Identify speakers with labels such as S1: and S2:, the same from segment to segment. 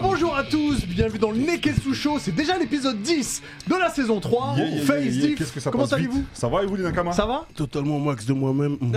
S1: bonjour à tous, bienvenue dans le Neketsu Show, c'est déjà l'épisode 10 de la saison 3,
S2: Yeah, yeah, yeah,
S1: Face
S2: yeah,
S1: Diff,
S2: qu'est-ce que ça
S1: comment
S2: passe vite
S1: allez-vous
S2: Ça va et vous les Nakama
S1: Ça va
S3: Totalement max de moi-même. Mhm.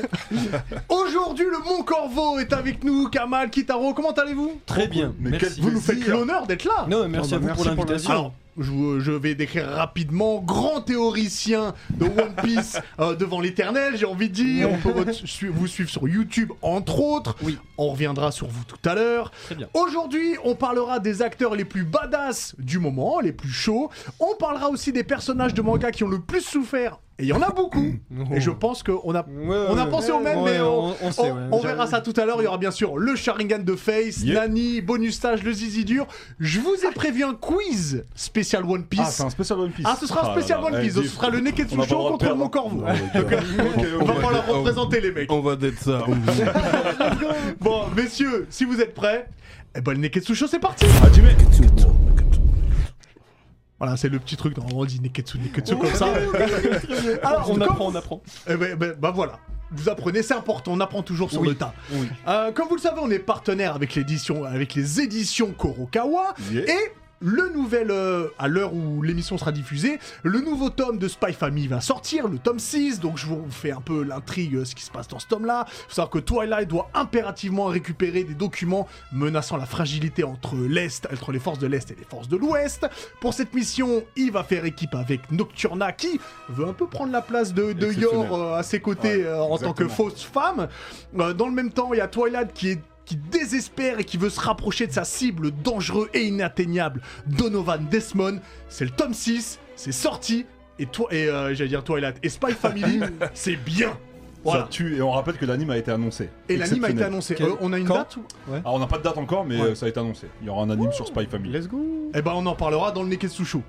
S1: Aujourd'hui le Mont Corvo est avec nous, Kamal, Kitaro, comment allez-vous
S4: Très bien,
S2: Mais
S4: merci.
S2: quel
S1: Vous nous faites
S2: plaisir.
S1: l'honneur d'être là
S4: Non, mais merci
S2: Ah
S4: à
S2: bah,
S4: vous pour
S2: merci pour
S4: l'invitation.
S1: Alors, je, vous- je vais décrire rapidement, grand théoricien de One Piece euh, devant l'éternel, j'ai envie de dire. On peut votre- su- vous suivre sur YouTube, entre autres.
S4: Oui.
S1: On reviendra sur vous tout à l'heure.
S4: Très bien.
S1: Aujourd'hui, on parlera des acteurs les plus badass du moment, les plus chauds. On parlera aussi des personnages de manga qui ont le plus souffert. Et il y en a beaucoup. Et
S4: Oh.
S1: je pense qu'on a,
S4: Ouais,
S1: on a
S4: ouais,
S1: pensé au
S4: ouais,
S1: même, mais
S4: ouais,
S1: on,
S4: on- on sait,
S1: on-
S4: ouais.
S1: on verra ça tout à l'heure. Il y aura bien sûr le Sharingan de Face,
S2: Yeah.
S1: Nani, bonus stage, le zizi dur. Je vous ai prévu un quiz spécial One Piece.
S2: Ah, c'est un spécial One Piece.
S1: Ah, ce sera un
S2: là
S1: spécial
S2: là,
S1: One
S2: eh,
S1: Piece, ce
S2: Diff,
S1: sera le Neketsu
S2: on a pas
S1: Show
S2: droit de
S1: contre le
S2: perdre.
S1: Mont Corvo.
S2: Ouais, ok.
S1: on
S2: Ok,
S1: va
S2: ok.
S1: pas leur représenter les mecs.
S3: On va d'être ça. Mhm.
S1: Bon, messieurs, si vous êtes prêts, eh ben le Neketsu Show, c'est parti Voilà, c'est le petit truc, normalement on dit Neketsu, Neketsu comme ça. Alors,
S4: on
S1: comme-
S4: apprend, on apprend.
S1: Eh ben, ben, bah voilà. Vous apprenez, c'est important, on apprend toujours sur
S4: Oui.
S1: le tas.
S4: Oui.
S1: Euh, comme vous le savez, on est partenaire avec l'édition, avec les éditions Korokawa
S2: Yeah.
S1: et le nouvel, euh, à l'heure où l'émission sera diffusée, le nouveau tome de Spy Family va sortir, le tome 6, donc je vous fais un peu l'intrigue, euh, ce qui se passe dans ce tome-là. Faut savoir que Twilight doit impérativement récupérer des documents menaçant la fragilité entre l'Est, entre les forces de l'Est et les forces de l'Ouest. Pour cette mission, il va faire équipe avec Nocturna, qui veut un peu prendre la place de, de
S2: Exceptionnel.
S1: Yor euh, à ses côtés
S2: Ouais,
S1: euh, en tant que
S2: exactement.
S1: fausse femme. Euh, dans le même temps, il y a Twilight qui est qui désespère et qui veut se rapprocher de sa cible dangereux et inatteignable, Donovan Desmond. C'est le tome 6, c'est sorti, et toi et euh, j'allais dire Twilight et Spy Family, c'est bien. Voilà.
S2: Ça tue et on rappelle que l'anime a été annoncé.
S1: et l'anime a été
S2: Exceptionnel.
S1: annoncé.
S4: Quel-
S1: Euh, on a une
S4: quand
S1: date ou-
S2: Ah, on n'a pas de date encore, mais
S1: Ouais.
S2: euh, ça a été annoncé. Il y aura un anime sur Spy Family.
S4: Let's go.
S1: Eh ben on en parlera dans le Neketsu Show.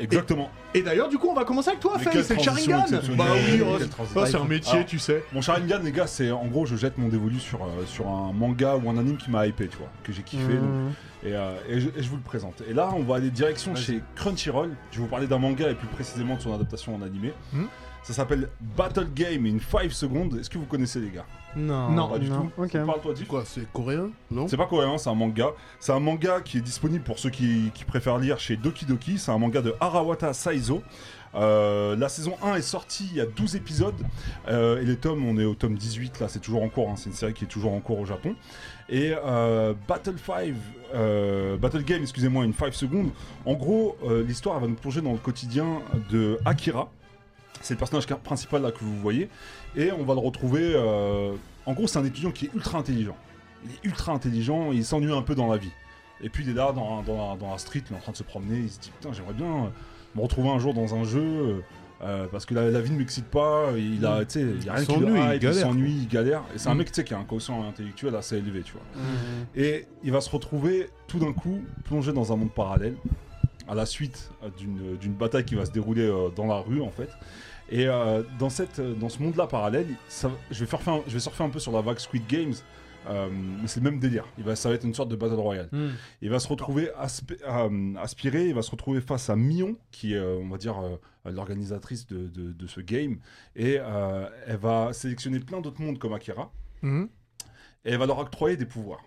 S2: Exactement.
S1: Et d'ailleurs, du coup, on va commencer avec toi,
S2: Mais
S1: Faye,
S2: quelle
S1: c'est le
S2: transition
S1: Sharingan
S2: exceptionnelle.
S1: Bah oui,
S2: Quelle
S1: Rose.
S2: transition.
S1: Ah, c'est un métier,
S2: Ah.
S1: tu sais.
S2: Mon Sharingan, les gars, c'est en gros, je jette mon dévolu sur, euh, sur un manga ou un anime qui m'a hypé, tu vois, que j'ai kiffé.
S1: Hmm.
S4: Hmm.
S2: donc. et, euh, et je, et je vous le présente. Et là, on va aller direction
S4: Vas-y.
S2: chez Crunchyroll. Je vais vous parler d'un manga et plus précisément de son adaptation en animé.
S1: Hmm.
S2: Ça s'appelle Battle Game in 5 secondes. Est-ce que vous connaissez, les gars
S4: Non.
S1: Non.
S2: Pas du
S5: non.
S2: tout.
S5: Ok.
S2: Parle-toi, Diff.
S3: Quoi, c'est coréen Non
S2: C'est pas coréen, c'est un manga. C'est un manga qui est disponible pour ceux qui, qui préfèrent lire chez Doki Doki. C'est un manga de Harawata Saizo. Euh, la saison 1 est sortie, il y a 12 épisodes. Euh, et les tomes, on est au tome 18, là, c'est toujours en cours. hein. C'est une série qui est toujours en cours au Japon. Et euh, Battle 5, euh, Battle Game, excusez-moi, une 5 secondes. En gros, euh, l'histoire elle va nous plonger dans le quotidien de Akira. C'est le personnage principal là que vous voyez. Et on va le retrouver. euh, En gros, c'est un étudiant qui est ultra intelligent. Il est ultra intelligent et il s'ennuie un peu dans la vie. Et puis il est là dans, dans la, dans la street, il est en train de se promener, il se dit putain j'aimerais bien euh, me retrouver un jour dans un jeu, euh, parce que la, la vie ne m'excite pas, il a, tu sais, il y a rien qui le
S3: s'ennuie, il
S2: hype, il
S3: galère,
S2: s'ennuie, il galère. Et c'est un
S4: Mm.
S2: mec tu sais, qui a un quotient intellectuel assez élevé, tu vois.
S4: Hmm.
S2: Et il va se retrouver tout d'un coup plongé dans un monde parallèle à la suite euh, d'une d'une bataille qui va se dérouler euh, dans la rue en fait. Et euh, dans, cette, euh, dans ce monde-là parallèle, ça- je, vais faire fin- je vais surfer un peu sur la vague Squid Games, euh, mais c'est le même délire. Il va, ça va être une sorte de Battle Royale.
S4: Hmm.
S2: Il va se retrouver aspi- euh, aspiré, il va se retrouver face à Mion, qui est, euh, on va dire, euh, l'organisatrice de, de- de ce game. Et euh, elle va sélectionner plein d'autres mondes comme Akira,
S1: Mhm.
S2: et elle va leur octroyer des pouvoirs.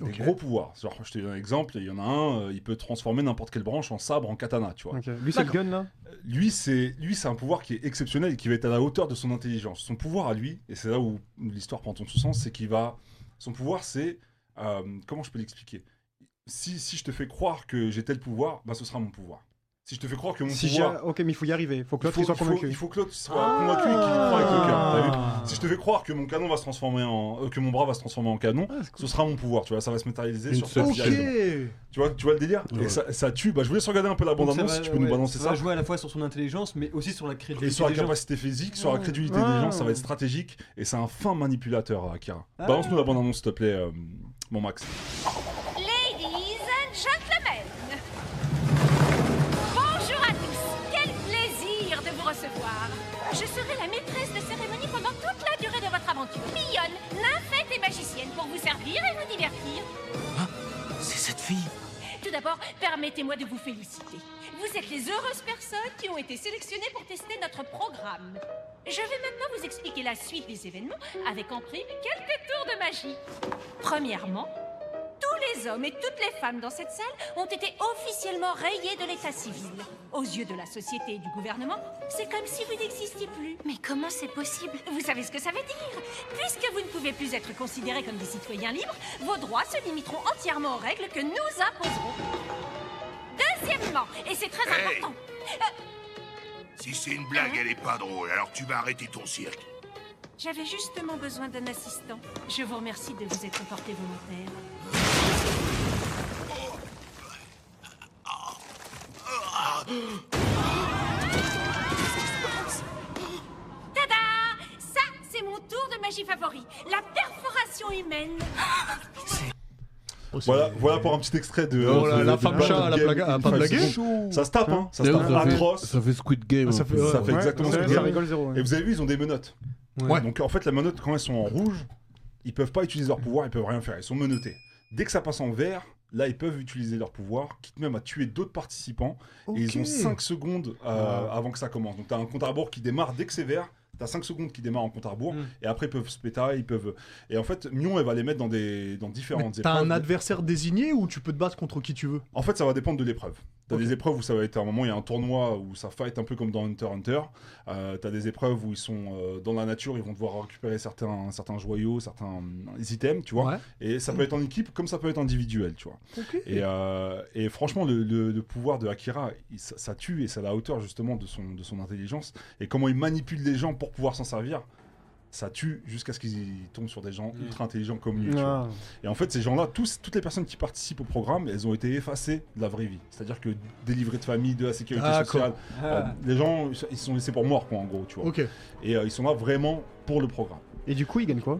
S2: Des
S1: Ok.
S2: gros pouvoirs. Genre, je te donne un exemple, il y en a un, euh, il peut transformer n'importe quelle branche en sabre, en katana, tu vois.
S5: Ok. Lui, c'est le gun là
S2: Lui, c'est lui, c'est un pouvoir qui est exceptionnel et qui va être à la hauteur de son intelligence. Son pouvoir à lui, et c'est là où l'histoire prend tout son sens, c'est qu'il va. Son pouvoir, c'est euh, comment je peux l'expliquer Si si je te fais croire que j'ai tel pouvoir, bah ce sera mon pouvoir. Si je te fais croire que mon
S5: Si j'ai.
S2: pouvoir,
S5: Ok, mais il faut y arriver. Faut que
S2: il
S5: l'autre
S2: faut,
S5: il soit
S2: il faut-
S5: convaincu. Ah.
S2: il faut que l'autre soit convaincu et qu'il y
S4: Ah.
S2: croit avec le cœur. t'as vu si je te fais croire que mon canon va se transformer en euh, que mon bras va se transformer en canon,
S5: Ah, c'est cool.
S2: ce sera mon pouvoir. Tu vois, ça va se matérialiser
S3: Une
S2: sur
S3: seule
S2: ta
S1: Ok
S2: vie. Tu vois, tu vois le délire Et
S3: Ouais.
S2: ça, ça tue. Bah je voulais regarder un peu la bande annonce. Si tu peux nous balancer ça.
S4: va jouer à la fois sur son intelligence, mais aussi sur la crédibilité.
S2: Et sur la
S4: des gens.
S2: capacité physique, sur la crédulité
S5: Ouais.
S2: des gens, ça va être stratégique et c'est un fin manipulateur, Akira.
S4: Ah.
S2: Balance-nous la bande-annonce, s'il te plaît, euh, mon Max.
S6: Ladies and gentlemen, bonjour à tous. Quel plaisir de vous recevoir. Je serai la maîtresse de cérémonie pendant toute la durée de votre aventure. Mignonne, nymphette et magicienne pour vous servir et vous divertir.
S7: Ah, C'est cette fille.
S6: Tout d'abord, permettez-moi de vous féliciter. Vous êtes les heureuses personnes qui ont été sélectionnées pour tester notre programme. Je vais maintenant vous expliquer la suite des événements avec en prime quelques tours de magie. Premièrement, tous les hommes et toutes les femmes dans cette salle ont été officiellement rayés de l'état civil. Aux yeux de la société et du gouvernement, c'est comme si vous n'existiez plus.
S5: Mais comment c'est possible
S6: Vous savez ce que ça veut dire Puisque vous ne pouvez plus être considérés comme des citoyens libres, vos droits se limiteront entièrement aux règles que nous imposerons. Deuxièmement, et c'est très
S8: Hey.
S6: important,
S8: Si c'est une blague, elle est pas drôle, alors tu vas arrêter ton cirque.
S6: j'avais justement besoin d'un assistant. Je vous remercie de vous être porté volontaire. Tada Ça, c'est mon tour de magie favori, la perforation humaine.
S1: Oh, c'est-
S2: Voilà, voilà pour un petit extrait de.
S1: Oh là,
S2: de-
S1: la
S2: de
S1: femme
S2: Batman
S1: chat, elle a
S2: Game
S1: plaga- elle a
S2: in
S1: pas
S2: five
S1: blagué
S2: seconds. Ça se tape, hein. Ça se
S3: D'ailleurs,
S2: tape
S3: ça fait-
S2: atroce.
S3: Ça fait Squid Game.
S1: Ah, ça
S3: en
S1: fait-
S3: plus.
S2: Ça fait euh,
S1: Ouais,
S2: exactement ce
S1: ça-
S2: que
S1: ça
S2: j'ai
S1: rigole
S4: zéro.
S2: Et vous avez vu, ils ont des menottes.
S1: Ouais.
S2: Donc en fait, la menotte, quand elles sont en rouge, ils peuvent pas utiliser leur pouvoir, ils peuvent rien faire, ils sont menottés. Dès que ça passe en vert, là, ils peuvent utiliser leur pouvoir, quitte même à tuer d'autres participants. Et ils ont 5 secondes euh, avant que ça commence. Donc t'as un compte à rebours qui démarre dès que c'est vert. T'as 5 secondes qui démarrent en compte à rebours
S1: Hmm.
S4: Mm.
S2: et après ils peuvent se péter, ils peuvent. Et en fait, Mion, elle va les mettre dans des dans
S1: Mais
S2: différentes
S1: T'as un
S2: épreuves.
S1: adversaire désigné ou tu peux te battre contre qui tu veux
S2: En fait, ça va dépendre de l'épreuve. T'as
S1: Ok.
S2: des épreuves où ça va être à un moment, il y a un tournoi où ça fight un peu comme dans Hunter x Hunter. Euh, T'as des épreuves où ils sont euh, dans la nature, ils vont devoir récupérer certains, certains joyaux, certains euh, items, tu vois.
S1: Ouais.
S2: Et ça peut être en équipe comme ça peut être individuel, tu vois.
S1: Ok.
S2: Et, euh, et franchement, le, le- le pouvoir de Akira, il- ça, ça tue et c'est à la hauteur justement de son, de son intelligence. Et comment il manipule les gens pour pouvoir s'en servir, ça tue jusqu'à ce qu'ils tombent sur des gens
S4: Mm.
S2: ultra intelligents comme lui, tu vois. Et en fait, ces gens-là, tous, toutes les personnes qui participent au programme, elles ont été effacées de la vraie vie. C'est-à-dire que délivrées de famille, de la sécurité
S1: D'accord. Ah.
S2: sociale, euh,
S4: Ah.
S2: les gens, ils sont laissés pour morts, quoi, en gros, tu vois.
S1: Ok.
S2: Et euh, ils sont là vraiment pour le programme.
S9: Et du coup, il gagne quoi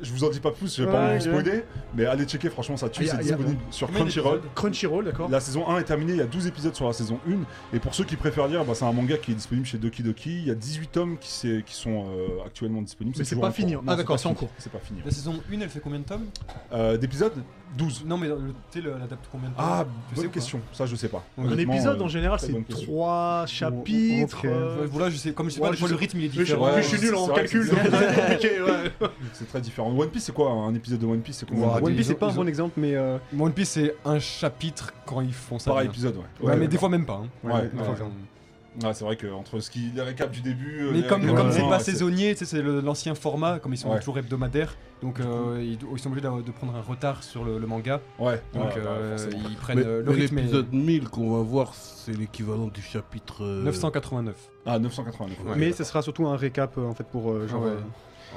S2: Je vous en dis pas plus, je vais pas
S9: Ouais,
S2: vous spoiler, mais allez checker, franchement, ça tue,
S1: Ah, y a-
S2: c'est
S1: y a-
S2: disponible sur
S4: Combien
S2: Crunchyroll.
S4: d'épisodes
S1: Crunchyroll, d'accord
S2: La saison 1 est terminée, il y a 12 épisodes sur la saison 1. Et pour ceux qui préfèrent lire, bah, c'est un manga qui est disponible chez Doki Doki. Il y a 18 tomes qui, s'est- qui sont euh, actuellement disponibles.
S1: Mais c'est
S2: toujours
S1: pas
S2: en cours.
S1: fini.
S2: Non,
S1: Ah, d'accord,
S2: pas
S1: c'est en
S2: fini.
S1: cours.
S2: C'est pas fini.
S4: La saison 1, elle fait combien de tomes
S2: Euh, D'épisodes 12.
S4: Non, mais le- tu sais, le- elle adapte combien de tomes
S2: Ah,
S4: Tu sais
S2: bonne
S4: ou pas
S2: question. Ça, je sais pas.
S1: Un
S2: Honnêtement,
S1: épisode
S2: euh,
S1: en général,
S2: très
S1: c'est
S2: bonne question. Oh,
S1: trois chapitres.
S9: ok.
S1: euh,
S4: Ouais, Voilà, je sais, comme je sais
S1: Ouais,
S4: pas, des
S1: je
S4: fois, le
S1: sais-
S4: rythme il est
S1: Oui, je,
S4: différent.
S1: je suis
S2: ouais,
S1: nul en
S2: c'est vrai que
S1: calcul,
S2: c'est-
S1: donc c'est compliqué. ouais.
S2: C'est très différent. One Piece, c'est quoi hein, un épisode de One Piece C'est combien
S4: Ouah,
S2: d'épisodes
S9: One
S4: Ah, ils
S9: Piece, c'est
S4: ont-
S9: pas un
S4: ils
S9: bon
S4: ont-
S9: exemple, mais. euh,
S4: One Piece, c'est un chapitre quand ils font ça.
S2: Par
S4: bien.
S2: épisode, ouais.
S4: Ouais, mais des fois même pas. hein.
S2: Ouais,
S4: Des
S2: ouais.
S4: fois, quand-
S2: Ouais, c'est vrai que entre ce qui les récaps du début. euh,
S4: Mais
S2: les
S4: comme
S2: récaps
S4: comme
S2: de
S4: c'est
S2: la
S4: pas
S2: fin, ouais,
S4: saisonnier, tu sais, c'est le- l'ancien format, comme ils sont
S2: Ouais.
S4: toujours hebdomadaires, donc euh, ils, do- ils sont obligés d'a- de prendre un retard sur le, le manga,
S2: c'est- Ouais.
S4: donc
S2: ouais,
S4: euh,
S2: ouais, forcément.
S4: ils prennent
S3: Mais,
S4: euh, le
S3: mais
S4: rythme. est
S3: l'épisode 1000 qu'on va voir, c'est l'équivalent du chapitre. euh,
S4: 989.
S2: Ah, 989. ouais.
S9: mais ça sera surtout un récap euh, en fait pour euh, genre.
S4: Ouais.
S9: euh,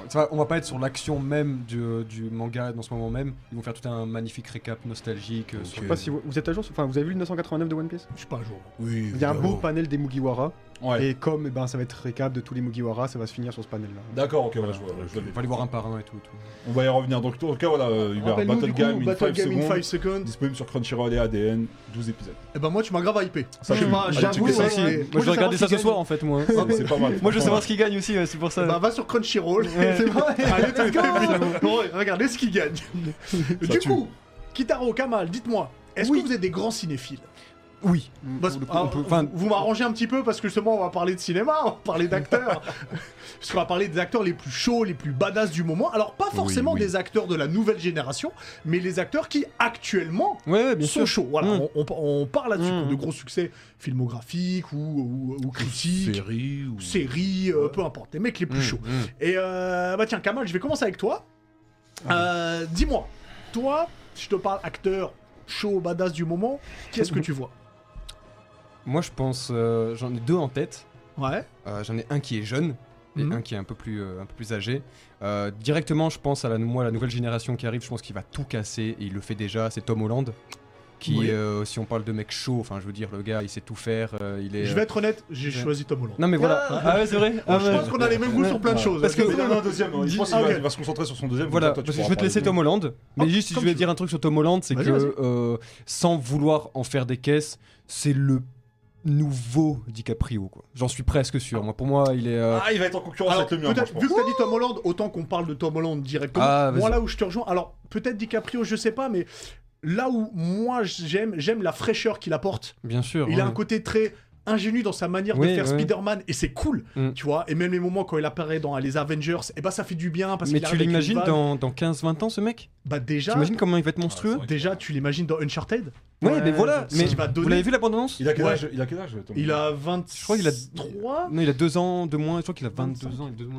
S4: Ça va, on va pas être sur l'action même du, euh, du manga dans ce moment même. Ils vont faire tout un magnifique récap nostalgique. euh, sur-
S9: Je sais pas si vous, vous êtes à jour, sur- enfin vous avez vu le 989 de One Piece
S1: Je suis pas un jour.
S3: Oui,
S9: Il y a un beau
S3: évidemment.
S9: panel des Mugiwara
S2: Ouais.
S9: et comme eh ben ça va être récap de tous les Mugiwara, ça va se finir sur ce panel là.
S2: D'accord, ok, ouais, je vois. je vois
S4: On
S2: les-
S4: va les voir un par un et tout. et tout.
S2: On va y revenir. Donc, en tout cas, voilà, euh, Hubert,
S1: Rappelle-nous
S2: Battle
S1: du coup,
S2: Game in
S1: Battle
S2: 5
S1: Game in 5
S2: secondes.
S1: secondes.
S2: Disponible sur Crunchyroll et ADN, 12 épisodes.
S1: Et ben moi, tu m'as grave hypé.
S2: Ça,
S1: Je
S2: c'est-
S1: sais pas,
S2: allez,
S1: J'avoue,
S2: checker ça
S1: ouais.
S2: aussi.
S1: Et-
S4: Moi je vais regarder ça ce
S9: gagne.
S4: soir en fait, moi. hein.
S2: C'est c'est pas mal.
S4: moi je veux savoir ce qui gagne aussi, euh, c'est pour ça.
S1: Bah, va sur Crunchyroll.
S4: Ouais.
S1: Allez, t'es prévu. Bon, Regardez ce qu'il gagne. Du
S2: tue.
S1: coup, Kitaro, Kamal, dites-moi, est-ce
S4: Oui.
S1: que vous êtes des grands cinéphiles
S4: Oui.
S1: Parce-
S4: Pour le coup,
S1: ah,
S4: on peut- enfin,
S1: Vous m'arrangez un petit peu parce que justement, on va parler de cinéma, on va parler d'acteurs. parce qu'on va parler des acteurs les plus chauds, les plus badass du moment. Alors, pas forcément
S3: oui.
S1: des acteurs de la nouvelle génération, mais les acteurs qui actuellement
S4: Ouais, ouais, bien
S1: sont
S4: sûr.
S1: chauds. Voilà,
S4: Mm.
S1: on, on- on parle là-dessus
S4: Mm.
S1: de gros succès filmographiques ou, ou, ou critiques,
S3: Série ou.
S1: séries, euh, peu importe, les mecs les plus
S4: Mm,
S1: chauds.
S4: mm.
S1: Et euh, bah tiens, Kamal, je vais commencer avec toi. Euh, Dis-moi, toi, si je te parle acteur chaud, badass du moment, qu'est-ce
S4: Mmh.
S1: que tu vois
S4: Moi je pense, euh, j'en ai deux en tête.
S1: Ouais.
S4: Euh, j'en ai un qui est jeune et
S1: Mhm.
S4: un qui est un peu plus, euh, un peu plus âgé. Euh, directement, je pense à la, moi, la nouvelle génération qui arrive, je pense qu'il va tout casser et il le fait déjà. C'est Tom Holland. Qui,
S1: Oui.
S4: euh, si on parle de mec chaud, enfin je veux dire, le gars il sait tout faire, euh, il est.
S1: Je vais être honnête, j'ai
S4: ouais.
S1: choisi Tom Holland.
S4: Non mais voilà.
S1: Ah,
S4: Ah ouais, c'est vrai. Ah
S1: je
S4: ouais.
S1: pense qu'on a les mêmes goûts sur plein de
S2: Ouais.
S1: choses.
S4: Parce que-
S2: Mais non, non, deuxième. hein. Je pense qu'il
S1: Ah,
S2: va-
S1: ok.
S2: il va se concentrer sur son deuxième.
S4: Voilà,
S2: comme ça, toi, tu
S4: parce que
S2: pourras
S4: je vais te
S2: parler.
S4: laisser Tom Holland, mais
S1: Ah,
S4: juste je
S1: comme
S4: vais
S1: tu
S4: dire un truc sur Tom Holland, c'est
S1: Vas-y,
S4: que
S1: vas-y.
S4: euh, sans vouloir en faire des caisses, c'est le nouveau DiCaprio quoi. J'en suis presque sûr. Moi, pour moi, il est. euh,
S2: Ah, il va être en concurrence
S1: Alors,
S2: avec le mien, moi,
S1: peut-être,
S2: je
S1: vu
S2: pense.
S1: que t'as dit Tom Holland, autant qu'on parle de Tom Holland directement.
S4: Ah, vas-y.
S1: moi, là où je te rejoins, alors peut-être DiCaprio, je sais pas, mais là où moi j'aime, j'aime la fraîcheur qu'il apporte.
S4: bien sûr.
S1: Il a
S4: ouais.
S1: un côté très ingénu dans sa manière de
S4: Oui,
S1: faire
S4: oui.
S1: Spider-Man et c'est cool,
S4: Mm.
S1: tu vois. Et même les moments quand il apparaît dans les Avengers, et bah ça fait du bien parce
S4: Mais
S1: qu'il arrive
S4: tu
S1: avec une
S4: l'imagines
S1: vanne.
S4: dans, dans 15-20 ans, ce mec
S1: Bah déjà,
S4: T'imagines comment il va être monstrueux
S3: Ouais,
S1: déjà tu l'imagines dans Uncharted.
S4: ouais,
S9: ouais,
S4: mais voilà.
S1: c'est ce
S4: Mais
S1: qu'il va
S4: vous
S1: donner.
S4: l'avez vu la bande-annonce
S2: Il a quel
S1: Ouais.
S2: âge Il a quel âge Tom
S1: Il a 20. Je
S4: crois qu'il a-
S1: 3
S4: Non, il a 2 ans de moins. Je crois qu'il a 22
S1: 25.
S4: ans. Il a 2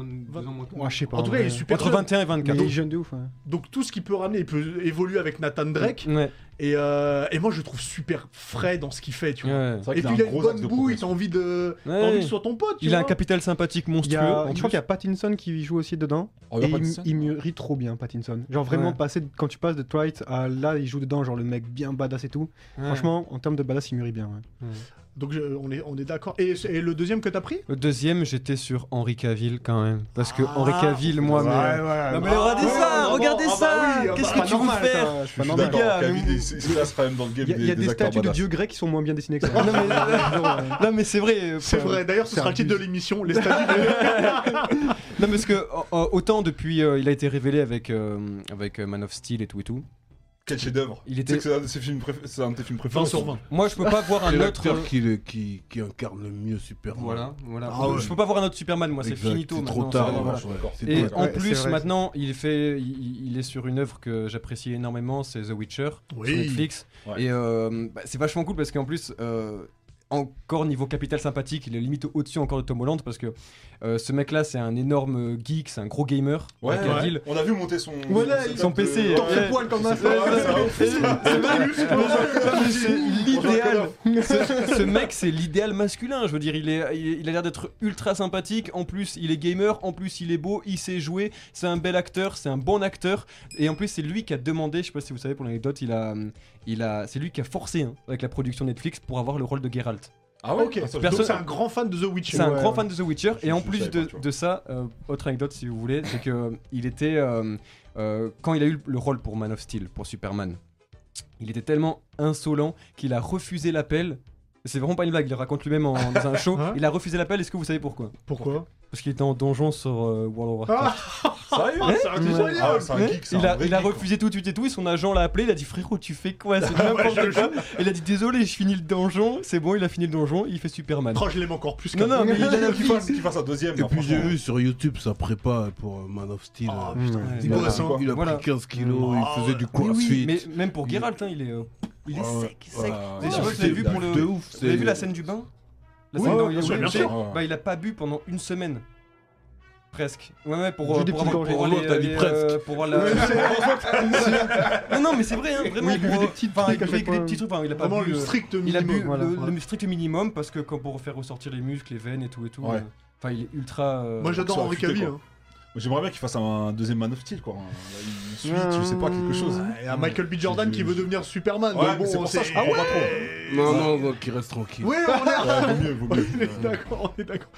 S4: ans moins. que moi.
S9: Ouais, je sais pas.
S1: En tout cas, il
S9: vrai.
S1: est super.
S4: Entre
S1: jeune.
S4: 21 et
S9: Mais
S4: 24.
S9: il est jeune de ouf. hein. ouais.
S1: Donc tout ce qu'il peut ramener, il peut évoluer avec Nathan Drake.
S4: Ouais.
S1: Et, euh, et moi, je le trouve super frais dans ce qu'il fait, tu vois.
S4: ouais.
S2: C'est vrai
S1: Et
S2: qu'il
S1: puis il a
S2: un
S1: une
S2: gros axe
S1: bonne
S2: de
S1: bouille, t'as
S2: progression.
S1: envie de, t'as
S4: Ouais.
S1: envie que ce soit ton pote. tu
S4: Il a un
S1: vois.
S4: capital sympathique
S9: Il y
S4: monstrueux.
S9: a-
S4: en
S9: je crois
S4: plus.
S9: qu'il y a Pattinson qui joue aussi dedans.
S3: Oh,
S9: et il, il mûrit trop bien, Pattinson. Genre vraiment,
S4: Ouais.
S9: passer, quand tu passes de Twilight à là, il joue dedans, genre le mec bien badass et tout.
S4: Ouais.
S9: Franchement, en termes de badass, il mûrit bien. ouais.
S1: Donc je- on est, on est d'accord. Et, et le deuxième que t'as pris
S4: Le deuxième, j'étais sur Henri Cavill quand même. Parce que
S1: Ah.
S4: Henri Cavill, moi, mais. Non, mais regardez
S1: ouais,
S4: ça,
S1: ouais,
S4: regardez
S1: ah bah
S4: ça
S1: oui, ah
S4: Qu'est-ce
S1: bah,
S4: que tu veux faire
S9: ça, c'est pas
S2: Je suis
S9: normal.
S2: d'accord,
S4: mais
S2: Cavill, il se- il se classe quand même dans le game
S9: Il y a,
S2: des,
S9: il y a des
S2: acteurs
S9: statues de
S2: badass.
S9: dieux grecs qui sont moins bien dessinées que ça.
S4: Non, mais-
S9: Genre, euh,
S4: Non, mais c'est vrai. euh,
S1: C'est
S4: enfin,
S1: vrai, d'ailleurs ce
S9: c'est
S1: sera le titre de
S9: abusé.
S1: l'émission, les statues de-
S4: Non, parce que euh, euh, autant depuis euh, il a été révélé avec, euh, avec euh, Man of Steel et tout et tout.
S2: Quel chef-d'œuvre
S4: Il
S2: Tu sais
S4: était-
S2: que C'est un de ses films préf- c'est un de tes films préférés.
S1: 20 sur 20.
S4: Moi, je peux pas voir
S3: C'est
S4: un autre. euh,
S3: l'acteur qui, le- qui, qui incarne le mieux Superman.
S4: Voilà, voilà.
S1: Ah ouais.
S4: Je peux pas voir un autre Superman, moi, c'est
S3: Exact,
S4: finito.
S3: C'est
S4: maintenant,
S3: trop
S4: c'est
S3: tard.
S4: vraiment,
S3: ouais,
S4: voilà.
S3: ouais, c'est
S4: Et
S3: trop tard.
S4: en
S9: Ouais, c'est
S4: plus,
S9: vrai.
S4: maintenant, il fait, il, il est sur une œuvre que j'apprécie énormément, c'est The Witcher sur
S1: Oui.
S4: Netflix.
S2: Ouais.
S4: Et euh, bah, c'est vachement cool parce qu'en plus, euh, encore niveau capital sympathique, il est limite au-dessus encore de Tom Holland parce que euh, ce mec-là, c'est un énorme geek, c'est un gros gamer.
S2: Ouais,
S4: Henry Cavill.
S2: ouais. on a vu monter son.
S4: Voilà,
S2: setup
S4: son
S2: de-
S4: PC,
S2: Ouais,
S4: torse
S2: ouais.
S4: poil comme
S2: Ouais, ouais, ça, ouais.
S4: C'est vrai, c'est vrai, c'est l'idéal. Ce, ce mec, c'est l'idéal masculin. Je veux dire, il, est, il, il a l'air d'être ultra sympathique. En plus, il est gamer. En plus, il est beau. Il sait jouer. C'est un bel acteur. C'est un bon acteur. Et en plus, c'est lui qui a demandé. Je sais pas si vous savez pour l'anecdote. Il a, il a, c'est lui qui a forcé hein, avec la production Netflix pour avoir le rôle de Geralt.
S2: Ah ouais,
S1: Ok,
S2: Ah, ça, je-
S1: donc
S4: Personne-
S1: c'est un grand fan de The Witcher.
S4: C'est un
S9: Ouais,
S4: grand
S9: ouais.
S4: fan de The Witcher
S2: Je-
S4: et en
S2: je
S4: plus
S2: savais
S4: de,
S2: pas, tu vois.
S4: de ça, euh, autre anecdote si vous voulez, c'est que euh, il était euh, euh, quand il a eu le rôle pour Man of Steel, pour Superman, il était tellement insolent qu'il a refusé l'appel. C'est vraiment pas une blague, il le raconte lui-même en- dans un show.
S1: Hein
S4: il a refusé l'appel. Est-ce que vous savez pourquoi
S1: Pourquoi
S4: Parce qu'il était en donjon sur euh, World of Warcraft.
S2: Sérieux
S1: Ah, c'est
S2: Ah,
S1: génial.
S2: ouais, c'est un
S4: Mais
S2: geek, c'est
S4: il
S2: un
S4: a,
S2: vrai
S4: il a
S2: geek, quoi.
S4: refusé tout de suite et tout, et son agent l'a appelé, il a dit frérot tu fais quoi C'est n'importe quoi Et Il a dit désolé je finis le donjon, c'est bon il a fini le donjon, il fait Superman.
S1: Oh, je l'aime encore plus
S4: Non,
S1: qu'avant.
S4: non, mais il a la
S2: Qu'il fasse- qu'il fasse un deuxième.
S3: Et
S2: hein,
S3: puis j'ai
S2: franchement.
S3: vu sur YouTube sa prépa pour euh, Man of Steel.
S1: Oh,
S3: euh,
S1: putain,
S4: Ouais.
S1: il est
S3: il, a,
S1: beau, ça.
S3: il a
S4: Voilà.
S3: pris 15 kilos,
S1: Ah,
S3: il faisait du
S4: Oui,
S3: court
S4: oui,
S3: fit.
S4: mais même pour Geralt, hein, il est, euh, il est
S3: Ouais,
S4: sec, sec.
S3: ouais,
S2: Ah,
S4: Ah, Je sais
S3: ouais,
S4: pas si vous avez vu pour
S3: c'est
S4: le-
S3: de ouf,
S4: Vous avez
S3: c'est-
S4: vu la scène du bain La
S1: Oui,
S4: scène
S1: ouais,
S4: dans il est
S1: bien sûr,
S4: où
S1: bien
S4: il est
S1: sûr.
S4: couché Bah, il a pas bu pendant une semaine. Presque. Ouais, ouais, pour,
S9: J'ai
S4: euh,
S9: des
S4: pour,
S9: petites
S4: avoir-
S9: gorgées.
S4: pour
S3: Moi,
S4: les-
S3: t'as dit
S4: les,
S3: presque.
S4: euh, pour avoir la- non, non, mais c'est vrai, hein, vraiment.
S9: Oui, il buvait
S4: pour-
S9: des petites
S4: enfin, il
S9: trucs à
S4: buvait
S9: chaque
S4: que des
S9: fois.
S4: petits trucs. Enfin, il a pas
S1: Vraiment
S4: bu,
S1: le
S4: euh,
S1: strict
S4: il a bu
S1: minimum.
S9: voilà,
S4: le,
S9: ouais.
S4: le strict minimum parce que quand pour faire ressortir les muscles, les veines et tout et tout.
S2: Ouais.
S4: euh, Enfin, il est ultra. euh,
S1: Moi j'adore
S2: ça
S1: Henri
S2: affûté,
S1: Cavill.
S2: quoi.
S1: hein.
S2: J'aimerais bien qu'il fasse un deuxième Man of Steel, quoi. Une suite, je sais pas, quelque chose.
S1: Il y a Michael B. Jordan qui veut devenir Superman.
S2: Ouais,
S1: donc
S2: mais c'est
S1: bon,
S2: pour ça,
S1: c'est-
S2: je comprends pas trop.
S3: Non, non, non, qu'il reste tranquille.
S1: Oui, on est-
S2: Ouais, vaut mieux, vaut mieux.
S1: on est d'accord, on est d'accord.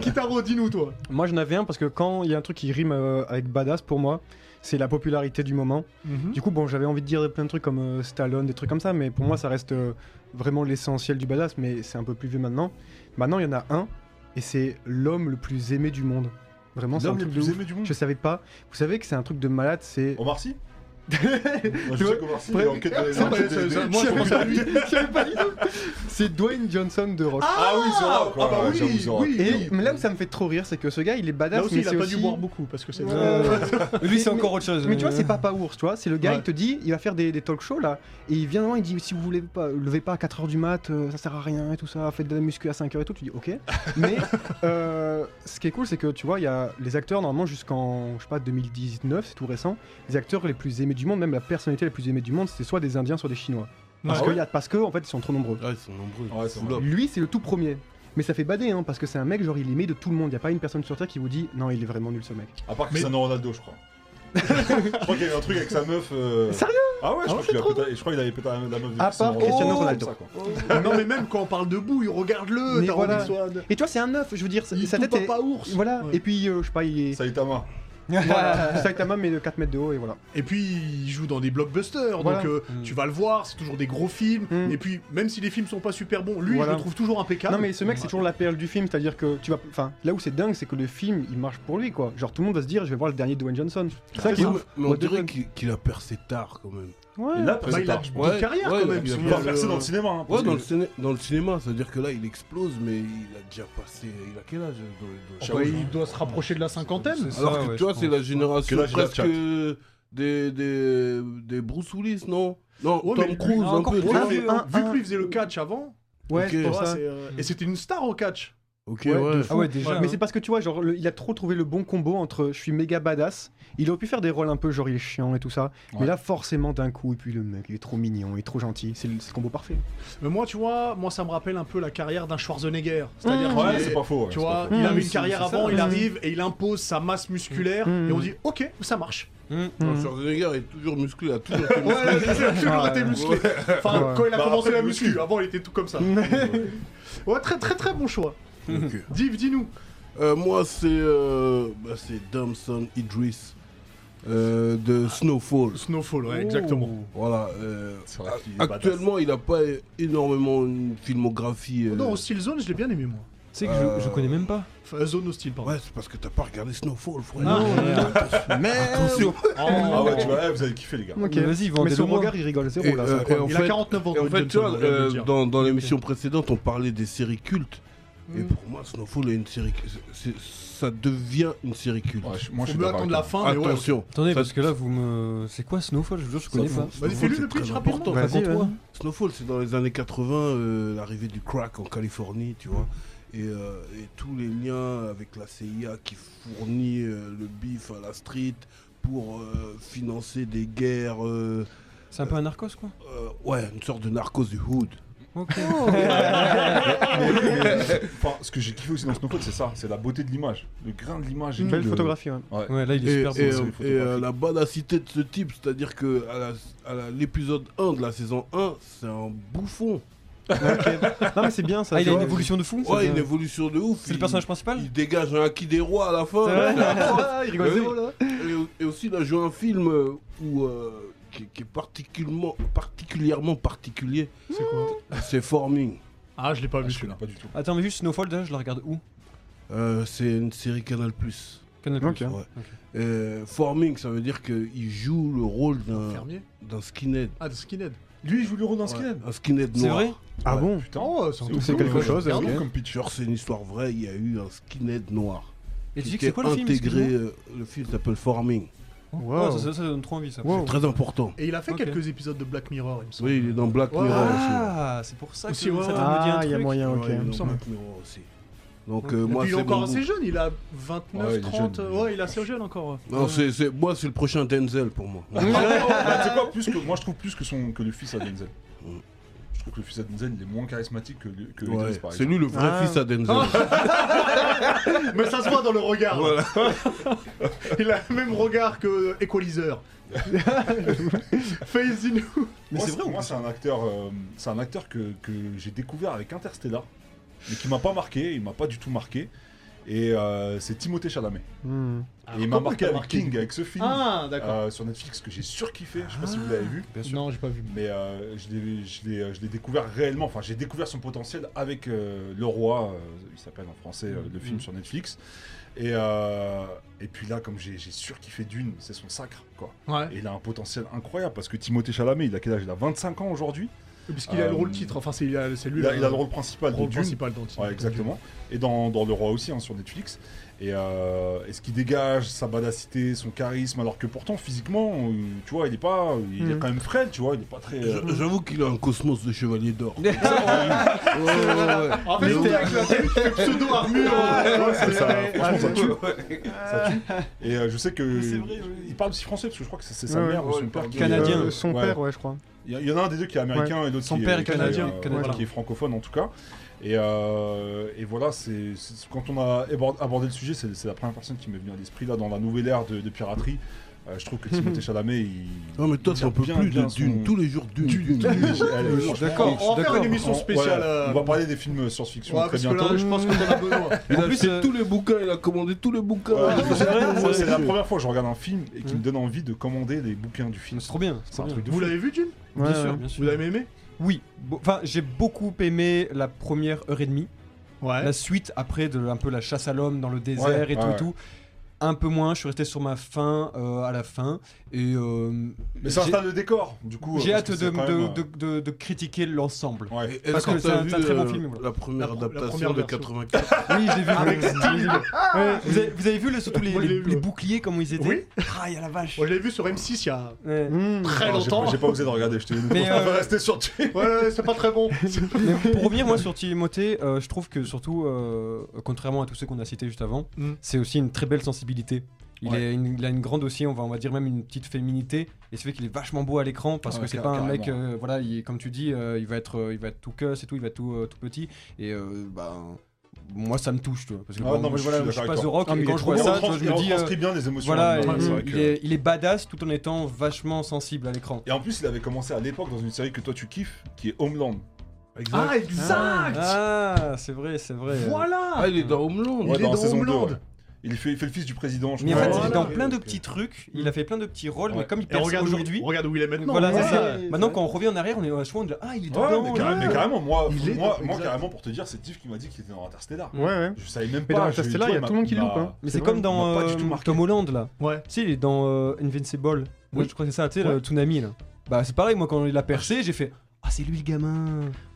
S1: Kitaro, dis-nous toi.
S9: Moi, j'en avais un parce que quand il y a un truc qui rime euh, avec badass pour moi, c'est la popularité du moment. Du coup, bon, j'avais envie de dire plein de trucs comme euh, Stallone, des trucs comme ça, mais pour moi, ça reste euh, vraiment l'essentiel du badass, mais c'est un peu plus vieux maintenant. Maintenant, il y en a un, et c'est l'homme le plus aimé du monde. Vraiment, c'est un
S2: L'homme le
S9: truc de
S2: plus
S9: ouf.
S2: aimé du monde. Oh.
S9: Je savais pas. Vous savez que c'est un truc de malade, c'est.
S2: Omar Sy Moi,
S9: Tu
S2: Je
S9: vois,
S2: sais qu'Omar Sy, il est en quête de-
S1: Ça,
S2: en quête
S1: ça,
S2: de-
S1: ça,
S2: de-
S1: moi, je pense à lui.
S9: J'avais pas du tout. C'est Dwayne Johnson de Rock.
S2: Ah oui, Zora,
S1: Ah
S2: quoi.
S1: bah
S2: ouais,
S1: oui,
S2: j'avoue, Zora.
S1: oui.
S9: et mais là où ça me fait trop rire, c'est que ce gars, il est badass,
S1: Là aussi,
S9: mais
S1: il a
S9: c'est
S1: pas
S9: aussi.
S1: dû boire beaucoup parce que c'est.
S9: Ouais.
S4: Mais lui, c'est encore autre chose. euh.
S9: Mais tu vois, c'est Papa Ours, tu vois. C'est le gars,
S1: Euh. Ouais.
S9: il te dit, il va faire des, des talk shows là, et il vient, il dit si vous voulez pas, levez pas à 4h du mat, euh, ça sert à rien et tout ça, faites de la muscu à 5h et tout. Tu dis ok. Mais euh, ce qui est cool, c'est que tu vois, il y a les acteurs, normalement, jusqu'en, je sais pas, 2019, c'est tout récent, les acteurs les plus aimés du monde, même la personnalité la plus aimée du monde, c'était soit des Indiens, soit des Chinois. Parce,
S2: Ah
S9: que
S2: ouais
S9: y a- parce que, en fait, ils sont trop nombreux.
S1: Ah,
S3: Ouais, ils sont nombreux.
S2: Ouais, c'est vrai.
S3: Oula.
S9: Lui, c'est le tout premier. Mais ça fait bader, hein, parce que c'est un mec, genre, il est aimé de tout le monde. Il a pas une personne sur Terre qui vous dit, non, il est vraiment nul ce mec.
S2: À part
S1: Mais-
S2: Cristiano Ronaldo, je crois. je crois qu'il y avait un truc avec sa meuf. euh,
S9: Sérieux
S2: Ah ouais, je
S9: Ah,
S2: crois
S9: c'est
S2: qu'il a
S9: trop
S2: pété- je crois qu'il avait pété la meuf de
S9: À
S2: Cristiano
S9: part Cristiano Ronaldo.
S2: comme ça, quoi.
S1: Non, mais même quand on parle de bouille, regarde-le.
S9: Mais
S1: T'as
S9: voilà.
S1: envie de soi-
S9: Et tu vois, c'est un œuf, je veux dire, sa
S1: Il
S9: sa
S1: est tout
S9: tête est.
S1: papa ours.
S9: Voilà,
S1: Ouais.
S9: et puis, euh, je sais pas, il est.
S2: Saitama.
S9: Voilà, Saitama, mais de 4 mètres de haut, et voilà.
S1: Et puis il joue dans des blockbusters,
S9: Voilà.
S1: donc euh,
S4: Mm.
S1: tu vas le voir, c'est toujours des gros films.
S9: Mm.
S1: Et puis même si les films sont pas super bons, lui
S9: Voilà.
S1: je le trouve toujours impeccable.
S9: Non, mais ce mec, c'est toujours la perle du film, c'est-à-dire que tu vas. Enfin, là où c'est dingue, c'est que le film, il marche pour lui, quoi. Genre, tout le monde va se dire, je vais voir le dernier Dwayne Johnson. C'est ça qui est
S3: Ouais,
S9: ouf.
S3: mais on
S9: What the
S3: dirait
S9: fuck
S3: qu'il qu'il a percé tard quand même.
S9: Ouais.
S2: Et
S1: Bah,
S2: là,
S1: il a
S2: présentateur, je pense.
S1: une
S3: Ouais,
S1: carrière
S3: ouais,
S1: quand même.
S3: il a
S1: sinon,
S2: On
S3: bien
S2: va
S1: euh,
S2: faire ça dans le cinéma. hein, parce
S3: Ouais, dans
S2: que-
S3: le, ciné- dans le cinéma, c'est-à-dire que là, il explose, mais il a déjà passé. Il a quel âge il doit- il doit-
S1: Oh, bah, il doit se rapprocher de la cinquantaine.
S4: C'est ça,
S3: Alors que
S4: ouais,
S3: tu vois,
S4: je
S3: c'est
S4: pense.
S3: la génération
S2: Quel âge il a,
S3: presque des, des, des Bruce Willis, non Non,
S1: Ouais, mais
S3: Tom Cruise,
S4: Ah,
S3: un
S4: encore
S3: peu.
S4: plus
S3: tu vois.
S1: Ouais, mais
S4: un-
S1: hein. vu que lui faisait le catch avant,
S9: Ouais,
S3: Ok.
S9: c'est
S1: tu
S9: pour
S1: vois,
S9: Ah, ça.
S1: c'est, euh, et c'était une star au catch.
S3: Ok,
S1: Ouais,
S3: ouais.
S1: de
S4: Ah ouais, déjà.
S9: Mais
S4: hein.
S9: c'est parce que tu vois, genre, le- il a trop trouvé le bon combo entre je suis méga badass. Il aurait pu faire des rôles un peu genre il est chiant et tout ça.
S2: Ouais.
S9: Mais là, forcément, d'un coup, et puis le mec, il est trop mignon, il est trop gentil. C'est le, c'est le combo parfait.
S1: Mais moi, tu vois, moi ça me rappelle un peu la carrière d'un Schwarzenegger. C'est-à-dire
S2: Ouais,
S1: qu'il est-
S2: c'est pas Mm. faux. ouais,
S1: Tu
S2: c'est
S1: vois,
S2: pas faux.
S1: il
S9: Mmh,
S1: avait
S9: c'est-
S1: une carrière
S4: c'est
S1: avant,
S4: ça.
S1: il
S4: Mmh.
S1: arrive et il impose sa masse musculaire
S2: Mm.
S9: Mmh.
S1: et on dit ok, ça marche.
S4: Hmm.
S3: Non,
S9: Mhm.
S3: Schwarzenegger est toujours musclé, il a toujours été musclé.
S1: Ouais, il a toujours
S9: Ouais.
S1: été musclé. Enfin,
S9: Ouais.
S1: quand il a
S2: Bah,
S1: commencé
S2: après,
S1: la
S2: le
S1: muscu,
S2: muscu. Mm.
S1: avant il était tout comme ça. Ouais, très très très bon choix.
S3: Ok.
S1: Div, dis-nous.
S3: Euh, moi, c'est euh, bah, c'est Damson Idris euh, de Snowfall.
S1: Snowfall, ouais, exactement.
S3: Voilà. euh,
S2: C'est vrai qu'il est badass.
S3: actuellement, il n'a pas énormément une filmographie. euh,
S1: Oh Non, Hostile Zone, je l'ai bien aimé moi.
S4: Tu sais que je- je
S3: Euh,
S4: connais même pas.
S1: Enfin, Zone Hostile, pardon.
S3: Ouais, c'est parce que t'as pas regardé Snowfall, frère.
S4: Ah,
S3: Non,
S4: merde.
S3: mais attention.
S2: Ah ouais, tu vois, eh, vous avez kiffé, les gars.
S9: Ok.
S4: Mais vas-y,
S9: Mais
S4: vendez-le
S9: son
S4: moi.
S9: regard, il rigole zéro
S3: Et,
S9: Oh, là.
S3: euh,
S9: c'est incroyable.
S3: en
S1: il
S3: fait-
S1: a 49 ans.
S3: Et en
S1: Dwayne
S3: fait, tu vois,
S1: Johnson, on vient de
S3: euh,
S1: le dire.
S3: dans, dans l'émission précédente, on parlait des séries cultes. Et
S1: Mm.
S3: pour moi, Snowfall est une série. c'est- ça devient une série culte.
S2: Ouais, je- Moi,
S1: Faut
S2: je suis
S1: mieux
S2: d'accord
S1: attendre
S2: avec
S1: la
S2: toi.
S1: fin, Ah, mais ouais.
S3: Attention.
S4: Attendez,
S3: Ça-
S4: parce que là, vous me. C'est quoi Snowfall Je vous jure, je connais pas.
S3: Snowfall,
S1: Vas-y, fais-lui le
S3: c'est
S1: pitch
S3: très
S1: rapidement.
S3: important.
S9: Vas-y,
S4: Raconte-moi.
S9: ouais.
S3: Snowfall, c'est dans les années 80, euh, l'arrivée du crack en Californie, tu vois. Et, euh, et tous les liens avec la CIA qui fournit euh, le bif à la street pour euh, financer des guerres. euh,
S4: C'est un peu un narcos, quoi.
S3: euh, ouais, une sorte de narcos du hood.
S4: Ok.
S2: Enfin, ce que j'ai kiffé aussi dans Snowfall, c'est ça, c'est la beauté de l'image, le grain de l'image. et
S9: Une belle
S2: tout, le-
S9: photographie, ouais.
S4: Ouais, là, il est
S3: Et,
S4: super Ah,
S3: et,
S4: beau.
S2: c'est
S3: euh,
S2: une
S3: et,
S2: photographie.
S3: euh, la banacité de ce type, c'est-à-dire que à la- à la- l'épisode 1 de la saison 1, c'est un bouffon.
S9: Ok. non, mais c'est bien ça.
S4: Ah,
S9: tu
S4: il a une
S9: vois.
S4: évolution de fou
S3: Ouais, une évolution de ouf.
S4: C'est le
S3: Il-
S4: personnage principal
S3: Il dégage un acquis des rois à la fin.
S9: C'est vrai Ah, il rigole
S3: Mais
S9: zéro
S3: oui.
S9: là.
S3: Et, et aussi, il a joué un film euh, où, euh, qui, qui est particulièrement, particulièrement particulier.
S1: C'est quoi
S3: C'est Forming.
S1: Ah, je l'ai pas
S2: Ah,
S1: vu
S2: je connais
S1: celui-là.
S2: pas du tout.
S4: Attends, mais juste Snowfall, déjà, je la regarde où
S3: Euh, c'est une série Canal+.
S4: Canal+.
S9: Ok.
S3: Ouais. Euh, Forming, ça veut dire qu'il joue le rôle d'un-
S1: Fermier
S3: d'un skinhead.
S1: Ah, de Skinhead.
S2: Lui, il joue le rôle d'un skinhead.
S3: Ouais, un skinhead
S4: C'est
S3: noir.
S4: vrai
S9: Ah
S3: Ouais.
S9: bon
S2: Putain,
S1: Oh, c'est un
S2: C'est
S1: truc
S2: ouf.
S9: C'est
S1: de
S9: quelque
S1: ouf.
S9: chose.
S1: Regarde.
S9: ok.
S2: comme pitch.
S3: Genre, c'est une histoire vraie. Il y a eu un skinhead noir.
S4: Et tu dis
S3: qui
S4: que c'est
S3: était
S4: quoi le film
S3: intégré,
S4: excuse-moi
S3: euh, le film s'appelle Forming.
S9: Wow.
S4: Ouais, ça- ça- Ça donne trop envie, ça.
S9: Wow.
S3: Très important.
S1: Et il a fait
S4: Ok.
S1: quelques épisodes de Black Mirror, il me semble.
S3: Oui, il est dans Black
S1: Ouais,
S3: Mirror aussi.
S4: Ah, c'est pour ça que
S1: Aussi,
S4: ça
S1: ouais.
S4: doit me dire
S9: Ah,
S4: un
S9: il y a
S4: truc.
S9: moyen,
S3: Ouais,
S9: ok.
S3: il est dans
S1: me semble.
S3: Black Mirror aussi. Donc
S4: Ok.
S3: euh,
S1: Et
S3: moi
S1: puis il est
S3: c'est
S1: encore
S3: mon
S1: assez
S3: goût.
S1: jeune, il a 29,
S2: Ouais, il est
S1: 30.
S2: jeune.
S1: ouais, il est assez jeune encore.
S3: Non, c'est, c'est- moi c'est le prochain Denzel pour moi.
S2: Bah, tu sais quoi, plus que, moi je trouve plus que, son, que le fils à Denzel. Je trouve que le fils à Denzel il est moins charismatique que, le- que
S3: Ouais,
S2: Idris, par
S3: c'est
S2: exemple.
S3: lui le vrai
S9: Ah.
S3: fils à Denzel.
S1: Mais ça se voit dans le regard.
S3: Voilà.
S1: Il a le même regard que euh, Equalizer. Face nous
S2: Mais c'est vrai, moi c'est un acteur, euh, c'est un acteur que, que j'ai découvert avec Interstellar, mais qui m'a pas marqué, il m'a pas du tout marqué. Et euh, c'est Timothée Chalamet. et
S9: Hmm.
S2: Ah. il m'a
S1: comment
S2: marqué
S1: il t'a
S2: avec
S1: marqué
S2: King, avec ce film
S1: Ah, d'accord.
S2: euh, sur Netflix que j'ai surkiffé. Je sais pas si vous
S3: Ah,
S2: l'avez vu.
S1: non, j'ai pas vu.
S2: Mais euh, je l'ai- je l'ai je l'ai découvert réellement, enfin j'ai découvert son potentiel avec euh, Le Roi, euh, il s'appelle en français euh, le film sur Netflix. Et, euh, et puis là, comme j'ai j'ai surkiffé Dune, c'est son sacre quoi.
S1: Ouais.
S2: Et il a un potentiel incroyable parce que Timothée Chalamet, il a quel âge Il a 25 ans aujourd'hui.
S1: Puisqu'il a le
S2: Euh,
S1: rôle titre, enfin c'est il a- c'est lui
S2: Il, a- il a le rôle principal
S1: rôle
S2: de Dune.
S1: principal dans
S2: Ouais, exactement. Et dans, dans Le Roi aussi, hein, sur Netflix. Et, euh, et ce qui dégage, sa badacité, son charisme, alors que pourtant, physiquement, euh, tu vois, il est pas. Il est
S9: Mhm.
S2: quand même frêle, tu vois, il est pas très. euh,
S3: Je- J'avoue qu'il a un cosmos de chevalier d'or. Ouais, ouais, ouais.
S1: En fait,
S3: Mais
S1: c'était
S3: ouais.
S1: avec la pseudo armure.
S2: Ouais, c'est ça, franchement, ça tue. Ça tue. Et euh, je sais que. Il parle aussi français, parce que je crois que c'est c'est sa
S9: Ouais,
S2: mère ou
S3: ouais,
S2: son
S3: il
S2: père
S3: parle
S2: qui est-
S4: canadien.
S9: Euh, son
S2: Ouais.
S9: père, ouais, je crois.
S2: Il y, a- il y en a un des deux qui est américain et l'autre
S4: Son
S2: qui
S4: père est
S2: qui
S4: canadien,
S2: euh,
S4: canadien.
S2: qui est francophone en tout cas. Et, euh, et voilà, c'est c'est- quand on a abord- abordé le sujet, c'est c'est la première personne qui m'est venue à l'esprit là dans la nouvelle ère de, de piraterie. Euh, je trouve que Timothée Chalamet, il.
S3: Non mais toi
S2: il
S3: t'en
S2: tient
S3: peux
S2: bien,
S3: plus de
S2: bien son-
S3: Dune, tous les jours Dune, Dune, Dune.
S2: Allez, franchement,
S4: D'accord.
S1: On va faire une
S4: D'accord.
S1: émission
S2: on-
S1: spéciale.
S2: ouais,
S1: euh,
S2: on va parler des films science-fiction
S1: ouais,
S2: très
S1: parce que là,
S2: bientôt.
S1: je pense qu'on en a besoin.
S3: Il
S4: En
S3: a
S4: plus,
S3: acheté
S4: euh,
S3: tous les bouquins, il a commandé tous les bouquins.
S2: Ouais,
S4: c'est vrai,
S2: Moi,
S4: c'est
S2: c'est la
S4: vrai.
S2: première fois que je regarde un film et qui
S4: Mhm.
S2: me donne envie de commander des bouquins du film.
S4: C'est trop bien.
S2: C'est un truc de
S1: Vous
S2: fou.
S1: l'avez vu, Dune
S9: Ouais,
S4: Bien sûr, bien
S9: ouais.
S1: Vous
S4: sûr.
S1: l'avez aimé
S4: Oui, bo- enfin j'ai beaucoup aimé la première heure et demie,
S1: Ouais.
S4: la suite après de un peu la chasse à l'homme dans le désert et tout
S2: ouais.
S4: et tout. un peu moins. Je suis resté sur ma fin euh, à la fin. Et, euh,
S2: Mais c'est un
S4: j'ai-
S2: stade de décor, du coup.
S4: j'ai
S2: parce
S4: hâte
S2: que
S4: de,
S2: c'est quand même,
S4: de- de- de- de critiquer l'ensemble.
S2: euh, ouais.
S3: Et Est-ce
S4: Parce que
S3: que
S4: c'est
S3: t'as
S4: un-
S3: vu
S4: c'est un très bon
S3: euh,
S4: film, voilà.
S3: la
S1: La-
S3: première
S1: la
S3: adaptation
S1: première
S3: de
S1: version.
S3: 84
S4: Oui, j'ai vu.
S1: Avec
S4: euh, j'ai vu. Ouais, vous, avez, vous avez vu les- surtout les,
S1: Moi, je l'ai
S4: les-
S1: vu,
S4: les
S1: ouais.
S4: boucliers, comment ils étaient
S1: Oui.
S4: Ah, il y a la vache.
S1: Moi, je l'ai vu sur M6 il y a
S4: Ouais.
S1: très
S2: Non, Ah, j'ai pas-
S1: longtemps.
S2: J'ai pas osé de regarder, je t'ai
S4: Mais, euh,
S2: resté sur Twitter.
S1: Ouais, ouais, c'est pas très bon.
S4: Mais pour revenir moi sur Timothée, euh, je trouve que surtout, euh, contrairement à tous ceux qu'on a cités juste avant,
S1: Mm.
S4: c'est aussi une très belle sensibilité. Il,
S2: Ouais.
S4: est une- il a une grande aussi, on va, on va dire même une petite féminité, et c'est fait qu'il est vachement beau à l'écran parce
S2: Ah
S4: que
S2: ouais,
S4: c'est
S2: car-
S4: pas un mec,
S2: carrément.
S4: euh, voilà, il est- comme tu dis, euh, il va être, euh, il va être tout cuss et tout, il va être tout, euh, tout petit, et euh, bah, moi ça me touche, tu vois, parce que
S2: Ah,
S4: bon,
S2: non, mais
S4: moi,
S2: je suis
S4: voilà,
S2: d'accord
S4: je
S2: avec
S4: passe
S2: toi.
S4: au rock
S9: Ah, mais
S4: et
S9: il
S4: quand
S9: est
S4: je
S9: trop
S4: vois
S2: Il
S4: ça, tu vois,
S2: retrans-
S4: je
S2: il
S4: me dis, euh,
S2: retranscrit bien les émotions.
S4: voilà,
S2: humaines,
S4: il-
S2: c'est vrai
S4: il,
S2: que-
S4: est, il est badass tout en étant vachement sensible à l'écran.
S2: Et en plus, il avait commencé à l'époque dans une série que toi tu kiffes, qui est Homeland.
S1: Ah, exact
S4: Ah, c'est vrai, c'est vrai.
S1: Voilà
S3: Ah, il est dans Homeland.
S1: Ouais. est dans Homeland.
S2: ouais. bah, Il fait, il fait le fils du président, je
S4: Mais en
S2: crois.
S4: fait,
S1: Voilà.
S4: il est dans plein de
S3: Ok.
S4: petits trucs, il a fait plein de petits rôles,
S2: Ouais.
S4: mais comme il
S1: Et
S4: perce
S1: regarde où,
S4: aujourd'hui.
S1: il- regarde où il est maintenant.
S4: Voilà,
S1: Ouais.
S4: c'est ça.
S9: ouais,
S4: Maintenant,
S9: ouais.
S4: quand on revient en arrière, on est vachement, on dit Ah, il est
S2: Ouais,
S4: dedans
S2: mais, carré- mais carrément, moi,
S1: Il est
S2: moi,
S1: dans-
S2: moi
S1: exact.
S2: carrément, pour te dire, c'est Tiff qui m'a dit qu'il était dans Interstellar.
S9: Ouais, ouais.
S2: Je savais même
S9: Mais
S2: pas.
S9: dans
S2: je-
S9: Interstellar,
S2: tu
S9: il y a
S2: vois,
S9: tout le monde qui
S2: m'a-
S9: loupe, hein.
S4: Mais c'est
S9: C'est
S4: comme
S9: vrai,
S4: dans
S2: il m'a pas du
S4: euh,
S2: tout marqué.
S4: Tom Holland là.
S1: Ouais.
S4: Tu sais, il est dans euh, Invincible.
S1: Oui.
S4: Je crois que c'est ça, tu sais,
S1: Ouais.
S4: le tsunami là. Bah, c'est pareil, moi, quand il a percé, j'ai fait Ah, c'est lui le gamin.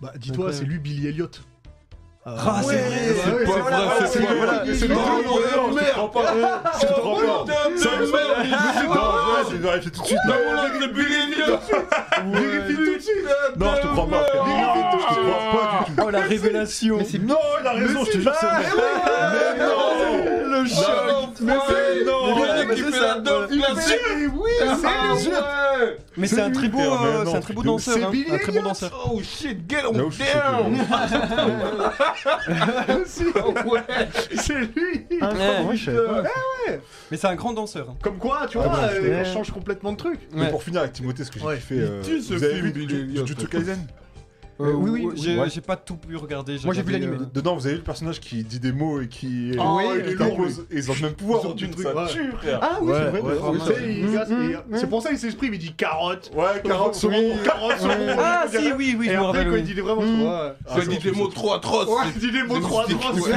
S1: Bah, dis-toi,
S4: Incroyable.
S1: c'est lui Billy Elliot.
S4: Ah, c'est vrai, c'est
S1: ouais,
S4: pas
S1: c'est-
S4: vrai,
S1: voilà,
S4: c'est
S1: c'est-
S4: pas
S1: voilà,
S4: vrai.
S1: c'est- c'est-
S2: Non, non, non, je te crois pas. Je te crois pas. Ça, je- Non, ouais, je vais vérifier tout de suite. là.
S1: Vérifie tout de suite.
S2: Non, je te crois pas, frère.
S1: Vérifie tout
S2: Je te
S1: de
S2: crois pas du tout.
S4: Oh, la révélation.
S2: Non, il a raison, je te jure, c'est vrai. Mais non
S4: Le choc.
S2: Mais c'est- non
S4: Mais voilà, mais c'est ça, voilà.
S1: suite. Oui, c'est lui.
S4: Mais c'est un très beau,
S2: Putain, mais
S4: euh,
S2: non,
S4: c'est un très beau
S2: putain,
S4: danseur,
S1: c'est
S4: hein.
S1: Billy
S4: un très bon
S1: Elliot.
S4: danseur.
S3: Oh shit, get on
S2: Là où je suis choqué.
S1: C'est lui.
S9: Incroyable, ouais, Ah, je savais pas.
S4: Mais c'est un grand danseur. hein.
S1: Comme quoi, tu vois,
S9: Ah bon,
S1: euh,
S9: ouais.
S1: on change complètement de truc.
S2: Mais
S4: Ouais.
S2: pour finir avec Timothée, ce que j'ai
S1: Ouais.
S2: kiffé, euh,
S3: tue ce
S2: vous avez
S3: film,
S2: vu
S3: Billy
S2: du-
S3: Elliot.
S2: du Jujutsu Kaisen
S9: Euh, oui, oui,
S4: Ou-
S9: oui.
S4: J'ai
S2: Ouais.
S4: j'ai pas tout pu regarder.
S9: Moi, j'ai vu
S4: regardé,
S9: l'animé.
S4: euh,
S2: Dedans, vous avez vu le personnage qui dit des mots et qui
S1: Ah, il
S2: et qui
S1: est lourd,
S2: t'impose- et ils ont le même pouvoir
S1: Ils ont
S2: du
S1: du
S2: truc,
S1: truc,
S2: ça
S1: ouais.
S2: tue, frère.
S1: Ah oui,
S3: Ouais,
S1: c'est vrai.
S3: ouais,
S1: tu
S3: vraiment.
S1: sais, il
S9: Mhm,
S1: casse-
S9: mhm,
S1: et, euh, C'est pour ça qu'il s'exprime, il dit carotte.
S2: Ouais,
S1: carotte,
S2: 40
S1: oui,
S2: secondes.
S1: Carotte sur mon-
S4: Ah, si, oui, oui,
S1: Et
S4: je me
S1: après,
S4: rappelle.
S1: quand
S4: oui.
S1: il dit des vraiment,
S9: Mhm.
S1: ouais.
S2: Ah,
S3: Tu as
S2: c'est
S3: dit des
S2: bon,
S3: mots trop atroces.
S1: Ouais, il dit des mots trop atroces.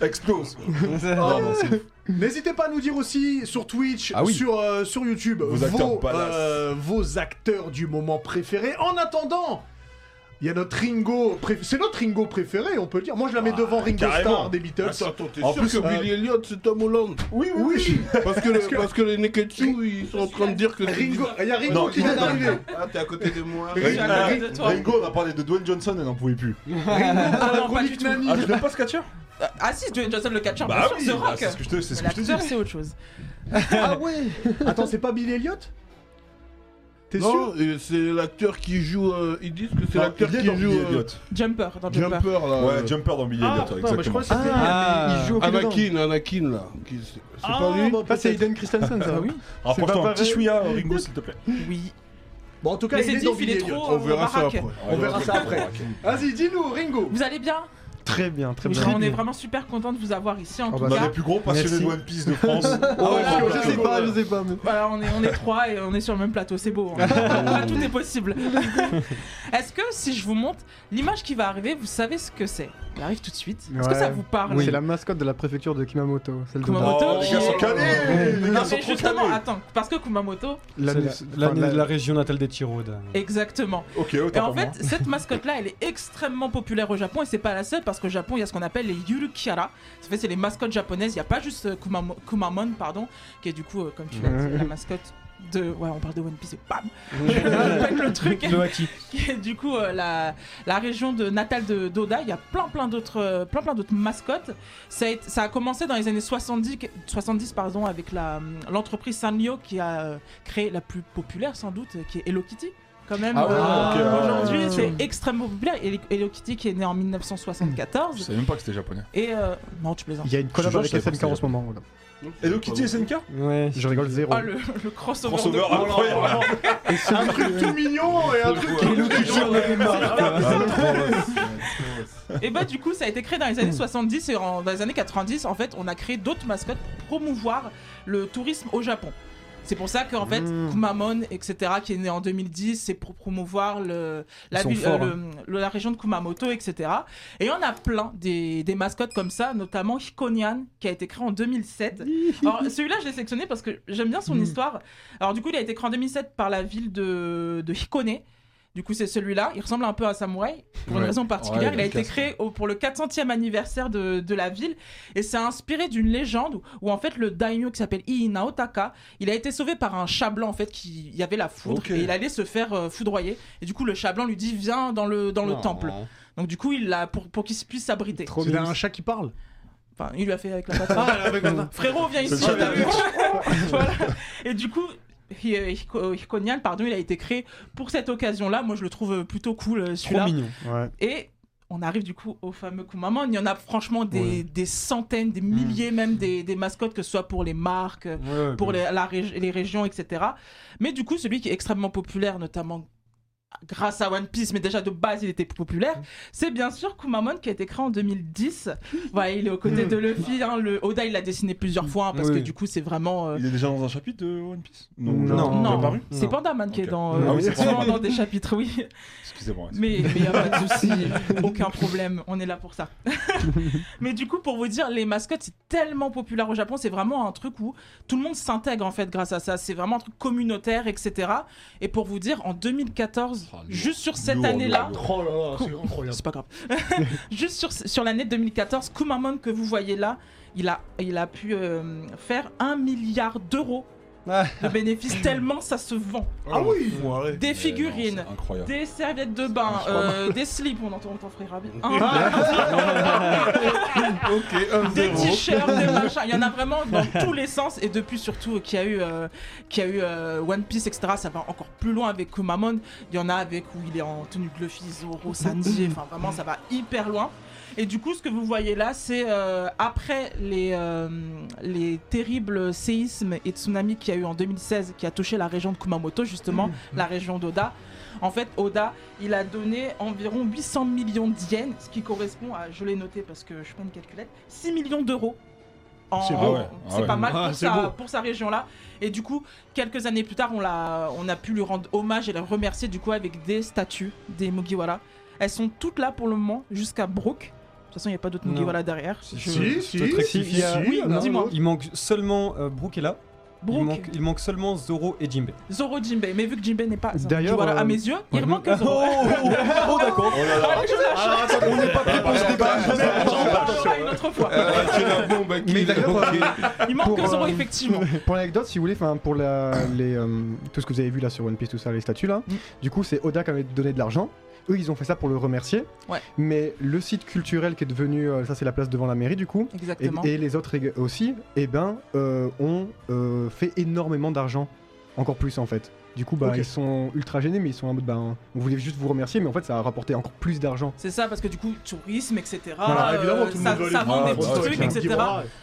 S2: Explose. Oh.
S1: Ah, N'hésitez pas à nous dire aussi sur Twitch,
S4: Ah oui.
S1: sur, euh, sur YouTube,
S2: Vos acteurs badass.
S1: euh, vos acteurs du moment préférés. En attendant, il y a notre Ringo, préf- c'est notre Ringo préféré, on peut le dire. Moi, je la mets devant Ringo
S2: Ah, carrément. Ah,
S1: Starr des Beatles.
S3: Attends, t'es
S2: En
S3: sûr
S2: plus,
S3: que
S1: euh,
S3: Billy Elliot c'est Tom Holland
S1: oui, oui, oui.
S3: Parce que, le- parce que les Neketsu ils sont en train de dire que c'est
S1: Ringo, il y a Ringo
S2: Non,
S1: qui vient d'arriver.
S3: Ah, t'es à côté de moi.
S1: Ringo,
S2: Ringo,
S1: Ringo,
S2: Ringo, on a parlé de Dwayne Johnson, elle n'en pouvait plus.
S5: Ah non, pas du
S1: Chronique
S5: tout.
S1: Nani.
S2: Ah, tu n'aimes pas ce catcher
S5: Ah si, Dwayne Johnson le catcher, bien
S2: Bah
S5: sûr,
S2: oui,
S5: The
S2: bah,
S5: Rock.
S2: c'est ce que je te c'est ce que je te dis.
S5: L'acteur, c'est autre chose.
S9: Ah ouais
S1: Attends, c'est pas Billy Elliot T'es sûr
S3: Non, et c'est l'acteur qui joue. euh, ils disent que c'est
S2: Non,
S3: l'acteur
S2: il est
S3: qui
S2: dans
S3: joue
S2: Billy
S3: euh,
S2: Elliot.
S5: Jumper, dans Jumper.
S3: Jumper là.
S2: Ouais, Jumper dans Billy
S1: Ah,
S2: Elliot,
S1: putain, mais je
S2: exactement.
S1: crois que c'était.
S4: Ah.
S9: il joue au
S3: Anakin, Anakin là. qui- C'est bah, c'est pas lui
S9: Ah, c'est Aiden Christensen, ça.
S5: Ah oui.
S2: Rapproche-toi
S9: pas
S2: un petit
S9: pareil.
S2: chouïa, Ringo, s'il te plaît.
S5: Oui.
S1: Bon, en tout cas,
S5: Mais
S1: il
S5: c'est
S1: est
S5: dit,
S1: dans
S5: il
S1: Billy
S5: est
S1: Elliot.
S5: trop
S3: On verra ça
S5: baraque.
S3: après.
S1: On verra ça après. Vas-y, dis-nous,
S2: Oh,
S1: Ringo.
S5: Vous allez bien
S9: Très bien, très bien.
S5: On est vraiment super content de vous avoir ici en
S9: Ah
S5: tout
S9: bah,
S2: L'un des
S5: cas.
S2: plus gros passionnés de
S9: Merci.
S2: One Piece de France.
S9: Oh,
S5: Ah,
S9: je sais pas, je sais pas. mais-
S5: Voilà, on est, on est trois et on est sur le même plateau, c'est beau. hein. Tout est possible. Est-ce que si je vous montre l'image qui va arriver, vous savez ce que c'est Elle arrive tout de suite. Est-ce que
S9: Ouais.
S5: ça vous parle
S9: C'est la mascotte de la préfecture de Kimamoto, celle de
S5: Kumamoto.
S2: Oh, les gars sont calés Les
S5: Non,
S2: gars sont
S5: mais
S2: trop
S5: justement,
S2: calés
S5: attends, parce que Kumamoto,
S9: La-
S4: C'est la,
S9: enfin,
S4: la-
S9: la-
S4: la région natale des Tirodes.
S5: exactement.
S2: Ok,
S5: Et
S2: autant
S5: en
S2: pour
S5: fait,
S2: moi.
S5: cette mascotte-là, elle est extrêmement populaire au Japon et c'est pas la seule parce qu'au Japon, il y a ce qu'on appelle les Yurukiara. Ça fait, c'est les mascottes japonaises. Il n'y a pas juste euh, Kumamo- Kumamon, pardon, qui est du coup, euh, comme tu l'as dit, la mascotte de. Ouais, on parle de One Piece, bam Je répète le truc.
S4: De Haki.
S5: qui est du coup euh, la, la région de natale de d'Oda. Il y a plein plein d'autres euh, plein plein d'autres mascottes. Ça a, été- ça a commencé dans les années 70, que- 70 pardon avec la hum, l'entreprise Sanrio qui a euh, créé la plus populaire sans doute, euh, qui est Hello Kitty. Quand même,
S2: Ah ouais,
S5: euh,
S2: ok, ouais.
S5: aujourd'hui c'est extrêmement populaire. Hello- Hello Kitty qui est né en 1974.
S2: savais même pas que c'était japonais.
S5: Et euh, non, tu plaisantes.
S9: Il y a une collab
S2: Je
S9: avec
S2: sais pas,
S9: SNK
S2: c'est-
S9: en ce moment. voilà.
S2: Hello Kitty SNK
S4: Ouais.
S9: Je rigole zéro.
S5: Ah, le, le crossover.
S2: Crossover
S5: de-
S2: incroyable
S1: Un truc tout mignon et un truc qui
S4: Hello Kitty, on avait marre, quoi.
S5: Et bah du coup ça a été créé dans les années 70 et en- dans les années 90 en fait on a créé d'autres mascottes pour promouvoir le tourisme au Japon. C'est pour ça qu'en fait,
S4: Mmh.
S9: Mm.
S5: Kumamon, etc., qui est né en 2010, c'est pour promouvoir le, la,
S4: Ils sont
S5: ville-
S4: forts, hein.
S5: euh, le- la région de Kumamoto, etc. Et on a plein des, des mascottes comme ça, notamment Hikonyan, qui a été créé en 2007. Alors, celui-là, je l'ai sélectionné parce que j'aime bien
S4: Mmh.
S5: son histoire. Alors, du coup, il a été créé en 2007 par la ville de, de Hikone. Du coup, c'est celui-là. Il ressemble un peu à un samouraï pour une
S4: Ouais.
S5: raison particulière.
S4: Ouais,
S5: il a
S4: il
S5: été
S4: casse.
S5: créé au- pour le 400e anniversaire de, de la ville et c'est inspiré d'une légende où, où, en fait le daimyo qui s'appelle Ii Naotaka, il a été sauvé par un chat blanc en fait qui il y avait la foudre
S2: Ok.
S5: et il allait se faire euh, foudroyer et du coup le chat blanc lui dit viens dans le dans le temple. Donc du coup, il l'a pour pour qu'il puisse s'abriter.
S9: Trop
S1: C'est
S9: bien.
S1: un chat qui parle.
S5: Enfin, il lui a fait avec la patate. Frérot, viens ici,
S2: C'est le chat
S5: t'as vu Voilà. Et du coup, Hi- Hiko- Hikonian, pardon, il a été créé pour cette occasion-là. Moi, je le trouve plutôt cool euh,
S9: Trop
S5: celui-là.
S9: mignon. Ouais.
S5: Et on arrive du coup au fameux Kumamon. Il y en a franchement des, des centaines, des milliers
S2: Hmm.
S5: même des, des mascottes, que ce soit pour les marques, pour les, la régi- les régions, etc. Mais du coup, celui qui est extrêmement populaire, notamment grâce à One Piece, mais déjà de base, il était populaire,
S2: Hmm.
S5: c'est bien sûr Kumamon qui a été créé en 2010. Voilà, il est aux
S2: Hmm.
S5: côtés de Luffy. hein. le Oda, il l'a dessiné plusieurs fois hein, parce
S9: Oui.
S5: que du coup, c'est vraiment. euh,
S2: Il est déjà dans un chapitre de One Piece
S9: Non.
S2: genre, il est
S5: Non,
S2: apparu
S5: c'est
S9: Non.
S5: Pandaman qui est
S2: Ok.
S5: dans, euh,
S9: Ah
S2: oui, c'est
S5: souvent
S2: Pandaman.
S5: dans des chapitres, oui.
S2: Excusez-moi.
S5: Mais il n'y a pas de souci, aucun problème, on est là pour ça. mais du coup, pour vous dire, les mascottes, c'est tellement populaire au Japon, c'est vraiment un truc où tout le monde s'intègre en fait grâce à ça. C'est vraiment un truc communautaire, etc. Et pour vous dire, en 2014,
S2: Oh, lourd,
S5: juste sur cette
S2: lourd,
S5: année-là,
S2: lourd,
S1: Oh là là, c'est incroyable.
S5: c'est pas grave, juste sur, sur l'année 2014, Kumamon que vous voyez là, il a, il a pu euh, faire un milliard d'euros
S4: Ah.
S5: de bénéfices, tellement ça se vend.
S1: Ah oui
S2: Mais
S5: Des
S2: non,
S5: figurines,
S2: c'est Incroyable.
S5: des serviettes de bain, euh, des slips, on entend ton frère Rabi.
S3: Ah. Ok, un
S5: des
S3: zéro.
S5: t-shirts, des machins. Il y en a vraiment dans tous les sens. Et depuis, surtout, qu'il y a eu, euh, qu'il y a eu euh, One Piece, etc., ça va encore plus loin avec Kumamon. Il y en a avec où il est en tenue de Luffy, Zoro,
S3: Mm.
S5: Sanji. Enfin, vraiment, ça va hyper loin. Et du coup, ce que vous voyez là, c'est euh, après les, euh, les terribles séismes et tsunamis qu'il y a eu en 2016, qui a touché la région de Kumamoto, justement,
S3: Mm.
S5: la région d'Oda. En fait, Oda, il a donné environ 800 millions d'yens, ce qui correspond à, je l'ai noté parce que je suis pas une calculette, 6 millions d'euros. En-
S1: C'est beau.
S2: Ah ouais, ah
S5: c'est
S2: ouais.
S5: pas mal
S1: Ah,
S5: pour,
S1: c'est
S5: sa-
S1: beau.
S5: pour sa région-là. Et du coup, quelques années plus tard, on, l'a- on a pu lui rendre hommage et la remercier du coup avec des statues, des Mugiwara. Elles sont toutes là pour le moment, jusqu'à Brook. De toute façon, il n'y a pas d'autres
S4: Non.
S5: Mugiwara derrière.
S1: Si,
S4: Je veux-
S1: si,
S4: je te euh,
S1: si,
S4: rectifie. ah,
S1: si,
S4: Oui,
S1: non,
S5: dis-moi.
S4: Il manque seulement euh, Brook est là. Il
S5: Brook,
S4: manque, il manque seulement Zoro et Jimbe.
S5: Zoro Jinbei. Mais vu que Jinbei n'est pas un
S9: D'ailleurs,
S5: Mugiwara à
S9: euh,
S5: mes yeux, il manque
S4: Ah,
S5: Zoro.
S4: oh, oh, oh, d'accord.
S2: Oh là là.
S9: Ah, On n'est pas prêt pour ce débat.
S5: On en parlera une autre fois.
S3: Euh, tu l'as bon, bah,
S9: Mais
S3: qui-
S9: d'ailleurs,
S3: ok.
S5: Il manque
S9: pour,
S5: Zoro,
S9: euh,
S5: effectivement.
S9: Pour l'anecdote, si vous voulez, enfin pour la- les, euh, tout ce que vous avez vu là sur One Piece, tout ça, les statues là,
S5: Mm.
S9: du coup c'est Oda qui avait donné de l'argent. Eux, ils ont fait ça pour le remercier.
S5: Ouais.
S9: Mais le site culturel qui est devenu, euh, ça c'est la place devant la mairie du coup, et,
S5: Exactement.
S9: et les autres ég- aussi, eh ben, euh, ont euh, fait énormément d'argent, encore plus en fait. Du coup, bah,
S1: Ok.
S9: ils sont ultra gênés, mais ils sont en mode, ben, on voulait juste vous remercier, mais en fait, ça a rapporté encore plus d'argent.
S5: C'est ça, parce que du coup, tourisme, etc.
S1: Voilà,
S5: euh,
S1: évidemment, tout le
S5: ça,
S1: monde veut
S5: ça
S1: aller euh,
S5: vend
S2: voir,
S5: des petits
S2: ouais,
S5: trucs,
S2: ouais.
S5: etc.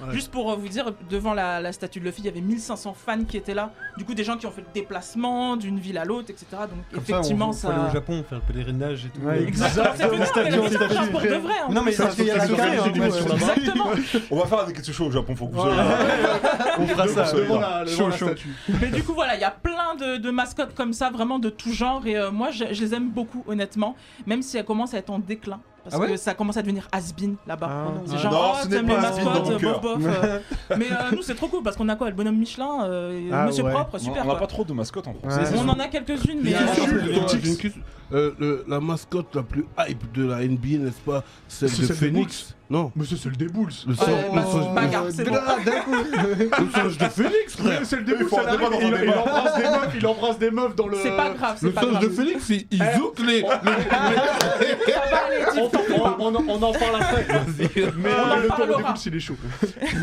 S1: Ouais.
S5: Juste pour euh, vous dire, devant la, la statue de Luffy, il y avait 1500 fans qui étaient là. Du coup, des gens qui ont fait le déplacement d'une ville à l'autre, etc. Donc,
S4: Comme ça, on-
S5: effectivement,
S4: on
S5: ça.
S4: peut aller au Japon, faire le pèlerinage et tout.
S9: Ouais,
S5: Exactement, c'est
S1: Exactement,
S5: fait
S1: statue,
S5: non, mais ça,
S1: statue.
S5: je pense pour de vrai. hein. en
S4: Non, mais
S5: plus.
S1: Ça,
S4: parce qu'il y a
S1: ça,
S4: la
S1: ça,
S4: carrière,
S1: c'est une
S4: ouais.
S1: émission là-bas.
S5: Exactement.
S2: On va faire des questions chaudes au Japon, faut que vous
S1: hein, Ouais.
S2: ayez-
S4: On fera
S2: Devant
S4: ça.
S2: la-
S4: ouais.
S1: Devant la devant
S4: Chaud,
S1: la
S4: chaud.
S1: statue.
S5: Mais du coup, voilà, il y a plein de, de mascottes comme ça, vraiment de tout genre. Et euh, moi, je, je les aime beaucoup, honnêtement. Même si elles commencent à être en déclin. Parce
S4: Ah ouais
S5: que ça commence à devenir has-been là-bas.
S9: Ah.
S5: C'est genre,
S2: Non,
S5: oh,
S2: ce n'est
S5: t'aimes
S2: pas
S5: les
S2: has-been
S5: mascottes,
S2: dans mon
S5: bof,
S2: cœur.
S5: bof. euh. Mais euh, nous, c'est trop cool parce qu'on a quoi Le bonhomme Michelin, euh,
S9: Ah
S5: Monsieur
S9: ouais.
S5: Propre, super.
S2: On a
S5: quoi.
S2: pas trop de mascottes en France.
S9: Ouais.
S5: On en a quelques-unes, mais.
S3: Mais
S5: euh,
S3: question,
S1: Jules,
S3: j'ai
S1: ton
S3: une
S1: tips.
S3: question. Euh, le- la mascotte la plus hype de la NBA, n'est-ce pas Celle
S1: C'est
S3: de
S1: celle des
S3: Phoenix Non.
S1: Mais ça, c'est le débouls.
S3: Le, singe-
S5: ouais,
S3: le
S5: bah,
S3: singe-
S5: bah, Bagarre, c'est bon.
S9: Ah, d'un coup.
S3: le singe de Phoenix, frère.
S1: Mais C'est le
S2: Il
S1: débouls,
S2: faut
S1: ça
S2: un débat
S1: l'arrive,
S2: dans un
S1: il, il
S2: débat.
S1: embrasse des meufs, il embrasse des meufs dans le...
S5: C'est pas grave, c'est
S3: Le
S5: pas
S3: singe
S5: grave.
S3: de Phoenix, il, il
S1: Eh.
S3: zoute les.
S5: Ça va aller, Tiff,
S1: On,
S5: t'en fais pas.
S1: on- on- on en parle après. Mais
S5: On en
S1: le temps de
S5: parlera.
S1: débouls, il est chaud.